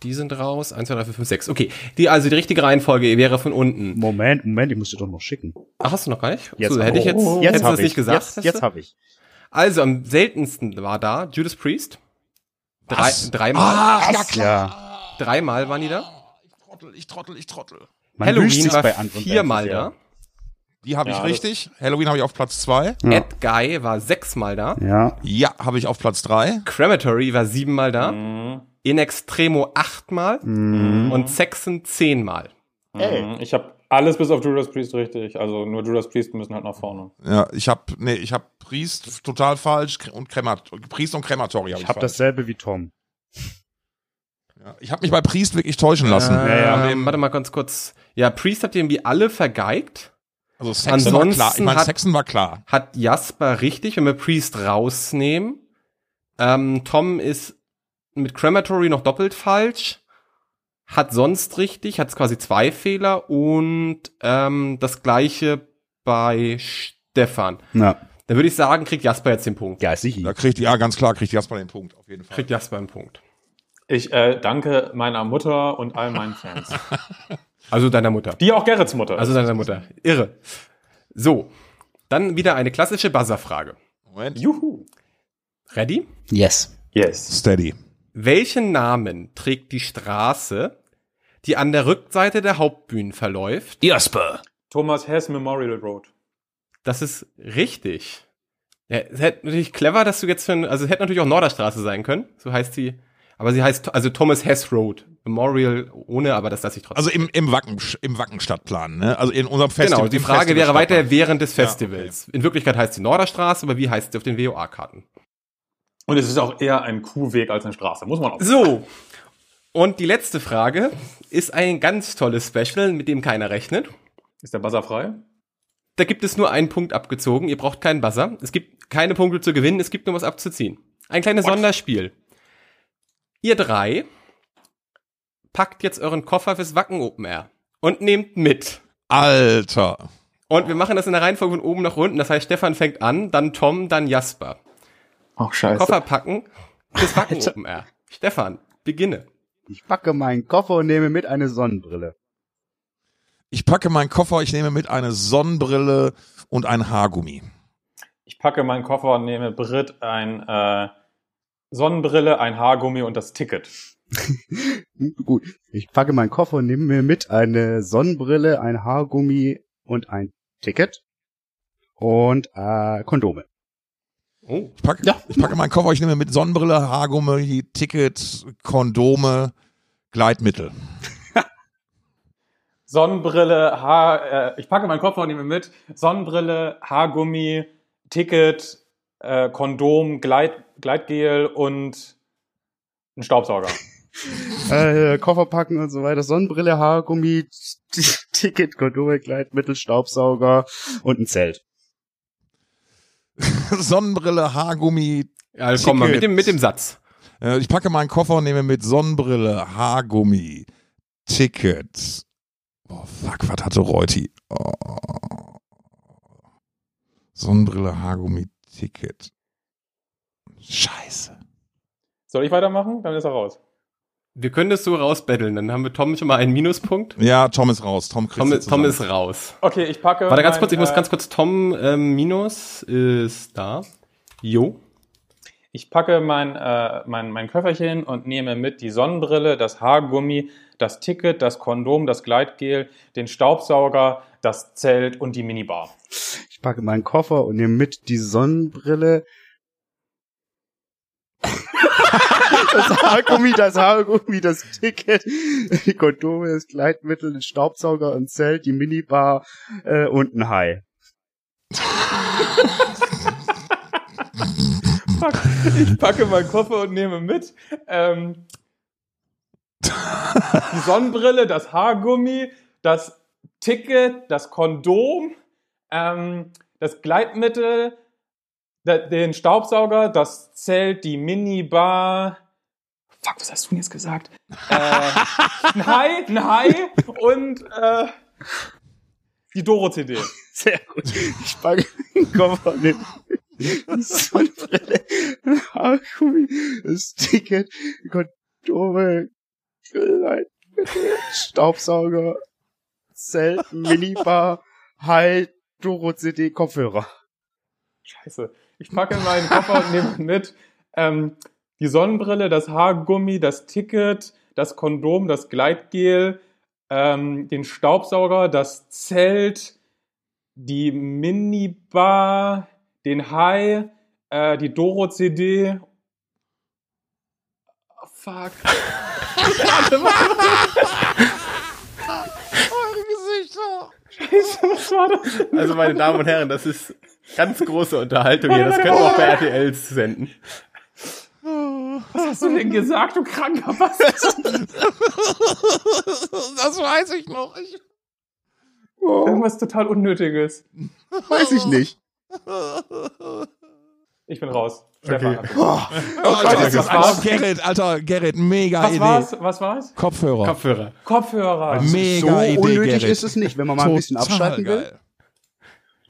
[SPEAKER 5] Die sind raus. 1, 2, 3, 4, 5, 6. Okay. Die, also die richtige Reihenfolge wäre von unten.
[SPEAKER 3] Moment, Moment, ich muss dir doch noch schicken.
[SPEAKER 5] Ach, hast du noch gar nicht?
[SPEAKER 3] Jetzt
[SPEAKER 5] so,
[SPEAKER 3] hab
[SPEAKER 5] hätte ich
[SPEAKER 3] ich.
[SPEAKER 5] jetzt,
[SPEAKER 3] Jetzt
[SPEAKER 5] hättest du
[SPEAKER 3] hab
[SPEAKER 5] das
[SPEAKER 3] ich.
[SPEAKER 5] nicht gesagt.
[SPEAKER 3] Jetzt,
[SPEAKER 5] hast
[SPEAKER 3] jetzt
[SPEAKER 5] du?
[SPEAKER 3] habe ich.
[SPEAKER 5] Also am seltensten war da Judas Priest. Drei,
[SPEAKER 4] Was?
[SPEAKER 5] dreimal.
[SPEAKER 4] Ah, ja klar.
[SPEAKER 3] Ja.
[SPEAKER 5] Dreimal waren die da.
[SPEAKER 4] Ich trottel, ich trottel, ich trottel.
[SPEAKER 3] Man wünscht
[SPEAKER 5] Halloween
[SPEAKER 3] sich's
[SPEAKER 5] war
[SPEAKER 3] anderen
[SPEAKER 5] viermal da.
[SPEAKER 3] Bands,
[SPEAKER 4] Die habe
[SPEAKER 2] Ja,
[SPEAKER 4] ich
[SPEAKER 2] das-
[SPEAKER 4] richtig. Halloween habe ich auf Platz zwei.
[SPEAKER 3] Ja.
[SPEAKER 5] Ed Guy war sechsmal da.
[SPEAKER 3] Ja. ja.
[SPEAKER 4] Ja, habe ich auf Platz drei.
[SPEAKER 5] Crematory war siebenmal da.
[SPEAKER 2] Mhm.
[SPEAKER 5] In Extremo achtmal.
[SPEAKER 3] Mhm.
[SPEAKER 5] Und Saxon zehnmal.
[SPEAKER 2] Mhm. Ich habe alles bis auf Judas Priest richtig. Also nur Judas Priest müssen halt nach vorne.
[SPEAKER 4] Ja, ich habe nee, ich habe Priest total falsch Kre- und Kremat Priest und Krematory habe ich,
[SPEAKER 3] Ich habe
[SPEAKER 4] falsch.
[SPEAKER 3] dasselbe wie Tom.
[SPEAKER 4] Ja, ich habe mich bei Priest wirklich täuschen lassen.
[SPEAKER 5] Ähm,
[SPEAKER 3] ja.
[SPEAKER 4] Von dem-
[SPEAKER 5] Warte mal ganz kurz. Ja, Priest habt ihr irgendwie alle vergeigt.
[SPEAKER 4] Also Saxon war
[SPEAKER 5] ansonsten
[SPEAKER 4] klar. Ich meine,
[SPEAKER 5] hat-
[SPEAKER 4] Saxon war klar.
[SPEAKER 5] Hat Jasper richtig, wenn wir Priest rausnehmen. Ähm, Tom ist mit Crematory noch doppelt falsch. Hat sonst richtig, hat quasi zwei Fehler und ähm, das gleiche bei Stefan.
[SPEAKER 3] Na,
[SPEAKER 5] Dann würde ich sagen, kriegt Jasper jetzt den Punkt.
[SPEAKER 3] ja, sicher.
[SPEAKER 4] Da kriegt ja ganz klar kriegt Jasper den Punkt auf jeden Fall.
[SPEAKER 5] Kriegt Jasper einen Punkt.
[SPEAKER 2] Ich äh, danke meiner Mutter und all meinen Fans.
[SPEAKER 5] Also deiner Mutter.
[SPEAKER 2] Die auch Gerrits Mutter.
[SPEAKER 5] Also deiner Mutter. Irre. So, dann wieder eine klassische Buzzer-Frage.
[SPEAKER 4] Moment.
[SPEAKER 2] Juhu.
[SPEAKER 5] Ready?
[SPEAKER 3] Yes.
[SPEAKER 2] Yes.
[SPEAKER 4] Steady.
[SPEAKER 5] Welchen Namen trägt die Straße, die an der Rückseite der Hauptbühnen verläuft?
[SPEAKER 1] Jasper.
[SPEAKER 2] Thomas Hess Memorial Road.
[SPEAKER 5] Das ist richtig. Ja, es hätte natürlich clever, dass du jetzt schon, also es hätte natürlich auch Norderstraße sein können, so heißt sie. Aber sie heißt, also Thomas Hess Road. Memorial ohne, aber das lasse ich trotzdem.
[SPEAKER 4] Also im im Wacken im Wackenstadtplan, ne? Also in unserem Festival.
[SPEAKER 5] genau, die
[SPEAKER 4] im
[SPEAKER 5] Frage wäre weiter
[SPEAKER 4] Festivalstadtplan.
[SPEAKER 5] während des Festivals. In Wirklichkeit heißt sie Norderstraße, aber wie heißt sie auf den WOA-Karten?
[SPEAKER 2] Und es ist auch eher ein Kuhweg als eine Straße, muss man auch
[SPEAKER 5] So. Und die letzte Frage ist ein ganz tolles Special, mit dem keiner rechnet.
[SPEAKER 2] Ist der Buzzer frei?
[SPEAKER 5] Da gibt es nur einen Punkt abgezogen. Ihr braucht keinen Buzzer. Es gibt keine Punkte zu gewinnen. Es gibt nur was abzuziehen. Ein kleines Sonderspiel. Ihr drei packt jetzt euren Koffer fürs Wacken Open Air und nehmt mit.
[SPEAKER 4] Alter.
[SPEAKER 5] Und wir machen das in der Reihenfolge von oben nach unten. Das heißt, Stefan fängt an, dann Tom, dann Jasper.
[SPEAKER 2] Ach, scheiße.
[SPEAKER 5] Koffer packen fürs Wacken Open Air. Stefan, beginne.
[SPEAKER 3] Ich packe meinen Koffer und nehme mit eine Sonnenbrille.
[SPEAKER 4] Ich packe meinen Koffer, ich nehme mit eine Sonnenbrille und ein Haargummi.
[SPEAKER 2] Ich packe meinen Koffer und nehme Brit ein äh, Sonnenbrille, ein Haargummi und das Ticket.
[SPEAKER 3] Hm, Gut. Ich packe meinen Koffer und nehme mir mit eine Sonnenbrille, ein Haargummi und ein Ticket und äh, Kondome.
[SPEAKER 5] Oh.
[SPEAKER 4] Ich packe, ich packe meinen Koffer, ich nehme mit Sonnenbrille, Haargummi, Ticket, Kondome, Gleitmittel.
[SPEAKER 2] Sonnenbrille, Haar, äh, ich packe meinen Koffer und nehme mit. Sonnenbrille, Haargummi, Ticket, äh, Kondom, Gleit, Gleitgel und ein Staubsauger.
[SPEAKER 3] Äh, Koffer packen und so weiter, Sonnenbrille, Haargummi, Ticket, Kondome, Kleidmittel, Staubsauger und ein Zelt.
[SPEAKER 4] Sonnenbrille, Haargummi.
[SPEAKER 5] Ja, also komm mal mit
[SPEAKER 4] Ticket.
[SPEAKER 5] dem, mit dem Satz.
[SPEAKER 4] Äh, ich packe meinen Koffer und nehme mit Sonnenbrille, Haargummi, Ticket. Oh fuck, was hatte Reuti? Oh. Sonnenbrille, Haargummi, Ticket. Scheiße.
[SPEAKER 2] Soll ich weitermachen? Dann ist er raus.
[SPEAKER 5] Wir können das so rausbetteln. Dann haben wir Tom schon mal einen Minuspunkt.
[SPEAKER 4] Ja, Tom ist raus. Tom kriegt
[SPEAKER 5] Tom,
[SPEAKER 4] jetzt
[SPEAKER 5] Tom
[SPEAKER 4] zusammen.
[SPEAKER 5] ist raus.
[SPEAKER 2] Okay, ich packe.
[SPEAKER 5] Warte ganz
[SPEAKER 2] mein,
[SPEAKER 5] kurz, ich muss
[SPEAKER 2] äh,
[SPEAKER 5] ganz kurz. Tom ähm, Minus ist da. Jo.
[SPEAKER 2] Ich packe mein, äh, mein, mein Köfferchen und nehme mit die Sonnenbrille, das Haargummi, das Ticket, das Kondom, das Gleitgel, den Staubsauger, das Zelt und die Minibar.
[SPEAKER 3] Ich packe meinen Koffer und nehme mit die Sonnenbrille. das Haargummi, das Haargummi, das Ticket, die Kondome, das Kleidmittel, den Staubsauger, ein Zelt, die Minibar äh, und ein Hai.
[SPEAKER 2] Fuck. Ich packe meinen Koffer und nehme mit ähm, die Sonnenbrille, das Haargummi, das Ticket, das Kondom, ähm, das Gleitmittel, de- den Staubsauger, das Zelt, die Minibar. Fuck, was hast du denn jetzt gesagt? Äh, ein Hai, ein Hai und äh, die Doro-CD.
[SPEAKER 3] Sehr gut. Ich packe den Koffer und nehme die Sonnenbrille, ein Haargummi, das Ticket, die Kondome, Kleidmittel, Staubsauger, Zelt, Minibar, Hai, Doro CD, Kopfhörer.
[SPEAKER 2] Scheiße. Ich packe meinen Koffer und nehme mit ähm, die Sonnenbrille, das Haargummi, das Ticket, das Kondom, das Gleitgel, ähm, den Staubsauger, das Zelt, die Minibar, den Hai, äh, die Doro-CD. Oh, fuck. Warte mal. Scheiße, was war das?
[SPEAKER 5] Also, meine Damen und Herren, das ist ganz große Unterhaltung hier. Das können wir auch bei RTL senden.
[SPEAKER 2] Was hast du denn gesagt, du kranker Bastard?
[SPEAKER 4] Das weiß ich noch. Ich
[SPEAKER 2] Irgendwas total Unnötiges.
[SPEAKER 3] Weiß ich nicht.
[SPEAKER 2] Ich bin raus. Stefan. hat-
[SPEAKER 4] Boah. Oh,
[SPEAKER 2] Gott,
[SPEAKER 4] Alter,
[SPEAKER 2] das war's.
[SPEAKER 4] Gerrit, Alter, Gerrit, mega
[SPEAKER 2] Was
[SPEAKER 4] Idee.
[SPEAKER 2] war's? Was war's?
[SPEAKER 4] Kopfhörer.
[SPEAKER 5] Kopfhörer.
[SPEAKER 2] Kopfhörer.
[SPEAKER 4] mega
[SPEAKER 3] so
[SPEAKER 4] Idee,
[SPEAKER 3] unnötig
[SPEAKER 4] Gerrit.
[SPEAKER 3] ist es nicht, wenn man mal ein bisschen
[SPEAKER 4] Total
[SPEAKER 3] abschalten will.
[SPEAKER 4] geil. Ah,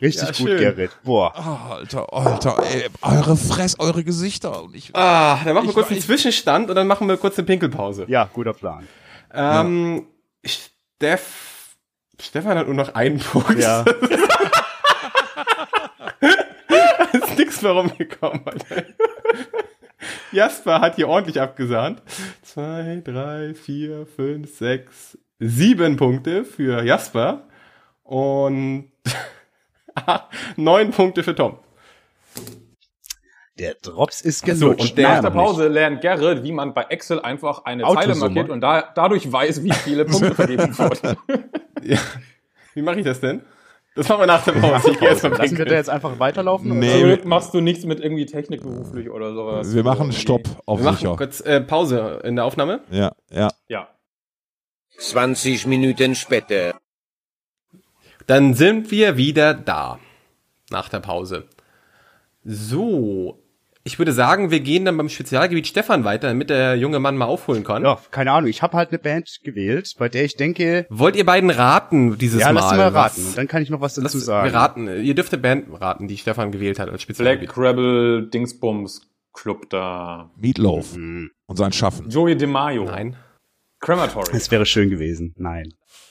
[SPEAKER 3] Richtig
[SPEAKER 5] Ja,
[SPEAKER 3] gut,
[SPEAKER 5] schön.
[SPEAKER 3] Gerrit. Boah.
[SPEAKER 4] Alter, Alter, ey, eure Fress, eure Gesichter. Und ich,
[SPEAKER 5] Ah, dann machen wir
[SPEAKER 4] Ich
[SPEAKER 5] kurz einen
[SPEAKER 4] weiß-
[SPEAKER 5] Zwischenstand und dann machen wir kurz eine Pinkelpause.
[SPEAKER 3] Ja, guter Plan.
[SPEAKER 5] Ähm, Steff, Stefan hat nur noch einen Punkt.
[SPEAKER 3] Ja.
[SPEAKER 5] Da ist nichts mehr rumgekommen, Alter. Jasper hat hier ordentlich abgesahnt. Zwei, drei, vier, fünf, sechs, sieben Punkte für Jasper und neun Punkte für Tom.
[SPEAKER 3] Der Drops ist
[SPEAKER 5] So,
[SPEAKER 3] gelutscht.
[SPEAKER 5] und der-
[SPEAKER 3] Nein,
[SPEAKER 2] Nach der
[SPEAKER 3] aber nicht.
[SPEAKER 2] Pause lernt Gerrit, wie man bei Excel einfach eine Zeile
[SPEAKER 3] Autosumme.
[SPEAKER 2] markiert und da, dadurch weiß, wie viele Punkte vergeben wurden.
[SPEAKER 5] Wie mache ich das denn? Das machen wir nach der Pause. Ich gehe erstmal
[SPEAKER 3] Lassen wir da
[SPEAKER 5] pinkeln.
[SPEAKER 3] jetzt einfach weiterlaufen?
[SPEAKER 4] Nee.
[SPEAKER 2] Somit machst du nichts mit irgendwie Technik beruflich oder sowas.
[SPEAKER 4] Wir machen
[SPEAKER 2] Irgendwie.
[SPEAKER 4] Stopp auf
[SPEAKER 5] Wir machen
[SPEAKER 4] sicher.
[SPEAKER 5] kurz äh, Pause in der Aufnahme.
[SPEAKER 4] Ja, ja.
[SPEAKER 2] Ja.
[SPEAKER 6] 20 Minuten später.
[SPEAKER 5] Dann sind wir wieder da. Nach der Pause. So. Ich würde sagen, wir gehen dann beim Spezialgebiet Stefan weiter, damit der junge Mann mal aufholen kann.
[SPEAKER 3] Ja, keine Ahnung. Ich habe halt eine Band gewählt, bei der ich denke,
[SPEAKER 5] Wollt ihr beiden raten dieses
[SPEAKER 3] ja,
[SPEAKER 5] Mal?
[SPEAKER 3] lass sie mal raten.
[SPEAKER 5] Was-
[SPEAKER 3] Dann kann ich noch was
[SPEAKER 5] Lass,
[SPEAKER 3] dazu sagen.
[SPEAKER 5] wir raten. Ihr dürft eine Band raten, die Stefan gewählt hat als Spezialgebiet.
[SPEAKER 2] Black Rebel Dingsbums Club da.
[SPEAKER 4] Meatloaf
[SPEAKER 3] Hm,
[SPEAKER 4] und sein Schaffen.
[SPEAKER 2] Joey DeMaio.
[SPEAKER 5] Nein.
[SPEAKER 2] Crematory.
[SPEAKER 3] Es wäre schön gewesen. Nein.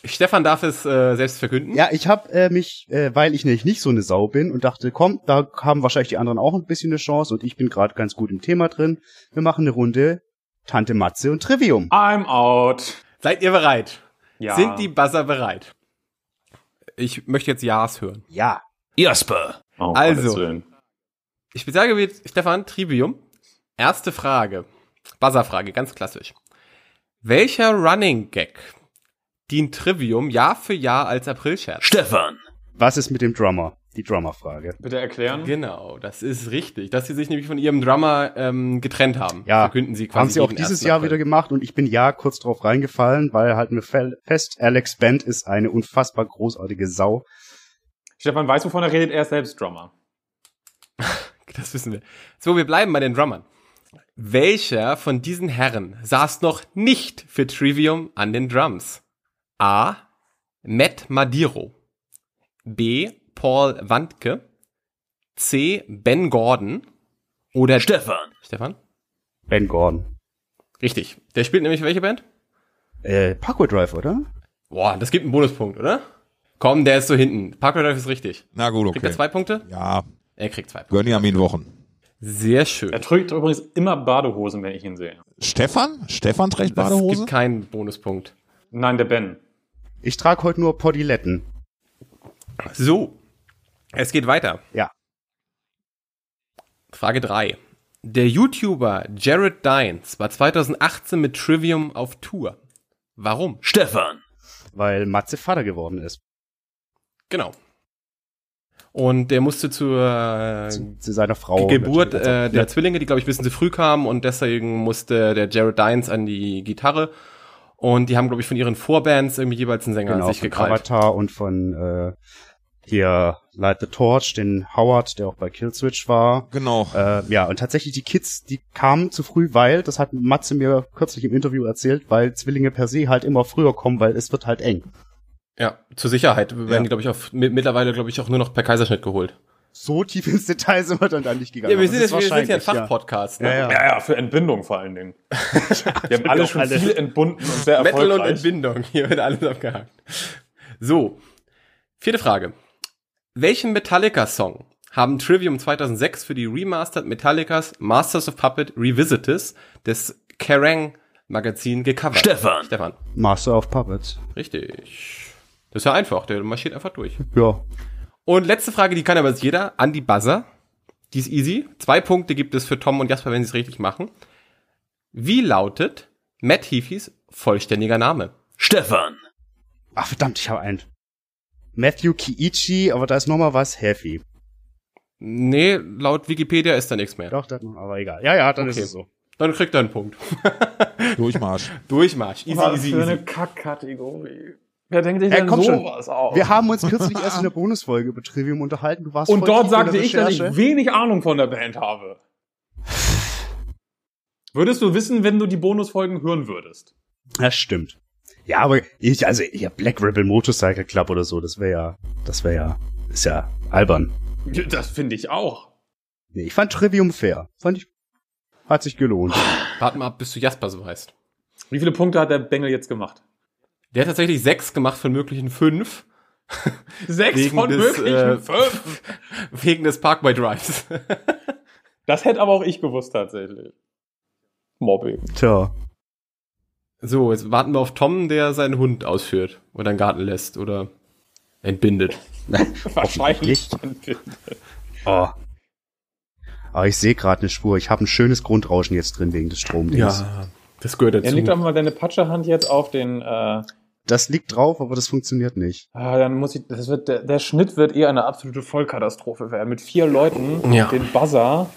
[SPEAKER 5] Stefan darf es äh, selbst verkünden.
[SPEAKER 3] Ja, ich habe äh, mich, äh, weil ich nämlich nicht so eine Sau bin und dachte, komm, da haben wahrscheinlich die anderen auch ein bisschen eine Chance und ich bin gerade ganz gut im Thema drin. Wir machen eine Runde Tante Matze und Trivium.
[SPEAKER 5] Ah.
[SPEAKER 2] I'm out.
[SPEAKER 5] Seid ihr bereit?
[SPEAKER 2] Ja.
[SPEAKER 5] Sind die Buzzer bereit? Ich möchte jetzt Ja's hören.
[SPEAKER 3] Ja.
[SPEAKER 1] Jasper,
[SPEAKER 2] Oh,
[SPEAKER 5] Also.
[SPEAKER 2] Gottes Willen.
[SPEAKER 5] Spezialgebiet Stefan Trivium. Erste Frage. Buzzerfrage, ganz klassisch. Welcher Running Gag dient Trivium Jahr für Jahr als Aprilscherz?
[SPEAKER 1] Stefan,
[SPEAKER 3] Was ist mit dem Drummer? Die Drummerfrage.
[SPEAKER 2] Bitte erklären.
[SPEAKER 5] Genau, das ist richtig, dass sie sich nämlich von ihrem Drummer ähm, getrennt haben.
[SPEAKER 3] Ja,
[SPEAKER 5] verkünden sie quasi
[SPEAKER 3] Haben sie auch
[SPEAKER 5] jeden
[SPEAKER 3] dieses
[SPEAKER 5] 1.
[SPEAKER 3] Jahr
[SPEAKER 5] April.
[SPEAKER 3] wieder gemacht und ich bin ja kurz drauf reingefallen, weil halten wir fel- fest, Alex Band ist eine unfassbar großartige Sau.
[SPEAKER 2] Stefan weiß, wovon er redet. Er ist selbst Drummer.
[SPEAKER 5] Das wissen wir. So, wir bleiben bei den Drummern. Welcher von diesen Herren saß noch nicht für Trivium an den Drums? A. Matt Madiro. B. Paul Wandke. C. Ben Gordon. Oder
[SPEAKER 1] Stefan,
[SPEAKER 5] Stefan?
[SPEAKER 3] Ben Gordon.
[SPEAKER 5] Richtig. Der spielt nämlich welche Band?
[SPEAKER 3] Äh, Parkway Drive, oder?
[SPEAKER 5] Boah, das gibt einen Bonuspunkt, oder? Komm, der ist so hinten. Parkway Drive ist richtig.
[SPEAKER 4] Na gut,
[SPEAKER 5] Kriegt er
[SPEAKER 4] okay.
[SPEAKER 5] zwei Punkte?
[SPEAKER 4] Ja,
[SPEAKER 5] Er kriegt zwei Punkte.
[SPEAKER 4] Gönjamin Wochen.
[SPEAKER 5] Sehr schön.
[SPEAKER 2] Er trägt übrigens immer Badehosen, wenn ich ihn sehe.
[SPEAKER 4] Stefan? Stefan trägt
[SPEAKER 5] Das
[SPEAKER 4] Badehose?
[SPEAKER 5] gibt keinen Bonuspunkt.
[SPEAKER 2] Nein, der Ben.
[SPEAKER 3] Ich trage heute nur Podiletten.
[SPEAKER 5] So, es geht weiter.
[SPEAKER 3] Ja.
[SPEAKER 5] Frage 3. Der YouTuber Jared Dines war 2018 mit Trivium auf Tour. Warum?
[SPEAKER 1] Stefan,
[SPEAKER 3] Weil Matze Vater geworden ist.
[SPEAKER 5] Genau. Und der musste zur äh,
[SPEAKER 3] Zu, zu seiner Frau.
[SPEAKER 5] Geburt
[SPEAKER 3] natürlich. Also,
[SPEAKER 5] äh, der Zwillinge, die glaube ich ein bisschen zu früh kamen und deswegen musste der Jared Dines an die Gitarre und die haben glaube ich von ihren Vorbands irgendwie jeweils einen Sänger
[SPEAKER 3] genau,
[SPEAKER 5] sich
[SPEAKER 3] von
[SPEAKER 5] gekrallt.
[SPEAKER 3] Avatar und von äh, hier Light the Torch, den Howard, der auch bei Killswitch war.
[SPEAKER 4] Genau.
[SPEAKER 3] Äh, ja, und tatsächlich die Kids, die kamen zu früh, weil, das hat Matze mir kürzlich im Interview erzählt, weil Zwillinge per se halt immer früher kommen, weil es wird halt eng.
[SPEAKER 5] Ja, zur Sicherheit werden die glaube ich auf mi- mittlerweile glaube ich auch nur noch per Kaiserschnitt geholt.
[SPEAKER 3] So tief ins Detail sind wir dann da nicht gegangen.
[SPEAKER 5] Ja, wir
[SPEAKER 3] aber
[SPEAKER 5] sind
[SPEAKER 3] es Genau,
[SPEAKER 5] jetzt
[SPEAKER 3] ist
[SPEAKER 5] wir sind ja ein
[SPEAKER 3] wahrscheinlich,
[SPEAKER 5] Fachpodcast. Ne?
[SPEAKER 3] Ja, ja. ja.
[SPEAKER 2] Ja, ja, für Entbindung vor allen Dingen. Wir haben alle schon
[SPEAKER 3] alle.
[SPEAKER 2] viel entbunden und sehr
[SPEAKER 5] Metal und
[SPEAKER 2] erfolgreich.
[SPEAKER 5] Entbindung. Hier wird alles abgehakt. So. Vierte Frage. Welchen Metallica-Song haben Trivium 2006 für die Remastered Metallicas Masters of Puppet Revisited des Kerrang Magazin gecovert?
[SPEAKER 1] Stefan,
[SPEAKER 5] Stefan.
[SPEAKER 3] Master of Puppets.
[SPEAKER 5] Richtig. Das ist ja einfach. Der marschiert einfach durch.
[SPEAKER 3] Ja.
[SPEAKER 5] Und letzte Frage, die kann aber jetzt jeder. An die Buzzer. Die ist easy. Zwei Punkte gibt es für Tom und Jasper, wenn sie es richtig machen. Wie lautet Matt Heafys vollständiger Name?
[SPEAKER 1] Stefan,
[SPEAKER 3] Ach verdammt, ich habe einen. Matthew Kiichi, aber da ist nochmal was heavy.
[SPEAKER 5] Nee, laut Wikipedia ist da nichts mehr.
[SPEAKER 3] Doch, das noch, aber egal. Ja, ja, dann
[SPEAKER 5] Okay.
[SPEAKER 3] ist es so.
[SPEAKER 5] Dann kriegt er einen Punkt.
[SPEAKER 4] Durchmarsch.
[SPEAKER 5] Durchmarsch. Easy,
[SPEAKER 2] Was
[SPEAKER 5] easy,
[SPEAKER 2] für
[SPEAKER 5] easy.
[SPEAKER 2] eine Kackkategorie. Wer denkt sich
[SPEAKER 3] Ey,
[SPEAKER 2] denn
[SPEAKER 3] Äh, komm schon.
[SPEAKER 2] sowas aus?
[SPEAKER 3] Wir haben uns kürzlich erst in der Bonusfolge über Trivium unterhalten. Du warst
[SPEAKER 2] und
[SPEAKER 3] voll
[SPEAKER 2] dort
[SPEAKER 3] tief in der
[SPEAKER 2] sagte ich, dass ich
[SPEAKER 3] Recherche.
[SPEAKER 2] wenig Ahnung von der Band habe. Würdest du wissen, wenn du die Bonusfolgen hören würdest?
[SPEAKER 3] Das stimmt. Ja, aber ich, also ja, Black Rebel Motorcycle Club oder so, das wäre ja, das wäre ja, ist ja albern.
[SPEAKER 2] Das finde ich auch.
[SPEAKER 3] Nee, ich fand Trivium fair. Fand ich, hat sich gelohnt.
[SPEAKER 5] Warten mal ab, bis du Jasper so heißt.
[SPEAKER 2] Wie viele Punkte hat der Bengel jetzt gemacht?
[SPEAKER 5] Der hat tatsächlich sechs gemacht von möglichen fünf.
[SPEAKER 2] Sechs
[SPEAKER 5] Wegen
[SPEAKER 2] von
[SPEAKER 5] des,
[SPEAKER 2] möglichen
[SPEAKER 5] äh,
[SPEAKER 2] fünf.
[SPEAKER 5] Wegen des Parkway Drives.
[SPEAKER 2] Das hätte aber auch ich gewusst tatsächlich. Mobbing.
[SPEAKER 3] Tja.
[SPEAKER 5] so, jetzt warten wir auf Tom, der seinen Hund ausführt. Oder einen Garten lässt. Oder entbindet.
[SPEAKER 2] Wahrscheinlich.
[SPEAKER 3] Oh. Aber ich sehe gerade eine Spur. Ich habe ein schönes Grundrauschen jetzt drin wegen des Stromdings.
[SPEAKER 5] Das gehört
[SPEAKER 2] Ja, liegt doch
[SPEAKER 5] dazu.
[SPEAKER 2] mal deine Patschehand jetzt auf den äh,
[SPEAKER 3] Das liegt drauf, aber das funktioniert nicht.
[SPEAKER 2] Ah, dann muss ich, das wird, der, der Schnitt wird eher eine absolute Vollkatastrophe werden. Mit vier Leuten,
[SPEAKER 5] Ja.
[SPEAKER 2] den Buzzer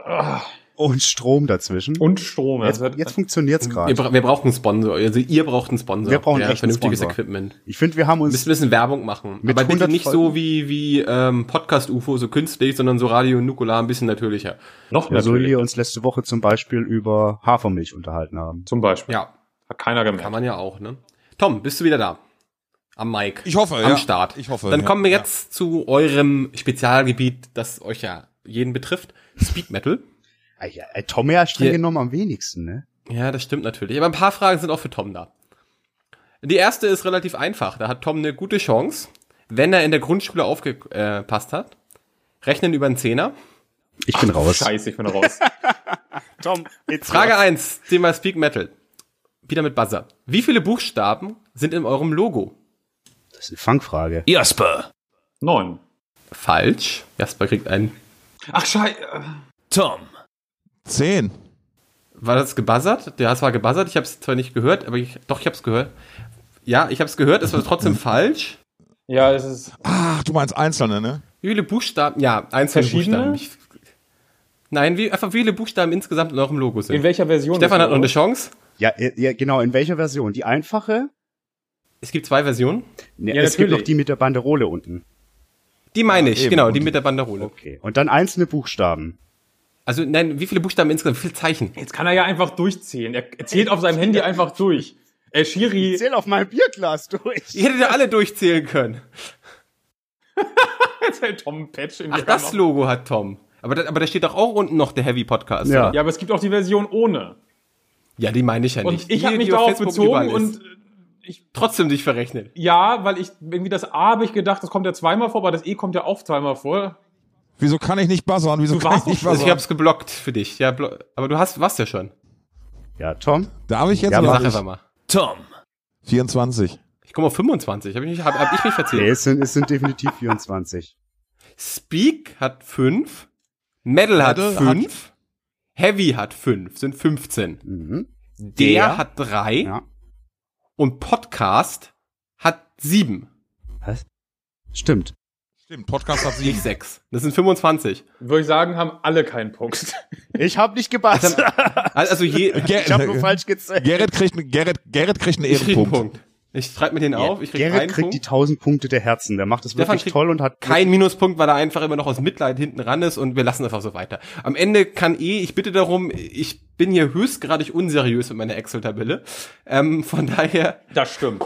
[SPEAKER 2] ah,
[SPEAKER 3] Und Strom dazwischen.
[SPEAKER 2] und Strom. Das
[SPEAKER 3] jetzt,
[SPEAKER 2] wird,
[SPEAKER 3] jetzt funktioniert's
[SPEAKER 5] Wir,
[SPEAKER 3] gerade.
[SPEAKER 5] bra wir brauchen einen Sponsor. Also ihr braucht einen Sponsor.
[SPEAKER 3] Wir brauchen
[SPEAKER 5] ja,
[SPEAKER 3] echt einen
[SPEAKER 5] vernünftiges
[SPEAKER 3] Sponsor.
[SPEAKER 5] Equipment.
[SPEAKER 3] Ich finde, wir haben
[SPEAKER 5] Wir müssen
[SPEAKER 3] uns
[SPEAKER 5] ein bisschen Werbung machen.
[SPEAKER 3] Mit
[SPEAKER 5] Aber bitte
[SPEAKER 3] 100
[SPEAKER 5] nicht so wie, wie ähm, Podcast-UFO, so künstlich, sondern so Radio und Nukular ein bisschen natürlicher.
[SPEAKER 7] Noch
[SPEAKER 3] ja, so wie wir
[SPEAKER 7] natürlich.
[SPEAKER 3] uns letzte Woche zum Beispiel über Hafermilch unterhalten haben.
[SPEAKER 7] Zum Beispiel.
[SPEAKER 5] Ja,
[SPEAKER 7] Hat keiner
[SPEAKER 5] kann
[SPEAKER 7] gemerkt.
[SPEAKER 5] man ja auch, ne? Tom, bist du wieder da? Am Mic.
[SPEAKER 4] Ich hoffe,
[SPEAKER 5] Am
[SPEAKER 4] ja.
[SPEAKER 5] Start.
[SPEAKER 4] Ich hoffe.
[SPEAKER 5] Dann
[SPEAKER 4] ja.
[SPEAKER 5] kommen wir jetzt zu eurem Spezialgebiet, das euch ja jeden betrifft. Speed Metal.
[SPEAKER 3] Ah, ja, äh, Tom ja streng
[SPEAKER 5] Hier-
[SPEAKER 3] genommen am wenigsten, ne?
[SPEAKER 5] Ja, das stimmt natürlich. Aber ein paar Fragen sind auch für Tom da. Die erste ist relativ einfach. Da hat Tom eine gute Chance, wenn er in der Grundschule aufgepasst hat. Rechnen über einen Zehner.
[SPEAKER 3] Ich bin raus.
[SPEAKER 7] Scheiße, ich bin raus.
[SPEAKER 8] Tom, jetzt
[SPEAKER 5] Frage eins, Thema Speak Metal. Wieder mit Buzzer. Wie viele Buchstaben sind in eurem Logo?
[SPEAKER 3] Das ist eine Fangfrage.
[SPEAKER 1] Jasper,
[SPEAKER 7] Neun.
[SPEAKER 5] Falsch. Jasper kriegt einen.
[SPEAKER 7] Ach, scheiße.
[SPEAKER 1] Tom,
[SPEAKER 4] Zehn.
[SPEAKER 5] War das gebuzzert? Der war gebuzzert. Ich habe es zwar nicht gehört, aber ich, doch, ich habe es gehört. Ja, ich habe es gehört. Es war trotzdem falsch.
[SPEAKER 2] ja, es ist
[SPEAKER 4] Ach, du meinst Einzelne, ne?
[SPEAKER 5] Wie viele Buchstaben? Ja, einzelne
[SPEAKER 2] Verschiedene?
[SPEAKER 5] Buchstaben. Ich, nein, wie, einfach wie viele Buchstaben insgesamt in eurem Logo sind.
[SPEAKER 2] in welcher Version?
[SPEAKER 5] Stefan
[SPEAKER 2] ist
[SPEAKER 5] hat noch eine
[SPEAKER 2] das?
[SPEAKER 5] Chance.
[SPEAKER 3] Ja, äh, ja, genau. In welcher Version? Die einfache?
[SPEAKER 5] Es gibt zwei Versionen.
[SPEAKER 3] Ne,
[SPEAKER 2] Ja,
[SPEAKER 3] es gibt
[SPEAKER 2] natürlich.
[SPEAKER 3] noch die mit der Banderole unten.
[SPEAKER 5] Die meine ich,
[SPEAKER 4] eben.
[SPEAKER 5] genau, die
[SPEAKER 4] Und-
[SPEAKER 5] mit der Banderole.
[SPEAKER 3] Okay. Und dann einzelne Buchstaben.
[SPEAKER 5] Also, nein, wie viele Buchstaben insgesamt? Wie viele Zeichen?
[SPEAKER 2] Jetzt kann er ja einfach durchzählen. Er er zählt auf seinem Handy einfach durch. Äh, Shiri,
[SPEAKER 3] auf mein Bierglas durch.
[SPEAKER 5] Ihr hättet ja alle durchzählen können.
[SPEAKER 2] jetzt hält Tom ein Patch in die
[SPEAKER 5] Ach, das
[SPEAKER 2] Kamera.
[SPEAKER 5] Logo hat Tom. Aber da, aber da steht doch auch unten noch der Heavy Podcast.
[SPEAKER 3] Ja.
[SPEAKER 5] oder?
[SPEAKER 2] Ja, aber es gibt auch die Version ohne.
[SPEAKER 5] ja die meine ich ja nicht.
[SPEAKER 2] Und ich
[SPEAKER 5] Die,
[SPEAKER 2] habe mich
[SPEAKER 5] die auf
[SPEAKER 2] darauf
[SPEAKER 5] Facebook überall
[SPEAKER 2] bezogen
[SPEAKER 5] ist.
[SPEAKER 2] und
[SPEAKER 5] Trotzdem dich verrechnet.
[SPEAKER 2] ja, weil ich irgendwie das A habe ich gedacht, das kommt ja zweimal vor, aber das E kommt ja auch zweimal vor.
[SPEAKER 4] Wieso kann ich nicht buzzern? Wieso
[SPEAKER 2] Du
[SPEAKER 4] kann
[SPEAKER 2] warst
[SPEAKER 4] ich nicht
[SPEAKER 2] doch-
[SPEAKER 5] Also, ich
[SPEAKER 4] buzzern?
[SPEAKER 5] hab's geblockt für dich. Ja, blo aber du hast, warst ja schon.
[SPEAKER 3] Ja, Tom?
[SPEAKER 4] Darf ich jetzt?
[SPEAKER 3] Ja,
[SPEAKER 4] oder?
[SPEAKER 5] Sag einfach mal.
[SPEAKER 1] Tom,
[SPEAKER 4] 24.
[SPEAKER 5] Ich komme auf 25. Hab ich, mich, hab, hab ich mich
[SPEAKER 3] Nee,
[SPEAKER 5] verzählt.
[SPEAKER 3] es sind, es sind definitiv 24.
[SPEAKER 5] Speak hat 5. Metal hat
[SPEAKER 4] Metal hat-
[SPEAKER 5] 5. Heavy hat 5. Sind 15.
[SPEAKER 3] Mhm.
[SPEAKER 5] Der, hat 3.
[SPEAKER 3] Ja.
[SPEAKER 5] Und Podcast hat 7.
[SPEAKER 3] Stimmt.
[SPEAKER 4] Stimmt, Podcast hat
[SPEAKER 5] Nicht
[SPEAKER 4] sieben.
[SPEAKER 5] 6. Das sind 25.
[SPEAKER 2] Würde ich sagen, haben alle keinen Punkt.
[SPEAKER 3] Ich habe nicht gepasst.
[SPEAKER 5] Also je.
[SPEAKER 4] Ger
[SPEAKER 3] Ich habe nur falsch gezählt.
[SPEAKER 4] Gerrit kriegt, Gerrit, Gerrit kriegt einen
[SPEAKER 5] Ich krieg einen
[SPEAKER 4] Ehrenpunkt.
[SPEAKER 5] Punkt. Ich schreibe mir den auf. Ich krieg
[SPEAKER 3] Gerrit
[SPEAKER 5] einen
[SPEAKER 3] kriegt die
[SPEAKER 5] Punkt.
[SPEAKER 3] 1000 Punkte der Herzen. Der macht das
[SPEAKER 5] Stefan
[SPEAKER 3] wirklich
[SPEAKER 5] kriegt
[SPEAKER 3] toll und hat
[SPEAKER 5] Kein Minuspunkt, weil er einfach immer noch aus Mitleid hinten ran ist und wir lassen einfach so weiter. Am Ende kann eh, ich bitte darum, ich bin hier höchstgradig unseriös mit meiner Excel-Tabelle. Ähm, von daher,
[SPEAKER 2] Das stimmt.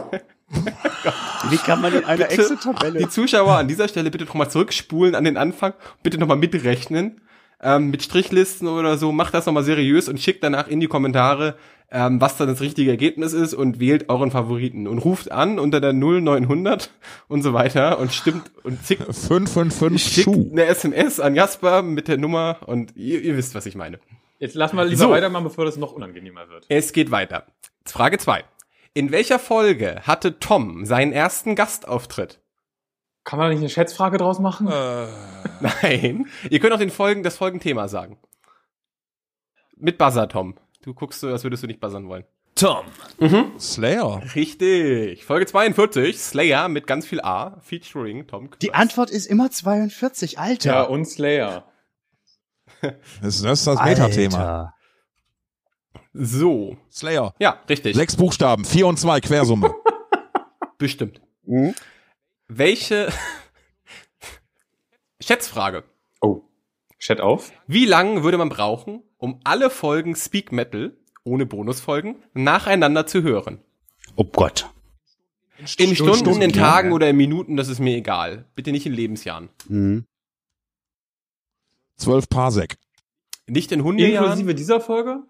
[SPEAKER 3] Wie kann man in einer
[SPEAKER 5] Bitte. die
[SPEAKER 3] Excel-Tabelle?
[SPEAKER 5] Zuschauer an dieser Stelle bitte nochmal zurückspulen an den Anfang, bitte nochmal mitrechnen, ähm, mit Strichlisten oder so, macht das nochmal seriös und schickt danach in die Kommentare, ähm, was dann das richtige Ergebnis ist und wählt euren Favoriten und ruft an unter der 0900 und so weiter und stimmt und zickt
[SPEAKER 4] 555
[SPEAKER 5] schickt
[SPEAKER 4] Schuh.
[SPEAKER 5] eine SMS an Jasper mit der Nummer und ihr, ihr wisst, was ich meine.
[SPEAKER 2] Jetzt lass mal lieber
[SPEAKER 5] So.
[SPEAKER 2] weitermachen, bevor das noch unangenehmer wird.
[SPEAKER 5] Es geht weiter. Frage zwei: In welcher Folge hatte Tom seinen ersten Gastauftritt?
[SPEAKER 2] Kann man da nicht eine Schätzfrage draus machen?
[SPEAKER 5] Nein. Ihr könnt auch den Folgen, das Folgenthema sagen. Mit Buzzer, Tom. Du guckst so, als würdest du nicht buzzern wollen.
[SPEAKER 1] Tom,
[SPEAKER 4] Slayer.
[SPEAKER 5] Richtig. Folge 42, Slayer mit ganz viel A, featuring Tom Knopf.
[SPEAKER 3] Die Antwort ist immer 42, Alter.
[SPEAKER 2] ja, und Slayer.
[SPEAKER 4] Das ist das, ist das Metathema.
[SPEAKER 3] Alter.
[SPEAKER 5] So.
[SPEAKER 4] Slayer.
[SPEAKER 5] Ja, richtig.
[SPEAKER 4] Sechs Buchstaben, vier und zwei, Quersumme.
[SPEAKER 5] Bestimmt.
[SPEAKER 3] Mhm.
[SPEAKER 5] Welche Schätzfrage.
[SPEAKER 2] Oh. Chat auf.
[SPEAKER 5] Wie lange würde man brauchen, um alle Folgen Speak Metal ohne Bonusfolgen nacheinander zu hören?
[SPEAKER 3] Oh Gott.
[SPEAKER 5] In Stunden, in
[SPEAKER 3] Stunden, ja.
[SPEAKER 5] Tagen oder in Minuten, das ist mir egal. Bitte nicht in Lebensjahren.
[SPEAKER 3] Mhm.
[SPEAKER 4] Zwölf Parsec.
[SPEAKER 5] Nicht in Hundejahren.
[SPEAKER 2] Inklusive dieser Folge?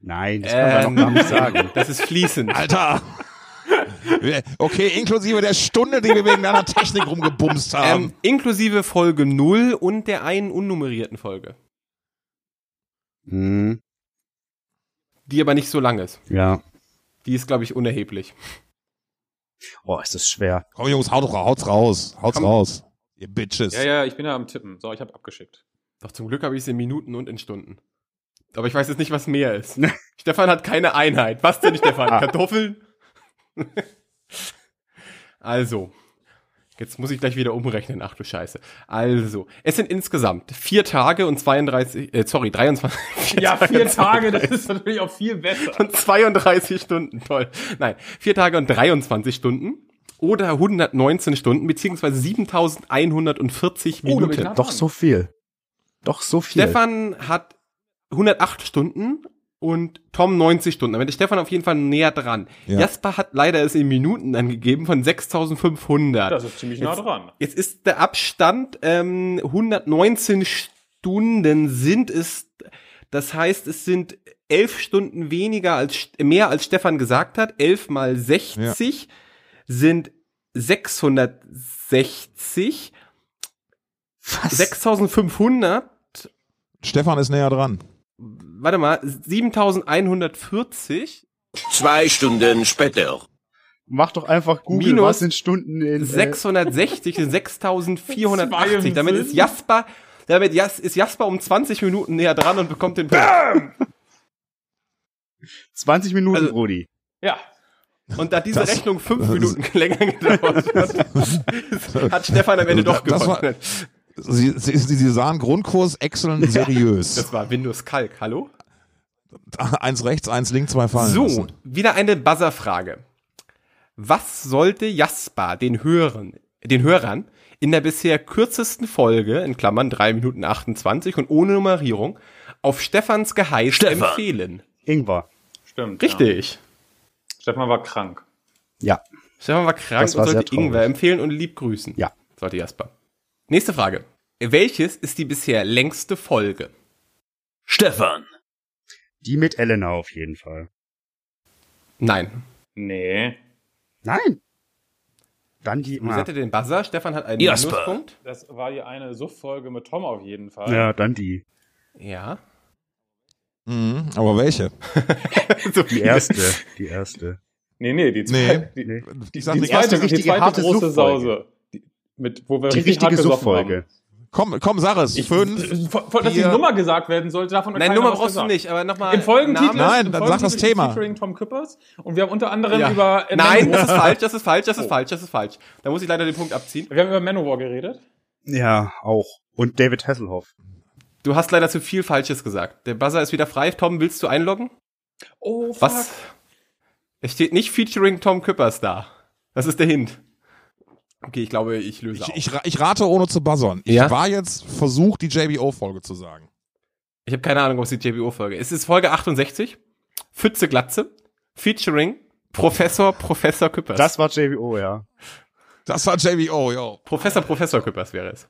[SPEAKER 3] Nein, das
[SPEAKER 5] Äh,
[SPEAKER 3] kann man doch gar nicht sagen.
[SPEAKER 5] Das ist fließend.
[SPEAKER 4] Alter. Okay, inklusive der Stunde, die wir wegen deiner Technik rumgebumst haben.
[SPEAKER 5] ähm, inklusive Folge 0 und der einen unnummerierten Folge,
[SPEAKER 3] Mhm.
[SPEAKER 5] die aber nicht so lang ist.
[SPEAKER 3] Ja.
[SPEAKER 5] Die ist, glaube ich, unerheblich.
[SPEAKER 3] Oh, ist das schwer.
[SPEAKER 4] Komm, Jungs, haut, ra- haut's raus. Haut's
[SPEAKER 5] Komm.
[SPEAKER 4] raus. Ihr Bitches.
[SPEAKER 2] Ja, ja, ich bin ja am Tippen. So, ich habe abgeschickt.
[SPEAKER 5] Doch zum Glück habe ich es in Minuten und in Stunden.
[SPEAKER 3] Ne. Ah.
[SPEAKER 5] Aber ich weiß jetzt nicht, was mehr ist. Stefan hat keine Einheit. Was denn, Stefan? Kartoffeln? Also, jetzt muss ich gleich wieder umrechnen. Ach du Scheiße. Also, es sind insgesamt vier Tage und 32, äh, sorry, 23. vier
[SPEAKER 2] Ja,
[SPEAKER 5] Tage
[SPEAKER 2] vier
[SPEAKER 5] und
[SPEAKER 2] Tage, das ist natürlich auch viel besser.
[SPEAKER 5] und 32 Stunden, toll. Nein, vier Tage und 23 Stunden oder 119 Stunden beziehungsweise 7140
[SPEAKER 2] Oh, da bin ich
[SPEAKER 5] Minuten.
[SPEAKER 2] knapp
[SPEAKER 3] Doch
[SPEAKER 2] dran.
[SPEAKER 3] so viel. Doch so viel.
[SPEAKER 5] Stefan hat 108 Stunden und Tom 90 Stunden. Damit ist Stefan auf jeden Fall näher dran.
[SPEAKER 4] Ja.
[SPEAKER 5] Jasper hat leider es in Minuten angegeben von 6500.
[SPEAKER 2] Das ist ziemlich nah dran.
[SPEAKER 5] Jetzt ist der Abstand ähm, 119 Stunden sind es. Das heißt, es sind elf Stunden weniger als mehr als Stefan gesagt hat. Elf mal 60 sind 660.
[SPEAKER 3] Was?
[SPEAKER 5] 6500.
[SPEAKER 4] Stefan ist näher dran.
[SPEAKER 5] Warte mal, 7140.
[SPEAKER 6] Zwei Stunden später.
[SPEAKER 3] Mach doch einfach Google,
[SPEAKER 5] Minus
[SPEAKER 3] was sind Stunden in äh,
[SPEAKER 5] 660 sind 6480. Damit ist Jasper, damit Jas, ist Jasper um 20 Minuten näher dran und bekommt den Punkt.
[SPEAKER 3] 20 Minuten,
[SPEAKER 5] Also-
[SPEAKER 3] Rudi.
[SPEAKER 2] Ja,
[SPEAKER 5] Und da diese
[SPEAKER 4] Das-
[SPEAKER 5] Rechnung fünf Minuten länger gedauert hat, hat Stefan am Ende doch
[SPEAKER 4] Das war-
[SPEAKER 5] gewonnen.
[SPEAKER 4] Sie, sie, sie, sie sahen Grundkurs Excellent seriös.
[SPEAKER 5] Das war Windows Kalk, hallo?
[SPEAKER 4] eins rechts, eins links, zwei fallen.
[SPEAKER 5] So,
[SPEAKER 4] lassen.
[SPEAKER 5] wieder eine Buzzer-Frage. Was sollte Jasper den Hörern, den Hörern in der bisher kürzesten Folge, in Klammern 3 Minuten 28 und ohne Nummerierung, auf Stefans Geheiß
[SPEAKER 1] Stefan.
[SPEAKER 5] empfehlen?
[SPEAKER 3] Ingwer.
[SPEAKER 2] stimmt. Ja.
[SPEAKER 5] Richtig.
[SPEAKER 2] Stefan war krank.
[SPEAKER 3] Ja.
[SPEAKER 5] Stefan war krank
[SPEAKER 3] Das war
[SPEAKER 5] und
[SPEAKER 3] sehr
[SPEAKER 5] sollte
[SPEAKER 3] traurig.
[SPEAKER 5] Ingwer empfehlen und lieb grüßen.
[SPEAKER 3] Ja.
[SPEAKER 5] Sollte Jasper. Nächste Frage. Welches ist die bisher längste Folge?
[SPEAKER 1] Stefan.
[SPEAKER 3] Die mit Elena auf jeden Fall.
[SPEAKER 5] Nein.
[SPEAKER 2] Nee.
[SPEAKER 3] Nein. Dann die. Ah.
[SPEAKER 5] Resette den Buzzer. Stefan hat einen
[SPEAKER 1] Jasper.
[SPEAKER 5] Minuspunkt.
[SPEAKER 2] Das war die eine Suchtfolge mit Tom auf jeden Fall.
[SPEAKER 3] Ja, dann die.
[SPEAKER 5] Ja.
[SPEAKER 4] Mhm, aber welche?
[SPEAKER 5] So
[SPEAKER 3] Die
[SPEAKER 5] viele.
[SPEAKER 3] erste. Die erste.
[SPEAKER 2] Nee, nee, die zweite. Die,
[SPEAKER 3] Nee.
[SPEAKER 4] Ich
[SPEAKER 2] die,
[SPEAKER 4] sag nicht,
[SPEAKER 2] zweite,
[SPEAKER 3] erste
[SPEAKER 2] die
[SPEAKER 3] richtige
[SPEAKER 2] zweite
[SPEAKER 3] harte
[SPEAKER 2] große
[SPEAKER 3] Suchtfolge.
[SPEAKER 2] Sause. Die, mit, wo wir
[SPEAKER 3] Die
[SPEAKER 2] richtig hart
[SPEAKER 3] richtige
[SPEAKER 2] gesoffen
[SPEAKER 3] Suchtfolge.
[SPEAKER 4] komm, komm, sag es.
[SPEAKER 2] Ich, äh,
[SPEAKER 4] Fünf.
[SPEAKER 2] Fünf, von, dass die
[SPEAKER 4] vier-
[SPEAKER 2] Nummer gesagt werden sollte, davon hat
[SPEAKER 5] Nein,
[SPEAKER 2] keiner
[SPEAKER 5] Nummer
[SPEAKER 2] was
[SPEAKER 5] brauchst du
[SPEAKER 2] gesagt.
[SPEAKER 5] nicht, aber nochmal.
[SPEAKER 2] Im Folgentitel
[SPEAKER 5] Namen.
[SPEAKER 4] Nein,
[SPEAKER 2] im
[SPEAKER 4] dann sag das
[SPEAKER 2] Folgentitel ist
[SPEAKER 4] Thema.
[SPEAKER 2] Featuring Tom Küppers und wir haben unter anderem
[SPEAKER 5] Ja.
[SPEAKER 2] über äh,
[SPEAKER 5] Nein, das
[SPEAKER 2] Manowar,
[SPEAKER 5] ist falsch, das ist falsch, das ist falsch, das ist falsch. Da muss ich leider den Punkt abziehen.
[SPEAKER 2] wir haben über Manowar geredet.
[SPEAKER 3] Ja, auch. Und David Hasselhoff.
[SPEAKER 5] Du hast leider zu viel Falsches gesagt. Der Buzzer ist wieder frei. Tom, willst du einloggen?
[SPEAKER 2] Oh, fuck.
[SPEAKER 5] Was? Es steht nicht featuring Tom Küppers da. Das ist der Hint. Okay, ich glaube, ich löse
[SPEAKER 4] Ich,
[SPEAKER 5] auf. Ich,
[SPEAKER 4] ich, ra- ich rate ohne zu buzzern. Ich
[SPEAKER 5] Ja?
[SPEAKER 4] war jetzt versucht, die JBO-Folge zu sagen.
[SPEAKER 5] habe keine Ahnung, was die JBO-Folge ist. Es ist Folge 68. Pfütze Glatze. Featuring Professor Professor Küppers.
[SPEAKER 3] Das war JBO, ja.
[SPEAKER 4] Das war JBO, yo.
[SPEAKER 5] Professor Professor Küppers wäre es.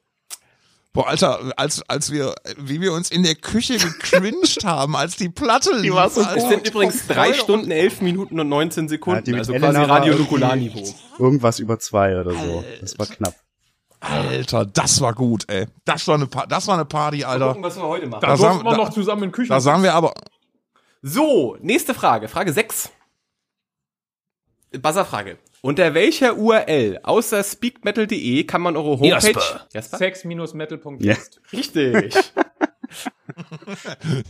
[SPEAKER 4] Boah, Alter, als, als wir, wie wir uns in der Küche gecringed haben, als die Platte lief. Die war so
[SPEAKER 5] Es sind übrigens drei Stunden, elf Minuten und
[SPEAKER 3] Ja,
[SPEAKER 5] 19
[SPEAKER 3] die
[SPEAKER 5] Sekunden.
[SPEAKER 3] mit
[SPEAKER 5] also
[SPEAKER 3] Elena
[SPEAKER 5] quasi
[SPEAKER 3] war
[SPEAKER 5] Radionukularniveau.
[SPEAKER 3] Irgendwas über zwei oder so. Das war knapp.
[SPEAKER 4] Alter, das war gut, ey. Das war eine, pa das war eine Party,
[SPEAKER 5] Mal
[SPEAKER 4] Alter.
[SPEAKER 2] Oh,
[SPEAKER 5] gucken, was wir heute machen.
[SPEAKER 2] Da
[SPEAKER 4] Da
[SPEAKER 2] durften
[SPEAKER 4] sagen-
[SPEAKER 2] wir
[SPEAKER 4] da-
[SPEAKER 2] noch zusammen in den Küchen.
[SPEAKER 4] Da sahen wir aber,
[SPEAKER 5] So, nächste Frage, Frage 6. Buzzer-Frage. Unter welcher URL außer speakmetal.de kann man eure Homepage...
[SPEAKER 1] Jasper.
[SPEAKER 5] Jasper?
[SPEAKER 2] Sex-metal.de.
[SPEAKER 3] Ja.
[SPEAKER 5] Richtig.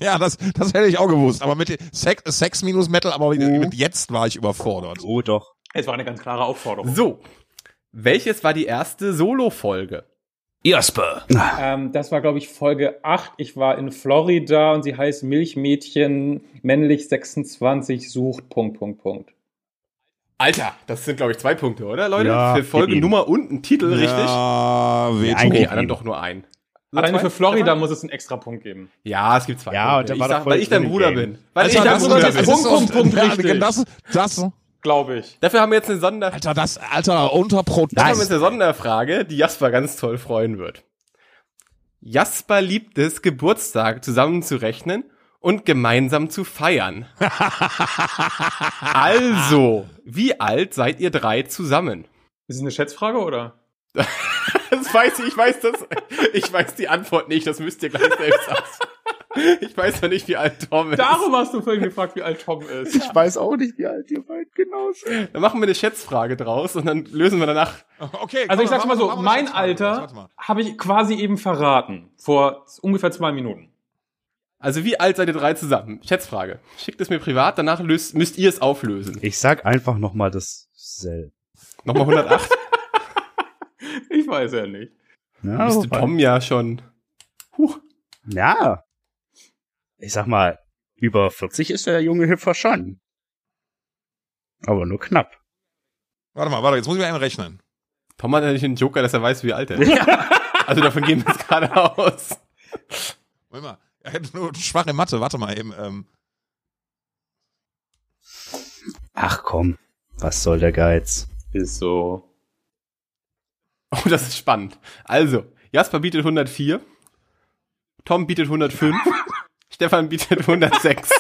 [SPEAKER 4] ja, das, das hätte ich auch gewusst. Aber mit den- Sex, Sex minus Metal, aber
[SPEAKER 2] Mhm.
[SPEAKER 4] mit- mit jetzt war ich überfordert.
[SPEAKER 3] Oh doch.
[SPEAKER 2] Es war eine ganz klare Aufforderung.
[SPEAKER 5] so, welches war die erste Solo-Folge?
[SPEAKER 1] Jasper.
[SPEAKER 2] Ähm, das war, glaube ich, Folge 8. Ich war in Florida und sie heißt Milchmädchen männlich 26 sucht Punkt, Punkt, Punkt.
[SPEAKER 5] Alter, das sind, glaube ich, zwei Punkte, oder, Leute?
[SPEAKER 3] Ja,
[SPEAKER 5] Für Folge
[SPEAKER 3] eben.
[SPEAKER 5] Nummer und einen Titel, Äh, richtig?
[SPEAKER 4] Ja, wehtun.
[SPEAKER 5] Okay,
[SPEAKER 3] Eigentlich
[SPEAKER 5] anderen
[SPEAKER 3] eben.
[SPEAKER 5] doch nur einen.
[SPEAKER 2] Alleine
[SPEAKER 5] Zwei?
[SPEAKER 2] für Florida muss es einen extra Punkt geben.
[SPEAKER 5] Ja, es gibt zwei
[SPEAKER 3] Ja, und
[SPEAKER 5] Punkte.
[SPEAKER 3] der war
[SPEAKER 5] ich sag,
[SPEAKER 3] doch voll
[SPEAKER 5] weil ich dein
[SPEAKER 3] drin im
[SPEAKER 5] Bruder
[SPEAKER 3] Game.
[SPEAKER 5] bin. Weil
[SPEAKER 2] Alter,
[SPEAKER 5] ich dein
[SPEAKER 2] das
[SPEAKER 5] Bruder
[SPEAKER 2] ist-
[SPEAKER 5] bin.
[SPEAKER 2] das ist- Punkt, Punkt,
[SPEAKER 4] ja, genau
[SPEAKER 2] richtig.
[SPEAKER 5] genau
[SPEAKER 4] Das, das,
[SPEAKER 2] Glaube ich.
[SPEAKER 5] Dafür haben wir jetzt eine Sonder...
[SPEAKER 4] Alter, das, Alter, unter
[SPEAKER 5] Dann haben wir
[SPEAKER 4] Protest.
[SPEAKER 5] jetzt eine Sonderfrage, die Jasper ganz toll freuen wird. Jasper liebt es, Geburtstag zusammenzurechnen und gemeinsam zu feiern. also, wie alt seid ihr drei zusammen?
[SPEAKER 2] Ist es eine Schätzfrage oder?
[SPEAKER 5] Das weiß ich, ich weiß das. Ich weiß die Antwort nicht, das müsst ihr gleich selbst aus. Ich weiß ja nicht, wie alt Tom ist.
[SPEAKER 2] Darum hast du vorhin gefragt, wie alt Tom ist.
[SPEAKER 3] Ich weiß auch nicht, wie alt ihr beiden genau sind.
[SPEAKER 5] Dann machen wir eine Schätzfrage draus und dann lösen wir danach.
[SPEAKER 4] Okay,
[SPEAKER 2] Also ich sag's
[SPEAKER 4] komm,
[SPEAKER 2] mal so,
[SPEAKER 4] machen wir- machen wir
[SPEAKER 2] mein
[SPEAKER 4] das jetzt mal.
[SPEAKER 2] Alter
[SPEAKER 4] Warte mal.
[SPEAKER 2] habe ich quasi eben verraten. Vor ungefähr zwei Minuten.
[SPEAKER 5] Also wie alt seid ihr drei zusammen? Schätzfrage. Schickt es mir privat, danach löst, müsst ihr es auflösen.
[SPEAKER 3] Ich sag einfach nochmal dasselbe.
[SPEAKER 5] Nochmal 108.
[SPEAKER 7] Ich weiß ja nicht.
[SPEAKER 3] Ja,
[SPEAKER 5] Müsste
[SPEAKER 3] wobei-
[SPEAKER 5] Tom ja schon. Huch.
[SPEAKER 3] ja. Ich sag mal, über 40 ist der junge Hüpfer schon. Aber nur knapp.
[SPEAKER 4] Warte mal, warte, jetzt muss ich mir einen rechnen.
[SPEAKER 5] Tom hat ja nicht einen Joker, dass er weiß, wie alt er ist. Also davon gehen wir jetzt gerade aus.
[SPEAKER 4] Moment mal, er hätte nur schwache Mathe, warte mal eben. Ähm,
[SPEAKER 3] Ach komm, was soll der Geiz?
[SPEAKER 9] Ist so.
[SPEAKER 5] Oh, das ist spannend. Also, Jasper bietet 104, Tom bietet 105, Stefan bietet 106.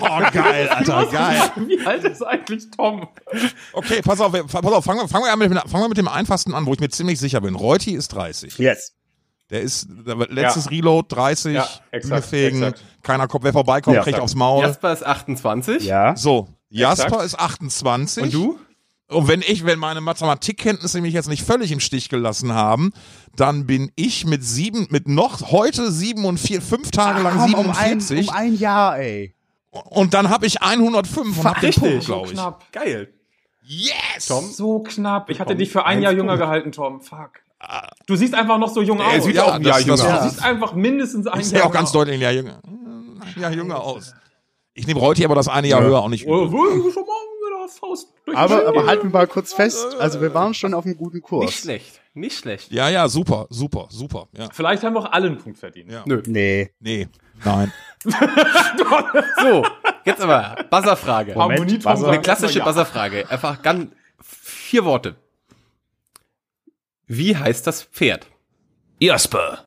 [SPEAKER 4] oh, geil, Alter, geil.
[SPEAKER 7] Wie alt ist eigentlich Tom?
[SPEAKER 4] Okay, pass auf, pass auf, fangen wir, fangen wir, an mit, dem- fangen wir mit dem einfachsten an, wo ich mir ziemlich sicher bin. Reuti ist 30.
[SPEAKER 3] Yes.
[SPEAKER 4] Der ist der letztes Reload 30,
[SPEAKER 2] Ja,
[SPEAKER 4] ja,
[SPEAKER 2] exakt, exakt.
[SPEAKER 4] keiner kommt, wer vorbeikommt,
[SPEAKER 3] Ja,
[SPEAKER 4] kriegt
[SPEAKER 3] exakt.
[SPEAKER 4] aufs Maul.
[SPEAKER 5] Jasper ist 28.
[SPEAKER 3] Ja.
[SPEAKER 4] So, Jasper
[SPEAKER 2] Exakt.
[SPEAKER 4] ist 28.
[SPEAKER 5] Und du?
[SPEAKER 4] Und wenn ich, wenn meine Mathematikkenntnisse mich jetzt nicht völlig im Stich gelassen haben, dann bin ich mit sieben, mit noch heute 47, fünf Tage lang
[SPEAKER 3] Komm, um ein,
[SPEAKER 4] 47
[SPEAKER 3] um ein Jahr, ey.
[SPEAKER 4] und dann habe ich 105 und hab den
[SPEAKER 5] Richtig.
[SPEAKER 4] Punkt,
[SPEAKER 2] So
[SPEAKER 4] glaube ich.
[SPEAKER 2] knapp.
[SPEAKER 5] Geil.
[SPEAKER 4] Yes! Oh,
[SPEAKER 5] Tom?
[SPEAKER 2] So knapp. Ich hatte
[SPEAKER 5] Tom,
[SPEAKER 2] dich für ein Jahr
[SPEAKER 5] eins
[SPEAKER 2] jünger
[SPEAKER 5] Punkt.
[SPEAKER 2] gehalten, Tom. Fuck. Du siehst einfach noch so jung
[SPEAKER 5] Er
[SPEAKER 2] aus.
[SPEAKER 5] sieht
[SPEAKER 4] Ja,
[SPEAKER 5] auch ein Jahr
[SPEAKER 4] das- das-
[SPEAKER 5] jünger
[SPEAKER 2] Also Du
[SPEAKER 5] aus.
[SPEAKER 2] siehst einfach mindestens ein
[SPEAKER 4] Ich
[SPEAKER 2] Jahr
[SPEAKER 4] sehe auch ganz
[SPEAKER 2] jünger
[SPEAKER 4] deutlich ein Jahr jünger. Ein Jahr jünger aus. Ich nehme Reuti aber das eine Jahr höher auch nicht.
[SPEAKER 2] aus. Oh, wo- schon mal wieder Faust durch die
[SPEAKER 3] Aber,
[SPEAKER 2] Schulter.
[SPEAKER 3] aber halten wir mal kurz fest. Also wir waren schon auf einem guten
[SPEAKER 5] Nicht
[SPEAKER 3] Kurs.
[SPEAKER 5] schlecht. Nicht schlecht.
[SPEAKER 4] Ja, ja, super, super, super. Ja.
[SPEAKER 2] Vielleicht haben wir auch alle einen Punkt verdient.
[SPEAKER 4] Ja.
[SPEAKER 3] Nee.
[SPEAKER 4] Nee, nein.
[SPEAKER 5] So, jetzt aber Buzzerfrage.
[SPEAKER 3] Moment,
[SPEAKER 2] Harmonietom
[SPEAKER 3] was-
[SPEAKER 2] sagt
[SPEAKER 5] Eine klassische
[SPEAKER 2] erstmal
[SPEAKER 5] Buzzerfrage. Einfach ganz vier Worte. Wie heißt das Pferd?
[SPEAKER 1] Jasper.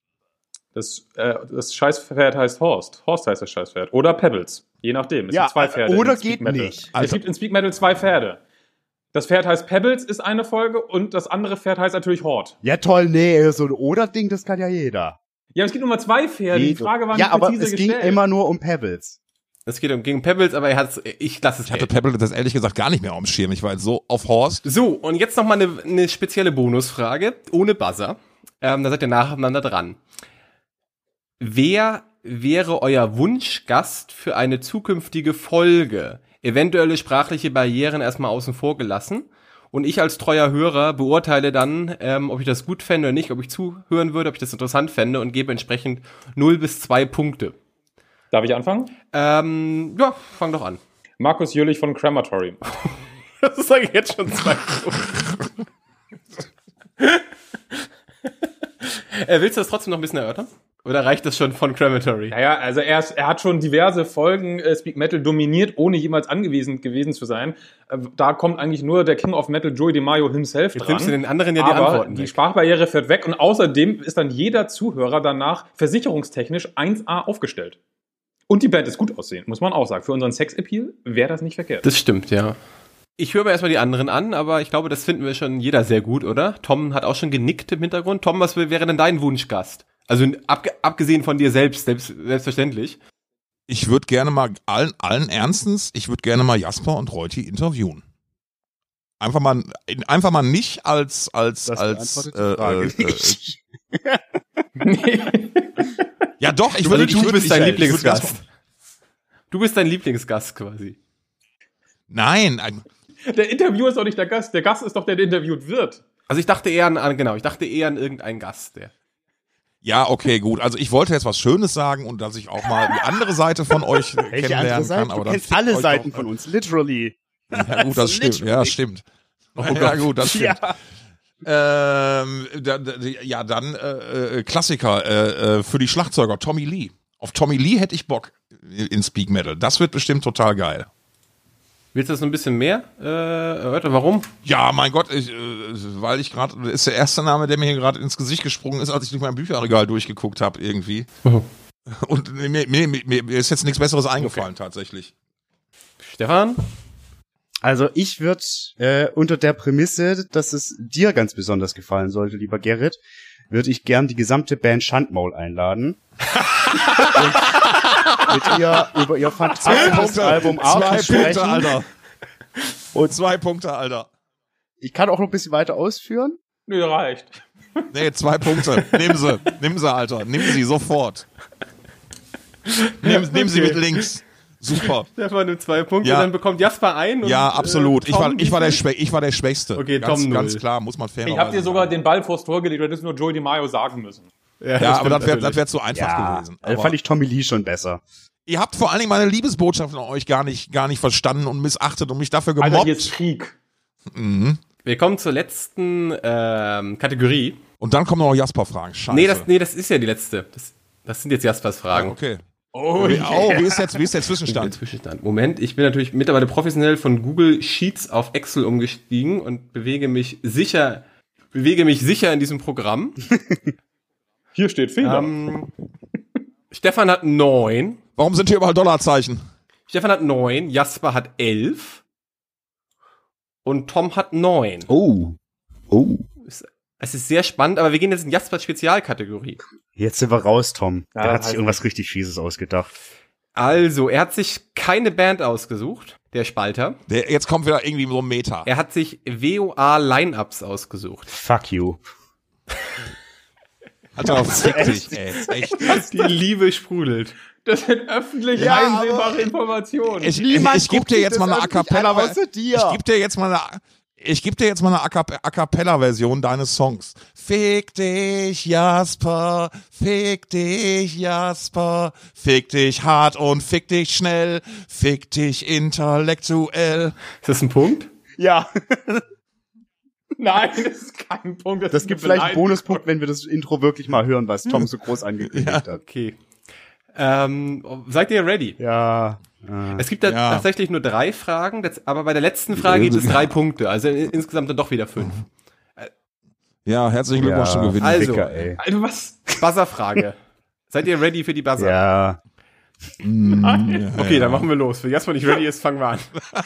[SPEAKER 2] Das, äh, das Scheißpferd heißt Horst. Horst heißt das Scheißpferd. Oder Pebbles. Je nachdem. Es
[SPEAKER 3] Ja, äh,
[SPEAKER 2] gibt zwei Pferde.
[SPEAKER 3] oder
[SPEAKER 2] in Speak
[SPEAKER 3] geht
[SPEAKER 2] Metal.
[SPEAKER 3] nicht. Also
[SPEAKER 2] Es gibt in Speak Metal zwei Pferde. Das Pferd heißt Pebbles, ist eine Folge, und das andere Pferd heißt natürlich Hort.
[SPEAKER 3] Ja toll, nee, so ein Oder-Ding, das kann ja jeder.
[SPEAKER 2] Ja, aber es gibt nur mal zwei Pferde. Die Frage war
[SPEAKER 3] ja,
[SPEAKER 2] nicht
[SPEAKER 3] aber
[SPEAKER 2] präzise
[SPEAKER 3] es ging
[SPEAKER 2] gestellt.
[SPEAKER 3] immer nur um Pebbles.
[SPEAKER 5] Es geht um gegen Pebbles, aber er hat's, ich lasse es
[SPEAKER 4] Ich hatte
[SPEAKER 5] gelten.
[SPEAKER 4] Pebble das ehrlich gesagt gar nicht mehr auf dem Schirm. Ich war jetzt so auf Horst.
[SPEAKER 5] So, und jetzt nochmal eine, eine spezielle Bonusfrage, ohne Buzzer. Ähm, da seid ihr nacheinander dran. Wer wäre euer Wunschgast für eine zukünftige Folge? Eventuelle sprachliche Barrieren erstmal außen vor gelassen. Und ich als treuer Hörer beurteile dann, ähm, ob ich das gut fände oder nicht, ob ich zuhören würde, ob ich das interessant fände und gebe entsprechend 0 bis 2 Punkte.
[SPEAKER 2] Darf ich anfangen?
[SPEAKER 5] Ähm, ja, fang doch an.
[SPEAKER 2] Markus Jülich von Crematory.
[SPEAKER 5] Das sage ich jetzt schon zwei äh, Willst du das trotzdem noch ein bisschen erörtern? Oder reicht das schon von Crematory?
[SPEAKER 2] Naja, also er, ist, er hat schon diverse Folgen äh, Speak Metal dominiert, ohne jemals angewiesen gewesen zu sein. Äh, da kommt eigentlich nur der King of Metal Joey DeMaio himself
[SPEAKER 5] Jetzt
[SPEAKER 2] dran.
[SPEAKER 5] nimmst du den anderen ja die
[SPEAKER 2] Aber
[SPEAKER 5] Antworten
[SPEAKER 2] die
[SPEAKER 5] weg.
[SPEAKER 2] Sprachbarriere fährt weg und außerdem ist dann jeder Zuhörer danach versicherungstechnisch 1A aufgestellt. Und die Band ist gut aussehen, muss man auch sagen. Für unseren Sex-Appeal wäre das nicht verkehrt.
[SPEAKER 5] Das stimmt, ja. Ich höre mir erstmal die anderen an, aber ich glaube, das finden wir schon jeder sehr gut, oder? Tom hat auch schon genickt im Hintergrund. Tom, was wär- wäre denn dein Wunschgast? Also abge abgesehen von dir selbst, selbst selbstverständlich.
[SPEAKER 4] Ich würde gerne mal allen, allen Ernstens, ich würde gerne mal Jasper und Reuti interviewen. Einfach mal, einfach mal nicht als, als,
[SPEAKER 3] Das
[SPEAKER 4] als,
[SPEAKER 3] beantwortet die Frage
[SPEAKER 4] äh,
[SPEAKER 3] nicht.
[SPEAKER 4] ja doch, ich
[SPEAKER 5] Also
[SPEAKER 4] würde, ich
[SPEAKER 5] du
[SPEAKER 4] würde,
[SPEAKER 5] bist
[SPEAKER 4] ich,
[SPEAKER 5] dein
[SPEAKER 4] ich würde Jasper-
[SPEAKER 5] Lieblingsgast. Du bist dein Lieblingsgast quasi.
[SPEAKER 4] Nein, ein-
[SPEAKER 2] Der Interviewer ist doch nicht der Gast. Der Gast ist doch der, der interviewt wird.
[SPEAKER 5] Also ich dachte eher an- an, genau, ich dachte eher an irgendeinen Gast, der.
[SPEAKER 4] ja, okay, gut. Also ich wollte jetzt was Schönes sagen und dass ich auch mal die andere Seite von euch
[SPEAKER 3] Welche andere
[SPEAKER 4] kennenlernen
[SPEAKER 3] Seite?
[SPEAKER 4] kann.
[SPEAKER 3] Du
[SPEAKER 4] Aber dann
[SPEAKER 3] kennst
[SPEAKER 4] fickt
[SPEAKER 3] alle
[SPEAKER 4] euch
[SPEAKER 3] Seiten
[SPEAKER 4] doch,
[SPEAKER 3] von uns, literally.
[SPEAKER 4] Ja, gut, das stimmt. Ja, stimmt.
[SPEAKER 3] Oh
[SPEAKER 4] ja, gut, das stimmt. Ähm, da, da, ja, dann äh, äh, Klassiker äh, äh, für die Schlagzeuger, Tommy Lee. Auf Tommy Lee hätte ich Bock in Speak Metal. Das wird bestimmt total geil.
[SPEAKER 5] Willst du das noch ein bisschen mehr äh, erörtern? Warum?
[SPEAKER 4] Ja, mein Gott, ich, äh, weil ich gerade, das ist der erste Name, der mir hier gerade ins Gesicht gesprungen ist, als ich durch mein Bücherregal durchgeguckt habe irgendwie. Und äh, mir, mir, mir, mir ist jetzt nichts Besseres eingefallen tatsächlich.
[SPEAKER 5] Stefan?
[SPEAKER 3] Also ich würde äh, unter der Prämisse, dass es dir ganz besonders gefallen sollte, lieber Gerrit, würde ich gern die gesamte Band Schandmaul einladen. und mit ihr über ihr fantastisches Album
[SPEAKER 4] Zwei
[SPEAKER 3] Arthur
[SPEAKER 4] Punkte,
[SPEAKER 3] sprechen.
[SPEAKER 4] Alter. Und zwei Punkte, Alter.
[SPEAKER 3] Ich kann auch noch ein bisschen weiter ausführen.
[SPEAKER 2] Nö, reicht.
[SPEAKER 4] Nee, zwei Punkte. Nimm sie. Nimm sie, Alter. Nimm sie sofort. Nehmen, nehmen Sie
[SPEAKER 5] Okay.
[SPEAKER 4] mit links. Super.
[SPEAKER 5] Stefan nimmt zwei Punkte,
[SPEAKER 4] Ja.
[SPEAKER 5] dann bekommt Jasper ein.
[SPEAKER 4] Ja,
[SPEAKER 5] und, äh,
[SPEAKER 4] absolut. Ich
[SPEAKER 5] Tom
[SPEAKER 4] war, ich war,
[SPEAKER 5] wie
[SPEAKER 4] der,
[SPEAKER 5] viel?
[SPEAKER 4] Schwä ich war der Schwächste.
[SPEAKER 5] Okay,
[SPEAKER 4] ganz,
[SPEAKER 5] Tom null.
[SPEAKER 4] ganz klar, muss man fairerweise
[SPEAKER 2] Ich habe dir sogar
[SPEAKER 4] sagen.
[SPEAKER 2] den Ball vors Tor gelegt, du hättest nur Joey DiMaio sagen müssen.
[SPEAKER 5] Ja,
[SPEAKER 4] Ja, aber das wäre
[SPEAKER 5] stimmt
[SPEAKER 4] das wär zu einfach
[SPEAKER 3] Ja,
[SPEAKER 4] gewesen.
[SPEAKER 3] also
[SPEAKER 4] Aber
[SPEAKER 3] fand ich Tommy Lee schon besser.
[SPEAKER 4] ihr habt vor allen Dingen meine Liebesbotschaft an euch gar nicht, gar nicht verstanden und missachtet und mich dafür gemobbt.
[SPEAKER 2] Alter, hier ist Krieg.
[SPEAKER 4] mhm.
[SPEAKER 5] natürlich. Wir kommen zur letzten ähm, Kategorie.
[SPEAKER 4] Und dann kommen noch Jasper-Fragen. Scheiße.
[SPEAKER 5] Nee das, nee, das ist ja die letzte. Das, das sind jetzt Jaspers Fragen.
[SPEAKER 4] Okay.
[SPEAKER 2] Oh,
[SPEAKER 4] Wie, oh, wie ist jetzt, wie ist der Zwischenstand?
[SPEAKER 5] Zwischenstand. Moment, ich bin natürlich mittlerweile professionell von Google Sheets auf Excel umgestiegen und bewege mich sicher, bewege mich sicher in diesem Programm.
[SPEAKER 2] hier steht Fehler.
[SPEAKER 5] ähm, Stefan hat neun.
[SPEAKER 4] Warum sind hier überall Dollarzeichen?
[SPEAKER 5] Stefan hat neun, Jasper hat elf und Tom hat neun.
[SPEAKER 3] Oh. Oh.
[SPEAKER 5] Es ist sehr spannend, aber wir gehen jetzt in Jaspers Spezialkategorie.
[SPEAKER 3] Jetzt sind wir raus, Tom.
[SPEAKER 2] Ja,
[SPEAKER 3] Der
[SPEAKER 2] das
[SPEAKER 3] hat sich
[SPEAKER 2] heißt-
[SPEAKER 3] irgendwas richtig Fieses ausgedacht.
[SPEAKER 5] Also, er hat sich keine Band ausgesucht, der Spalter.
[SPEAKER 4] Der, jetzt kommt wieder irgendwie so ein Meta.
[SPEAKER 5] Er hat sich WOA-Lineups ausgesucht.
[SPEAKER 3] Fuck you.
[SPEAKER 4] Alter, fick dich, ey. Echt.
[SPEAKER 5] Die Liebe sprudelt.
[SPEAKER 2] das sind öffentlich
[SPEAKER 4] Ja,
[SPEAKER 2] einsehbare
[SPEAKER 4] aber-
[SPEAKER 2] Informationen.
[SPEAKER 4] Ich, ich, ich gebe dir jetzt mal eine A cappella Version. Ich gebe dir jetzt mal eine ich geb dir jetzt mal eine A capp- A cappella Version deines Songs. Fick dich Jasper, fick dich Jasper, fick dich hart und fick dich schnell, fick dich intellektuell.
[SPEAKER 5] Ist das ein Punkt?
[SPEAKER 3] Ja,
[SPEAKER 2] Nein, das ist kein Punkt.
[SPEAKER 3] das
[SPEAKER 2] ist
[SPEAKER 3] gibt
[SPEAKER 2] eine
[SPEAKER 3] vielleicht einen
[SPEAKER 2] Beleidigung.
[SPEAKER 3] Bonuspunkt, wenn wir das Intro wirklich mal hören, was Tom so groß angekündigt hat.
[SPEAKER 5] Okay. Ähm, seid ihr ready?
[SPEAKER 3] Ja.
[SPEAKER 5] Es gibt da
[SPEAKER 4] Ja.
[SPEAKER 5] tatsächlich nur drei Fragen, das, aber bei der letzten Frage gibt es drei Punkte. Also in, insgesamt dann doch wieder fünf.
[SPEAKER 4] Ja, herzlichen Glückwunsch zum Gewinn.
[SPEAKER 5] Also.
[SPEAKER 3] Ficker, ey.
[SPEAKER 2] Alter, was?
[SPEAKER 5] Buzzer-Frage. seid ihr ready für die Buzzer?
[SPEAKER 3] Ja.
[SPEAKER 4] Mm,
[SPEAKER 5] Okay, dann machen wir los. Wenn Jasper nicht ready ist, fangen wir an.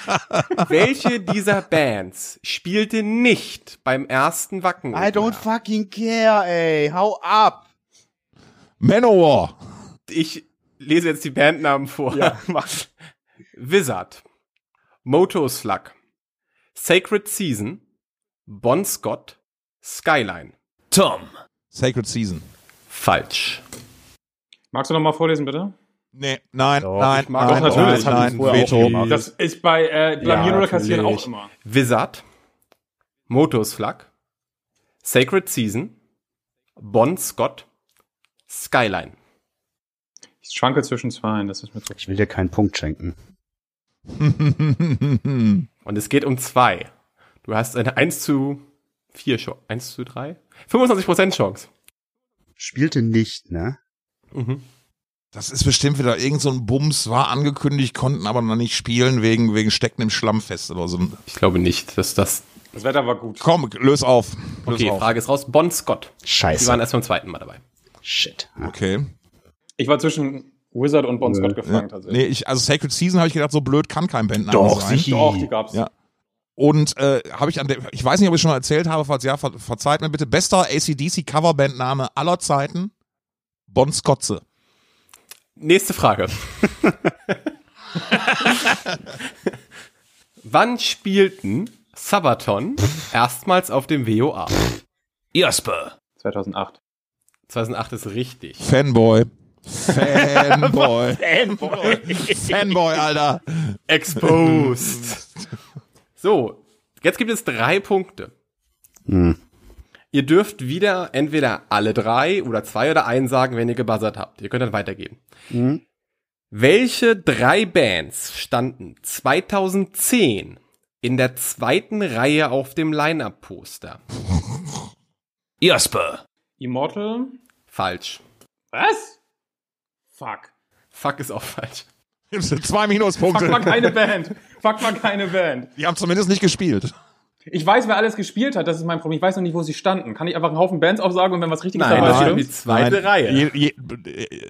[SPEAKER 5] Welche dieser Bands spielte nicht beim ersten Wacken?
[SPEAKER 3] I don't fucking care, ey. Hau ab.
[SPEAKER 4] Manowar.
[SPEAKER 5] Ich lese jetzt die Bandnamen vor.
[SPEAKER 3] Ja, mach.
[SPEAKER 5] Wizard, Moto Slug, Sacred Season, Bon Scott, Skyline.
[SPEAKER 1] Tom.
[SPEAKER 4] Sacred Season.
[SPEAKER 5] Falsch.
[SPEAKER 2] Magst du nochmal vorlesen, bitte?
[SPEAKER 4] Nee, nein,
[SPEAKER 3] Doch,
[SPEAKER 4] nein,
[SPEAKER 3] ich mag
[SPEAKER 4] nein,
[SPEAKER 2] das
[SPEAKER 4] nein,
[SPEAKER 2] natürlich,
[SPEAKER 3] hab ich
[SPEAKER 4] nein,
[SPEAKER 3] vorher auch
[SPEAKER 4] Veto.
[SPEAKER 3] gemacht.
[SPEAKER 2] Das ist bei äh, Blamieren
[SPEAKER 5] Ja,
[SPEAKER 2] oder Kassieren
[SPEAKER 5] natürlich.
[SPEAKER 2] auch immer.
[SPEAKER 5] Wizard, Moto Slug, Sacred Season, Bon Scott, Skyline.
[SPEAKER 2] Ich schwanke zwischen zwei, das ist mir zu.
[SPEAKER 3] Ich will dir keinen Punkt schenken.
[SPEAKER 5] Und es geht um zwei. Du hast eine 1 zu 4 Chance. 1 zu 3? 25% Chance.
[SPEAKER 3] Spielte nicht, ne?
[SPEAKER 4] Das ist bestimmt wieder irgend so ein Bums, war angekündigt, konnten aber noch nicht spielen wegen, wegen Stecken im Schlamm fest oder so.
[SPEAKER 5] Ich glaube nicht, dass das.
[SPEAKER 2] Das Wetter war gut.
[SPEAKER 4] Komm, löse auf. Löse
[SPEAKER 5] Okay,
[SPEAKER 4] auf.
[SPEAKER 5] Frage ist raus. Bon Scott. Die
[SPEAKER 3] Scheiße.
[SPEAKER 5] waren erst beim zweiten Mal dabei.
[SPEAKER 3] Shit.
[SPEAKER 4] Okay.
[SPEAKER 2] Ich war zwischen Wizard und Bon Scott gefangen
[SPEAKER 4] Nee,
[SPEAKER 2] tatsächlich.
[SPEAKER 4] ich, also Sacred Season habe ich gedacht, so blöd kann kein Bandname sein.
[SPEAKER 2] Doch, die gab's.
[SPEAKER 4] Ja. Und äh, habe ich an der, ich weiß nicht, ob ich schon erzählt habe, falls ja, ver, verzeiht mir bitte, bester ACDC Coverbandname aller Zeiten, Bon Scotze.
[SPEAKER 5] Nächste Frage. Wann spielten Sabaton erstmals auf dem WOA?
[SPEAKER 1] Jasper.
[SPEAKER 2] 2008.
[SPEAKER 5] 2008 ist richtig.
[SPEAKER 4] Fanboy. Fanboy. Fanboy. Fanboy, Alter.
[SPEAKER 5] Exposed. so, jetzt gibt es drei Punkte.
[SPEAKER 3] Hm.
[SPEAKER 5] Ihr dürft wieder entweder alle drei oder zwei oder einen sagen, wenn ihr gebuzzert habt. Ihr könnt dann weitergeben.
[SPEAKER 3] Mhm.
[SPEAKER 5] Welche drei Bands standen 2010 in der zweiten Reihe auf dem Line-Up-Poster?
[SPEAKER 1] Jasper.
[SPEAKER 2] Immortal.
[SPEAKER 5] Falsch.
[SPEAKER 2] Was? Fuck.
[SPEAKER 5] Fuck ist auch falsch.
[SPEAKER 4] Zwei
[SPEAKER 2] Fuck mal
[SPEAKER 4] Minuspunkte.
[SPEAKER 2] keine Band. Fuck mal keine Band.
[SPEAKER 4] Die haben zumindest nicht gespielt.
[SPEAKER 2] Ich weiß, wer alles gespielt hat, das ist mein Problem. Ich weiß noch nicht, wo sie standen. Kann ich einfach einen Haufen Bands aufsagen und wenn was Richtiges
[SPEAKER 5] Nein,
[SPEAKER 2] dabei
[SPEAKER 5] das
[SPEAKER 2] steht?
[SPEAKER 5] stimmt. Die zweite Reihe.
[SPEAKER 4] Je,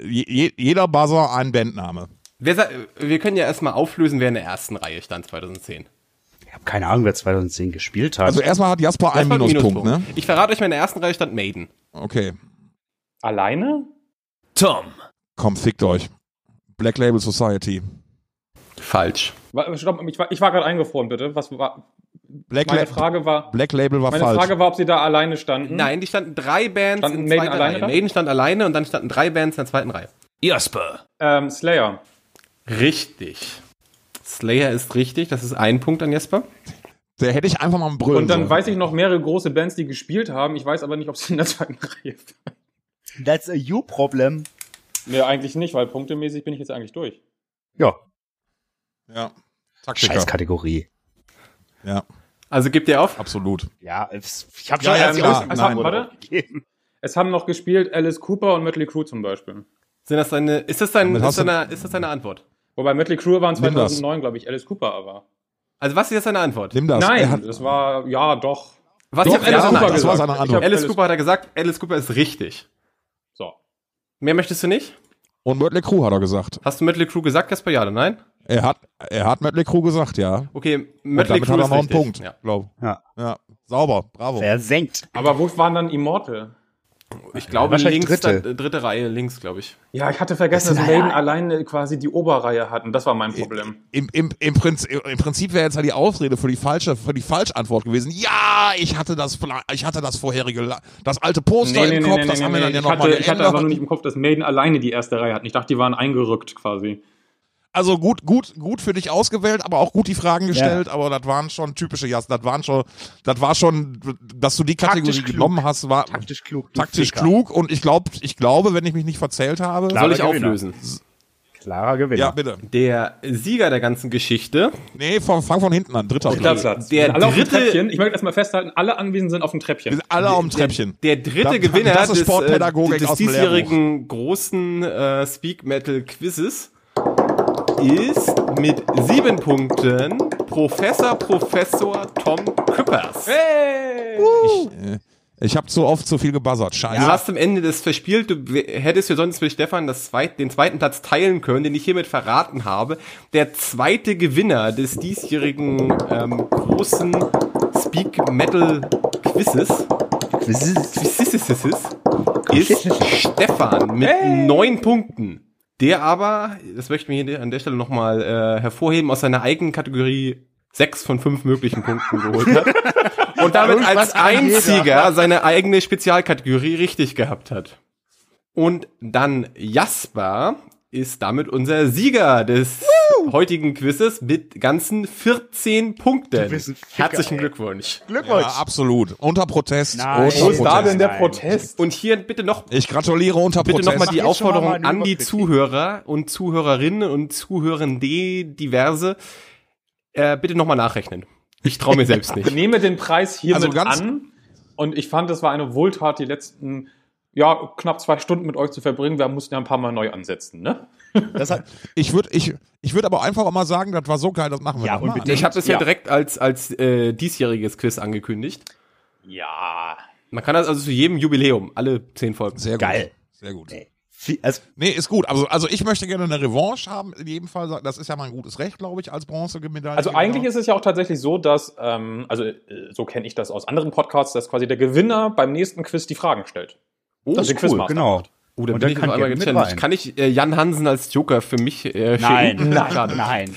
[SPEAKER 4] je, je, jeder Buzzer ein Bandname.
[SPEAKER 5] Wer sa- wir können ja erstmal auflösen, wer in der ersten Reihe stand 2010.
[SPEAKER 3] Ich habe keine Ahnung, wer 2010 gespielt hat.
[SPEAKER 4] Also erstmal hat Jasper einen
[SPEAKER 5] Erstmal
[SPEAKER 4] Minuspunkt, ne?
[SPEAKER 5] Ich verrate euch, wer in der ersten Reihe stand Maiden.
[SPEAKER 4] Okay.
[SPEAKER 2] Alleine?
[SPEAKER 1] Tom.
[SPEAKER 4] Komm, fickt euch. Black Label Society.
[SPEAKER 5] Falsch.
[SPEAKER 2] Wa- Stopp, ich war, ich war gerade eingefroren, bitte. Was war,
[SPEAKER 4] Black,
[SPEAKER 2] meine
[SPEAKER 4] La
[SPEAKER 2] Frage war,
[SPEAKER 4] Black Label war
[SPEAKER 2] meine
[SPEAKER 4] falsch.
[SPEAKER 2] Frage war, ob sie da alleine standen.
[SPEAKER 5] Nein, die standen drei Bands
[SPEAKER 2] Standen
[SPEAKER 5] in
[SPEAKER 2] Maiden
[SPEAKER 5] zweiter
[SPEAKER 2] alleine
[SPEAKER 5] Reihe.
[SPEAKER 2] da?
[SPEAKER 5] Maiden stand alleine und dann standen drei Bands in der zweiten Reihe.
[SPEAKER 1] Jasper,
[SPEAKER 2] Ähm, Slayer.
[SPEAKER 5] Richtig. Slayer ist richtig, das ist ein Punkt an Jesper.
[SPEAKER 4] Da hätte ich einfach mal einen Brüllen
[SPEAKER 2] Und dann
[SPEAKER 4] sollen.
[SPEAKER 2] weiß ich noch mehrere große Bands, die gespielt haben. Ich weiß aber nicht, ob sie in der zweiten Reihe waren.
[SPEAKER 3] That's a you problem.
[SPEAKER 2] Nee, eigentlich nicht, weil punktemäßig bin ich jetzt eigentlich durch.
[SPEAKER 3] Ja,
[SPEAKER 4] Ja. Taktiker.
[SPEAKER 3] scheiß Kategorie.
[SPEAKER 4] Ja,
[SPEAKER 5] Also gibt ihr auf.
[SPEAKER 4] absolut.
[SPEAKER 3] Ja, es- ich habe
[SPEAKER 4] Ja,
[SPEAKER 3] schon
[SPEAKER 4] ja,
[SPEAKER 3] erst die
[SPEAKER 4] klar.
[SPEAKER 3] Auswahl
[SPEAKER 2] Es haben,
[SPEAKER 4] Nein.
[SPEAKER 2] warte,
[SPEAKER 3] gegeben.
[SPEAKER 2] es haben noch gespielt Alice Cooper und Mötley Crüe zum Beispiel.
[SPEAKER 5] Sind das deine, ist, das dein,
[SPEAKER 4] Damit
[SPEAKER 5] ist,
[SPEAKER 4] hast du-
[SPEAKER 5] deine, ist das deine Antwort?
[SPEAKER 2] Wobei Mötley Crüe waren
[SPEAKER 4] Nimm das.
[SPEAKER 2] 2009, glaube ich, Alice Cooper aber.
[SPEAKER 5] Also was ist jetzt deine Antwort?
[SPEAKER 4] Nimm das. Er
[SPEAKER 2] Nein,
[SPEAKER 4] hat-
[SPEAKER 2] das war, ja, doch.
[SPEAKER 5] Was
[SPEAKER 4] Doch,
[SPEAKER 5] ich hab Alice,
[SPEAKER 4] ja,
[SPEAKER 5] Cooper
[SPEAKER 4] das war
[SPEAKER 5] gesagt.
[SPEAKER 4] seine Antwort.
[SPEAKER 2] Ich hab
[SPEAKER 5] Alice Cooper hat er gesagt, Alice Cooper ist richtig.
[SPEAKER 2] So.
[SPEAKER 5] Mehr möchtest du nicht?
[SPEAKER 4] Und Mötley Crew hat er gesagt.
[SPEAKER 5] Hast du Mötley Crew gesagt, Kasper? Ja oder nein?
[SPEAKER 4] Er hat, er hat Mötley Crew gesagt, ja.
[SPEAKER 5] Okay,
[SPEAKER 4] Und
[SPEAKER 5] Mötley
[SPEAKER 4] damit
[SPEAKER 5] Crew
[SPEAKER 4] hat er
[SPEAKER 5] ist
[SPEAKER 4] noch einen
[SPEAKER 5] richtig.
[SPEAKER 4] Punkt,
[SPEAKER 5] Ja.
[SPEAKER 4] glaube
[SPEAKER 3] Ja.
[SPEAKER 4] Ja, sauber, bravo.
[SPEAKER 3] Versenkt.
[SPEAKER 2] Aber wo waren dann Immortal?
[SPEAKER 5] Ich glaube,
[SPEAKER 3] Wahrscheinlich
[SPEAKER 5] links, dritte.
[SPEAKER 3] dritte.
[SPEAKER 5] dritte Reihe, links, glaube ich.
[SPEAKER 2] Ja, ich hatte vergessen, dass Maiden alleine quasi die Oberreihe hatten. Das war mein Problem.
[SPEAKER 4] Im, im, im, Prinz, Im Prinzip wäre jetzt ja die Ausrede für die falsche, für die Falschantwort gewesen. Ja, ich hatte das, Pla- ich hatte das vorherige, La- das alte Poster im Kopf, das haben wir dann ja
[SPEAKER 2] ich,
[SPEAKER 4] nochmal
[SPEAKER 2] hatte, ich hatte aber nur
[SPEAKER 4] geändert.
[SPEAKER 2] nicht im Kopf, dass Maiden alleine die erste Reihe hatten. Ich dachte, die waren eingerückt quasi.
[SPEAKER 4] Also gut, gut, gut für dich ausgewählt, aber auch gut die Fragen gestellt, aber das waren schon typische Jas, das waren schon, das war schon, dass du die Kategorie
[SPEAKER 3] Taktisch klug.
[SPEAKER 4] genommen hast, war
[SPEAKER 3] Taktisch klug. du
[SPEAKER 4] taktisch
[SPEAKER 3] Ficker.
[SPEAKER 4] klug und ich glaube, ich glaube, wenn ich mich nicht verzählt habe,
[SPEAKER 3] Klar.
[SPEAKER 5] Soll
[SPEAKER 3] Klarer
[SPEAKER 5] ich
[SPEAKER 3] Gewinner.
[SPEAKER 5] auflösen?
[SPEAKER 3] Klarer Gewinner.
[SPEAKER 4] ja bitte.
[SPEAKER 5] Der Sieger der ganzen Geschichte,
[SPEAKER 4] Nee, fang, fang von hinten an, dritter.
[SPEAKER 2] Der
[SPEAKER 4] Platz.
[SPEAKER 2] Platz.
[SPEAKER 5] Der
[SPEAKER 2] Wir sind alle auf dem
[SPEAKER 5] dritte-
[SPEAKER 2] Treppchen. Ich möchte erstmal festhalten, alle Anwesenden sind auf dem
[SPEAKER 4] Wir
[SPEAKER 2] Treppchen.
[SPEAKER 4] sind alle auf dem Treppchen.
[SPEAKER 5] der dritte
[SPEAKER 4] Das-
[SPEAKER 5] Gewinner
[SPEAKER 4] das ist
[SPEAKER 5] des,
[SPEAKER 4] Sportpädagogik
[SPEAKER 5] äh, des
[SPEAKER 4] aus dem
[SPEAKER 5] diesjährigen großen äh, Speak Metal Quizzes, ist mit sieben Punkten Professor Professor Tom Küppers.
[SPEAKER 2] Hey!
[SPEAKER 4] Ich habe zu oft zu viel gebuzzert.
[SPEAKER 5] Du
[SPEAKER 4] Scheiße.
[SPEAKER 5] hast am Ende das verspielt. Du w- hättest dir sonst mit Stefan das zweit, den zweiten Platz teilen können, den ich hiermit verraten habe. Der zweite Gewinner des diesjährigen ähm, großen Speak Metal Quizzes
[SPEAKER 3] Quizzes.
[SPEAKER 5] Quizzes ist Stefan mit neun Punkten. Der aber, das möchten wir hier an der Stelle nochmal äh, hervorheben, aus seiner eigenen Kategorie sechs von fünf möglichen Punkten geholt hat. Und damit als
[SPEAKER 3] Irgendwas kann
[SPEAKER 5] einziger
[SPEAKER 3] jeder.
[SPEAKER 5] seine eigene Spezialkategorie richtig gehabt hat. Und dann Jasper ist damit unser Sieger des heutigen Quizzes mit ganzen 14 Punkten.
[SPEAKER 3] Du bist ein Ficker,
[SPEAKER 5] Herzlichen
[SPEAKER 3] ey.
[SPEAKER 5] Glückwunsch.
[SPEAKER 3] Glückwunsch.
[SPEAKER 4] Ja, absolut. Unter Protest.
[SPEAKER 3] Nein.
[SPEAKER 4] Unter
[SPEAKER 2] Wo ist da
[SPEAKER 4] Protest.
[SPEAKER 2] denn der
[SPEAKER 3] Nein.
[SPEAKER 2] Protest?
[SPEAKER 5] Und hier bitte noch
[SPEAKER 4] Ich gratuliere unter
[SPEAKER 5] Bitte
[SPEAKER 4] Protest.
[SPEAKER 5] nochmal die
[SPEAKER 3] Mach jetzt schon mal
[SPEAKER 5] Aufforderung
[SPEAKER 3] einen
[SPEAKER 5] an die
[SPEAKER 3] Überblick.
[SPEAKER 5] Zuhörer und Zuhörerinnen und Zuhörende diverse. Äh, bitte nochmal nachrechnen. Ich traue mir selbst
[SPEAKER 2] Ich
[SPEAKER 5] nicht.
[SPEAKER 2] nehme den Preis hiermit
[SPEAKER 4] Also ganz-
[SPEAKER 2] an und ich fand, es war eine Wohltat, die letzten ja, knapp zwei Stunden mit euch zu verbringen. Wir mussten ja ein paar Mal neu ansetzen, ne?
[SPEAKER 3] Das hat,
[SPEAKER 4] ich würde ich, ich würd aber einfach auch mal sagen, das war so geil, das machen wir
[SPEAKER 3] Ja,
[SPEAKER 4] noch mal.
[SPEAKER 3] unbedingt.
[SPEAKER 5] Ich habe das ja,
[SPEAKER 2] Ja.
[SPEAKER 5] direkt als, als äh, diesjähriges Quiz angekündigt.
[SPEAKER 2] Ja.
[SPEAKER 5] Man kann das also zu jedem Jubiläum, alle zehn Folgen.
[SPEAKER 4] Sehr gut.
[SPEAKER 3] Geil.
[SPEAKER 4] Sehr gut.
[SPEAKER 3] ey, viel- also,
[SPEAKER 4] Nee, ist gut. Also, also ich möchte gerne eine Revanche haben. In jedem Fall, sagen- das ist ja mein gutes Recht, glaube ich, als Bronzemedaille.
[SPEAKER 2] Also eigentlich ist es ja auch tatsächlich so, dass, ähm, also äh, so kenne ich das aus anderen Podcasts, dass quasi der Gewinner beim nächsten Quiz die Fragen stellt.
[SPEAKER 5] Oh,
[SPEAKER 2] Das ist
[SPEAKER 5] cool.
[SPEAKER 2] Quizmaster.
[SPEAKER 3] genau.
[SPEAKER 5] Oh, dann
[SPEAKER 3] Und
[SPEAKER 5] bin
[SPEAKER 3] dann
[SPEAKER 5] ich
[SPEAKER 3] kann
[SPEAKER 5] auf einmal
[SPEAKER 3] Gerd mit
[SPEAKER 5] gechallenged.
[SPEAKER 3] rein.
[SPEAKER 5] Kann ich äh, Jan Hansen als Joker für mich äh, schicken? Schade.
[SPEAKER 3] nein.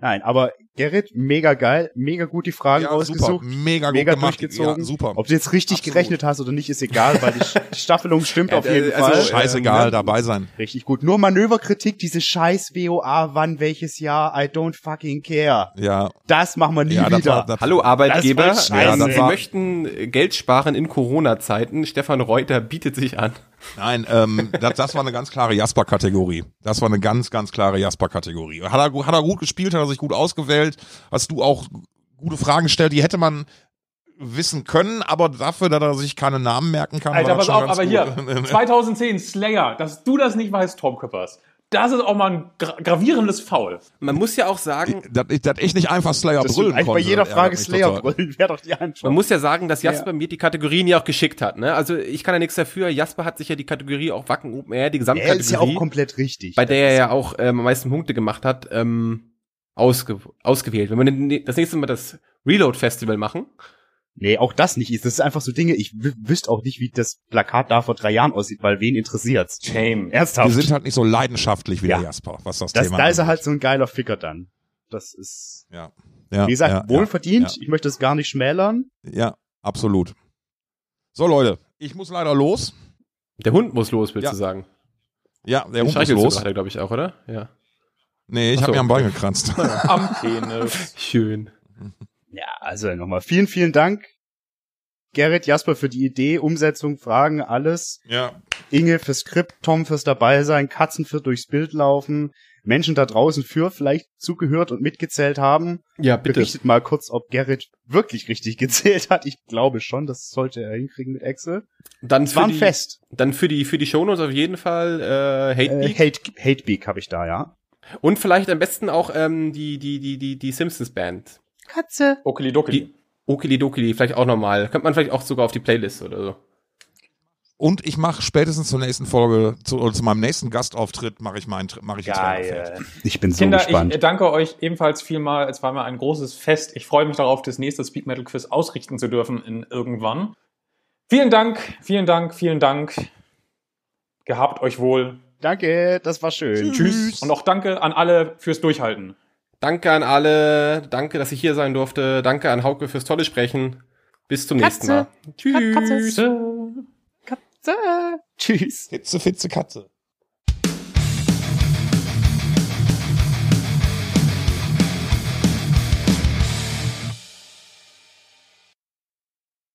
[SPEAKER 3] Nein, aber Gerrit, mega geil, mega gut die Fragen
[SPEAKER 4] ja, super.
[SPEAKER 3] ausgesucht.
[SPEAKER 4] Mega gut
[SPEAKER 3] Mega
[SPEAKER 4] gemacht.
[SPEAKER 3] durchgezogen.
[SPEAKER 4] Ja, super.
[SPEAKER 3] Ob du jetzt richtig
[SPEAKER 4] Absolut.
[SPEAKER 3] gerechnet hast oder nicht, ist egal, weil die Sch- die Staffelung stimmt auf
[SPEAKER 5] äh,
[SPEAKER 3] jeden
[SPEAKER 5] also,
[SPEAKER 3] Fall.
[SPEAKER 5] äh,
[SPEAKER 4] Scheißegal,
[SPEAKER 5] ne?
[SPEAKER 4] dabei sein.
[SPEAKER 3] Richtig gut. Nur Manöverkritik, diese scheiß WOA, wann, welches Jahr, I don't fucking care.
[SPEAKER 4] Ja.
[SPEAKER 3] Das machen wir nie
[SPEAKER 4] ja das war,
[SPEAKER 3] wieder.
[SPEAKER 4] das
[SPEAKER 5] Hallo Arbeitgeber,
[SPEAKER 3] Das ist voll scheiße.
[SPEAKER 5] Sie
[SPEAKER 4] Ja, das war-
[SPEAKER 5] möchten äh, Geld sparen in Corona-Zeiten. Stefan Reuter bietet sich an.
[SPEAKER 4] Nein, ähm, das, das war eine ganz klare Jasper-Kategorie. Das war eine ganz, ganz klare Jasper-Kategorie. Hat er, gu- hat er gut gespielt, hat er sich gut ausgewählt, hast du auch gute Fragen gestellt, die hätte man wissen können, aber dafür, dass er sich keine Namen merken kann,
[SPEAKER 2] Alter,
[SPEAKER 4] war das
[SPEAKER 2] pass
[SPEAKER 4] schon
[SPEAKER 2] auf,
[SPEAKER 4] ganz
[SPEAKER 2] aber hier,
[SPEAKER 4] gut.
[SPEAKER 2] 2010, Slayer, dass du das nicht weißt, Tom Köppers. Das ist auch mal ein gra gravierendes Foul.
[SPEAKER 5] Man muss ja auch sagen,
[SPEAKER 4] dass, ich, dass ich nicht einfach Slayer
[SPEAKER 3] Das
[SPEAKER 4] brüllen
[SPEAKER 3] eigentlich
[SPEAKER 4] konnte.
[SPEAKER 3] bei jeder
[SPEAKER 4] ärgert
[SPEAKER 3] Frage
[SPEAKER 4] mich
[SPEAKER 3] Slayer
[SPEAKER 4] total.
[SPEAKER 3] brüllen, wäre doch die Antwort.
[SPEAKER 5] Man muss ja sagen, dass Jasper mir die Kategorien ja auch geschickt hat. Ne? Also ich kann ja nichts dafür. Jasper hat sich ja die Kategorie auch Wacken Open Air, die
[SPEAKER 3] er
[SPEAKER 5] Gesamtkategorie,
[SPEAKER 3] ist ja auch komplett richtig.
[SPEAKER 5] bei der er ja auch ähm, am meisten Punkte gemacht hat, ähm, ausge ausgewählt. Wenn wir den- das nächste Mal das Reload Festival machen,
[SPEAKER 3] Nee, auch das nicht ist. Das ist einfach so Dinge, ich w- wüsste auch nicht, wie das Plakat da vor drei Jahren aussieht, weil wen interessiert's?
[SPEAKER 2] Shame.
[SPEAKER 3] Ernsthaft.
[SPEAKER 4] Wir sind halt nicht so leidenschaftlich wie der
[SPEAKER 3] Ja.
[SPEAKER 4] Jasper, was das,
[SPEAKER 3] das,
[SPEAKER 4] Thema
[SPEAKER 3] da ist er
[SPEAKER 4] angeht.
[SPEAKER 3] halt so ein geiler Ficker dann. Das ist,
[SPEAKER 4] Ja. Ja,
[SPEAKER 3] wie gesagt,
[SPEAKER 4] ja,
[SPEAKER 3] wohlverdient.
[SPEAKER 4] ja.
[SPEAKER 3] Ich möchte es gar nicht schmälern.
[SPEAKER 4] Ja, ja, absolut. So, Leute, ich muss leider los.
[SPEAKER 5] der Hund muss los, willst
[SPEAKER 4] Ja.
[SPEAKER 5] du sagen?
[SPEAKER 4] Ja, der Hund ist
[SPEAKER 5] Streichelst du
[SPEAKER 4] los.
[SPEAKER 5] gerade, glaube ich, auch, oder? Ja.
[SPEAKER 4] Nee, ich
[SPEAKER 5] Ach
[SPEAKER 4] habe
[SPEAKER 5] so.
[SPEAKER 4] mir am Bein gekratzt.
[SPEAKER 2] Am Penis.
[SPEAKER 5] Schön.
[SPEAKER 3] Ja, also nochmal vielen, vielen Dank. Gerrit, Jasper für die Idee, Umsetzung, Fragen, alles.
[SPEAKER 4] ja.
[SPEAKER 3] Inge fürs Skript, Tom fürs Dabeisein, Katzen für durchs Bild laufen, Menschen da draußen für vielleicht zugehört und mitgezählt haben.
[SPEAKER 5] Ja, bitte.
[SPEAKER 3] Berichtet mal kurz, ob Gerrit wirklich richtig gezählt hat. Ich glaube schon, das sollte er hinkriegen mit Excel.
[SPEAKER 5] Dann
[SPEAKER 3] Es war
[SPEAKER 5] für,
[SPEAKER 3] ein
[SPEAKER 5] die,
[SPEAKER 3] Fest.
[SPEAKER 5] dann für die für die Shownotes auf jeden Fall äh, Hate
[SPEAKER 3] Äh,
[SPEAKER 5] Beak.
[SPEAKER 3] Hate, Hatebeak habe ich da, ja.
[SPEAKER 5] und vielleicht am besten auch ähm, die die die die die Simpsons Band.
[SPEAKER 3] Katze.
[SPEAKER 2] Okelidokeli.
[SPEAKER 5] Okili-Dokili, vielleicht auch nochmal. Könnte man vielleicht auch sogar auf die Playlist oder so.
[SPEAKER 4] Und ich mache spätestens zur nächsten Folge, zu, oder zu meinem nächsten Gastauftritt, mache ich meinen, mache ich einen Trailer fertig.
[SPEAKER 3] Ich bin so
[SPEAKER 2] Kinder,
[SPEAKER 3] gespannt.
[SPEAKER 5] äh,
[SPEAKER 2] ich äh, danke euch ebenfalls vielmal. Es war mir ein großes Fest. Ich freue mich darauf, das nächste Speed Metal Quiz ausrichten zu dürfen in irgendwann. Vielen Dank, vielen Dank, vielen Dank. Gehabt euch wohl.
[SPEAKER 3] Danke, das war schön.
[SPEAKER 2] Tschüss. Und auch danke an alle fürs Durchhalten.
[SPEAKER 5] Danke an alle. Danke, dass ich hier sein durfte. Danke an Hauke fürs tolle Sprechen. Bis zum nächsten Mal. Tschüss.
[SPEAKER 2] Tschüss.
[SPEAKER 3] Tschüss.
[SPEAKER 4] Fitze, Fitze, Katze.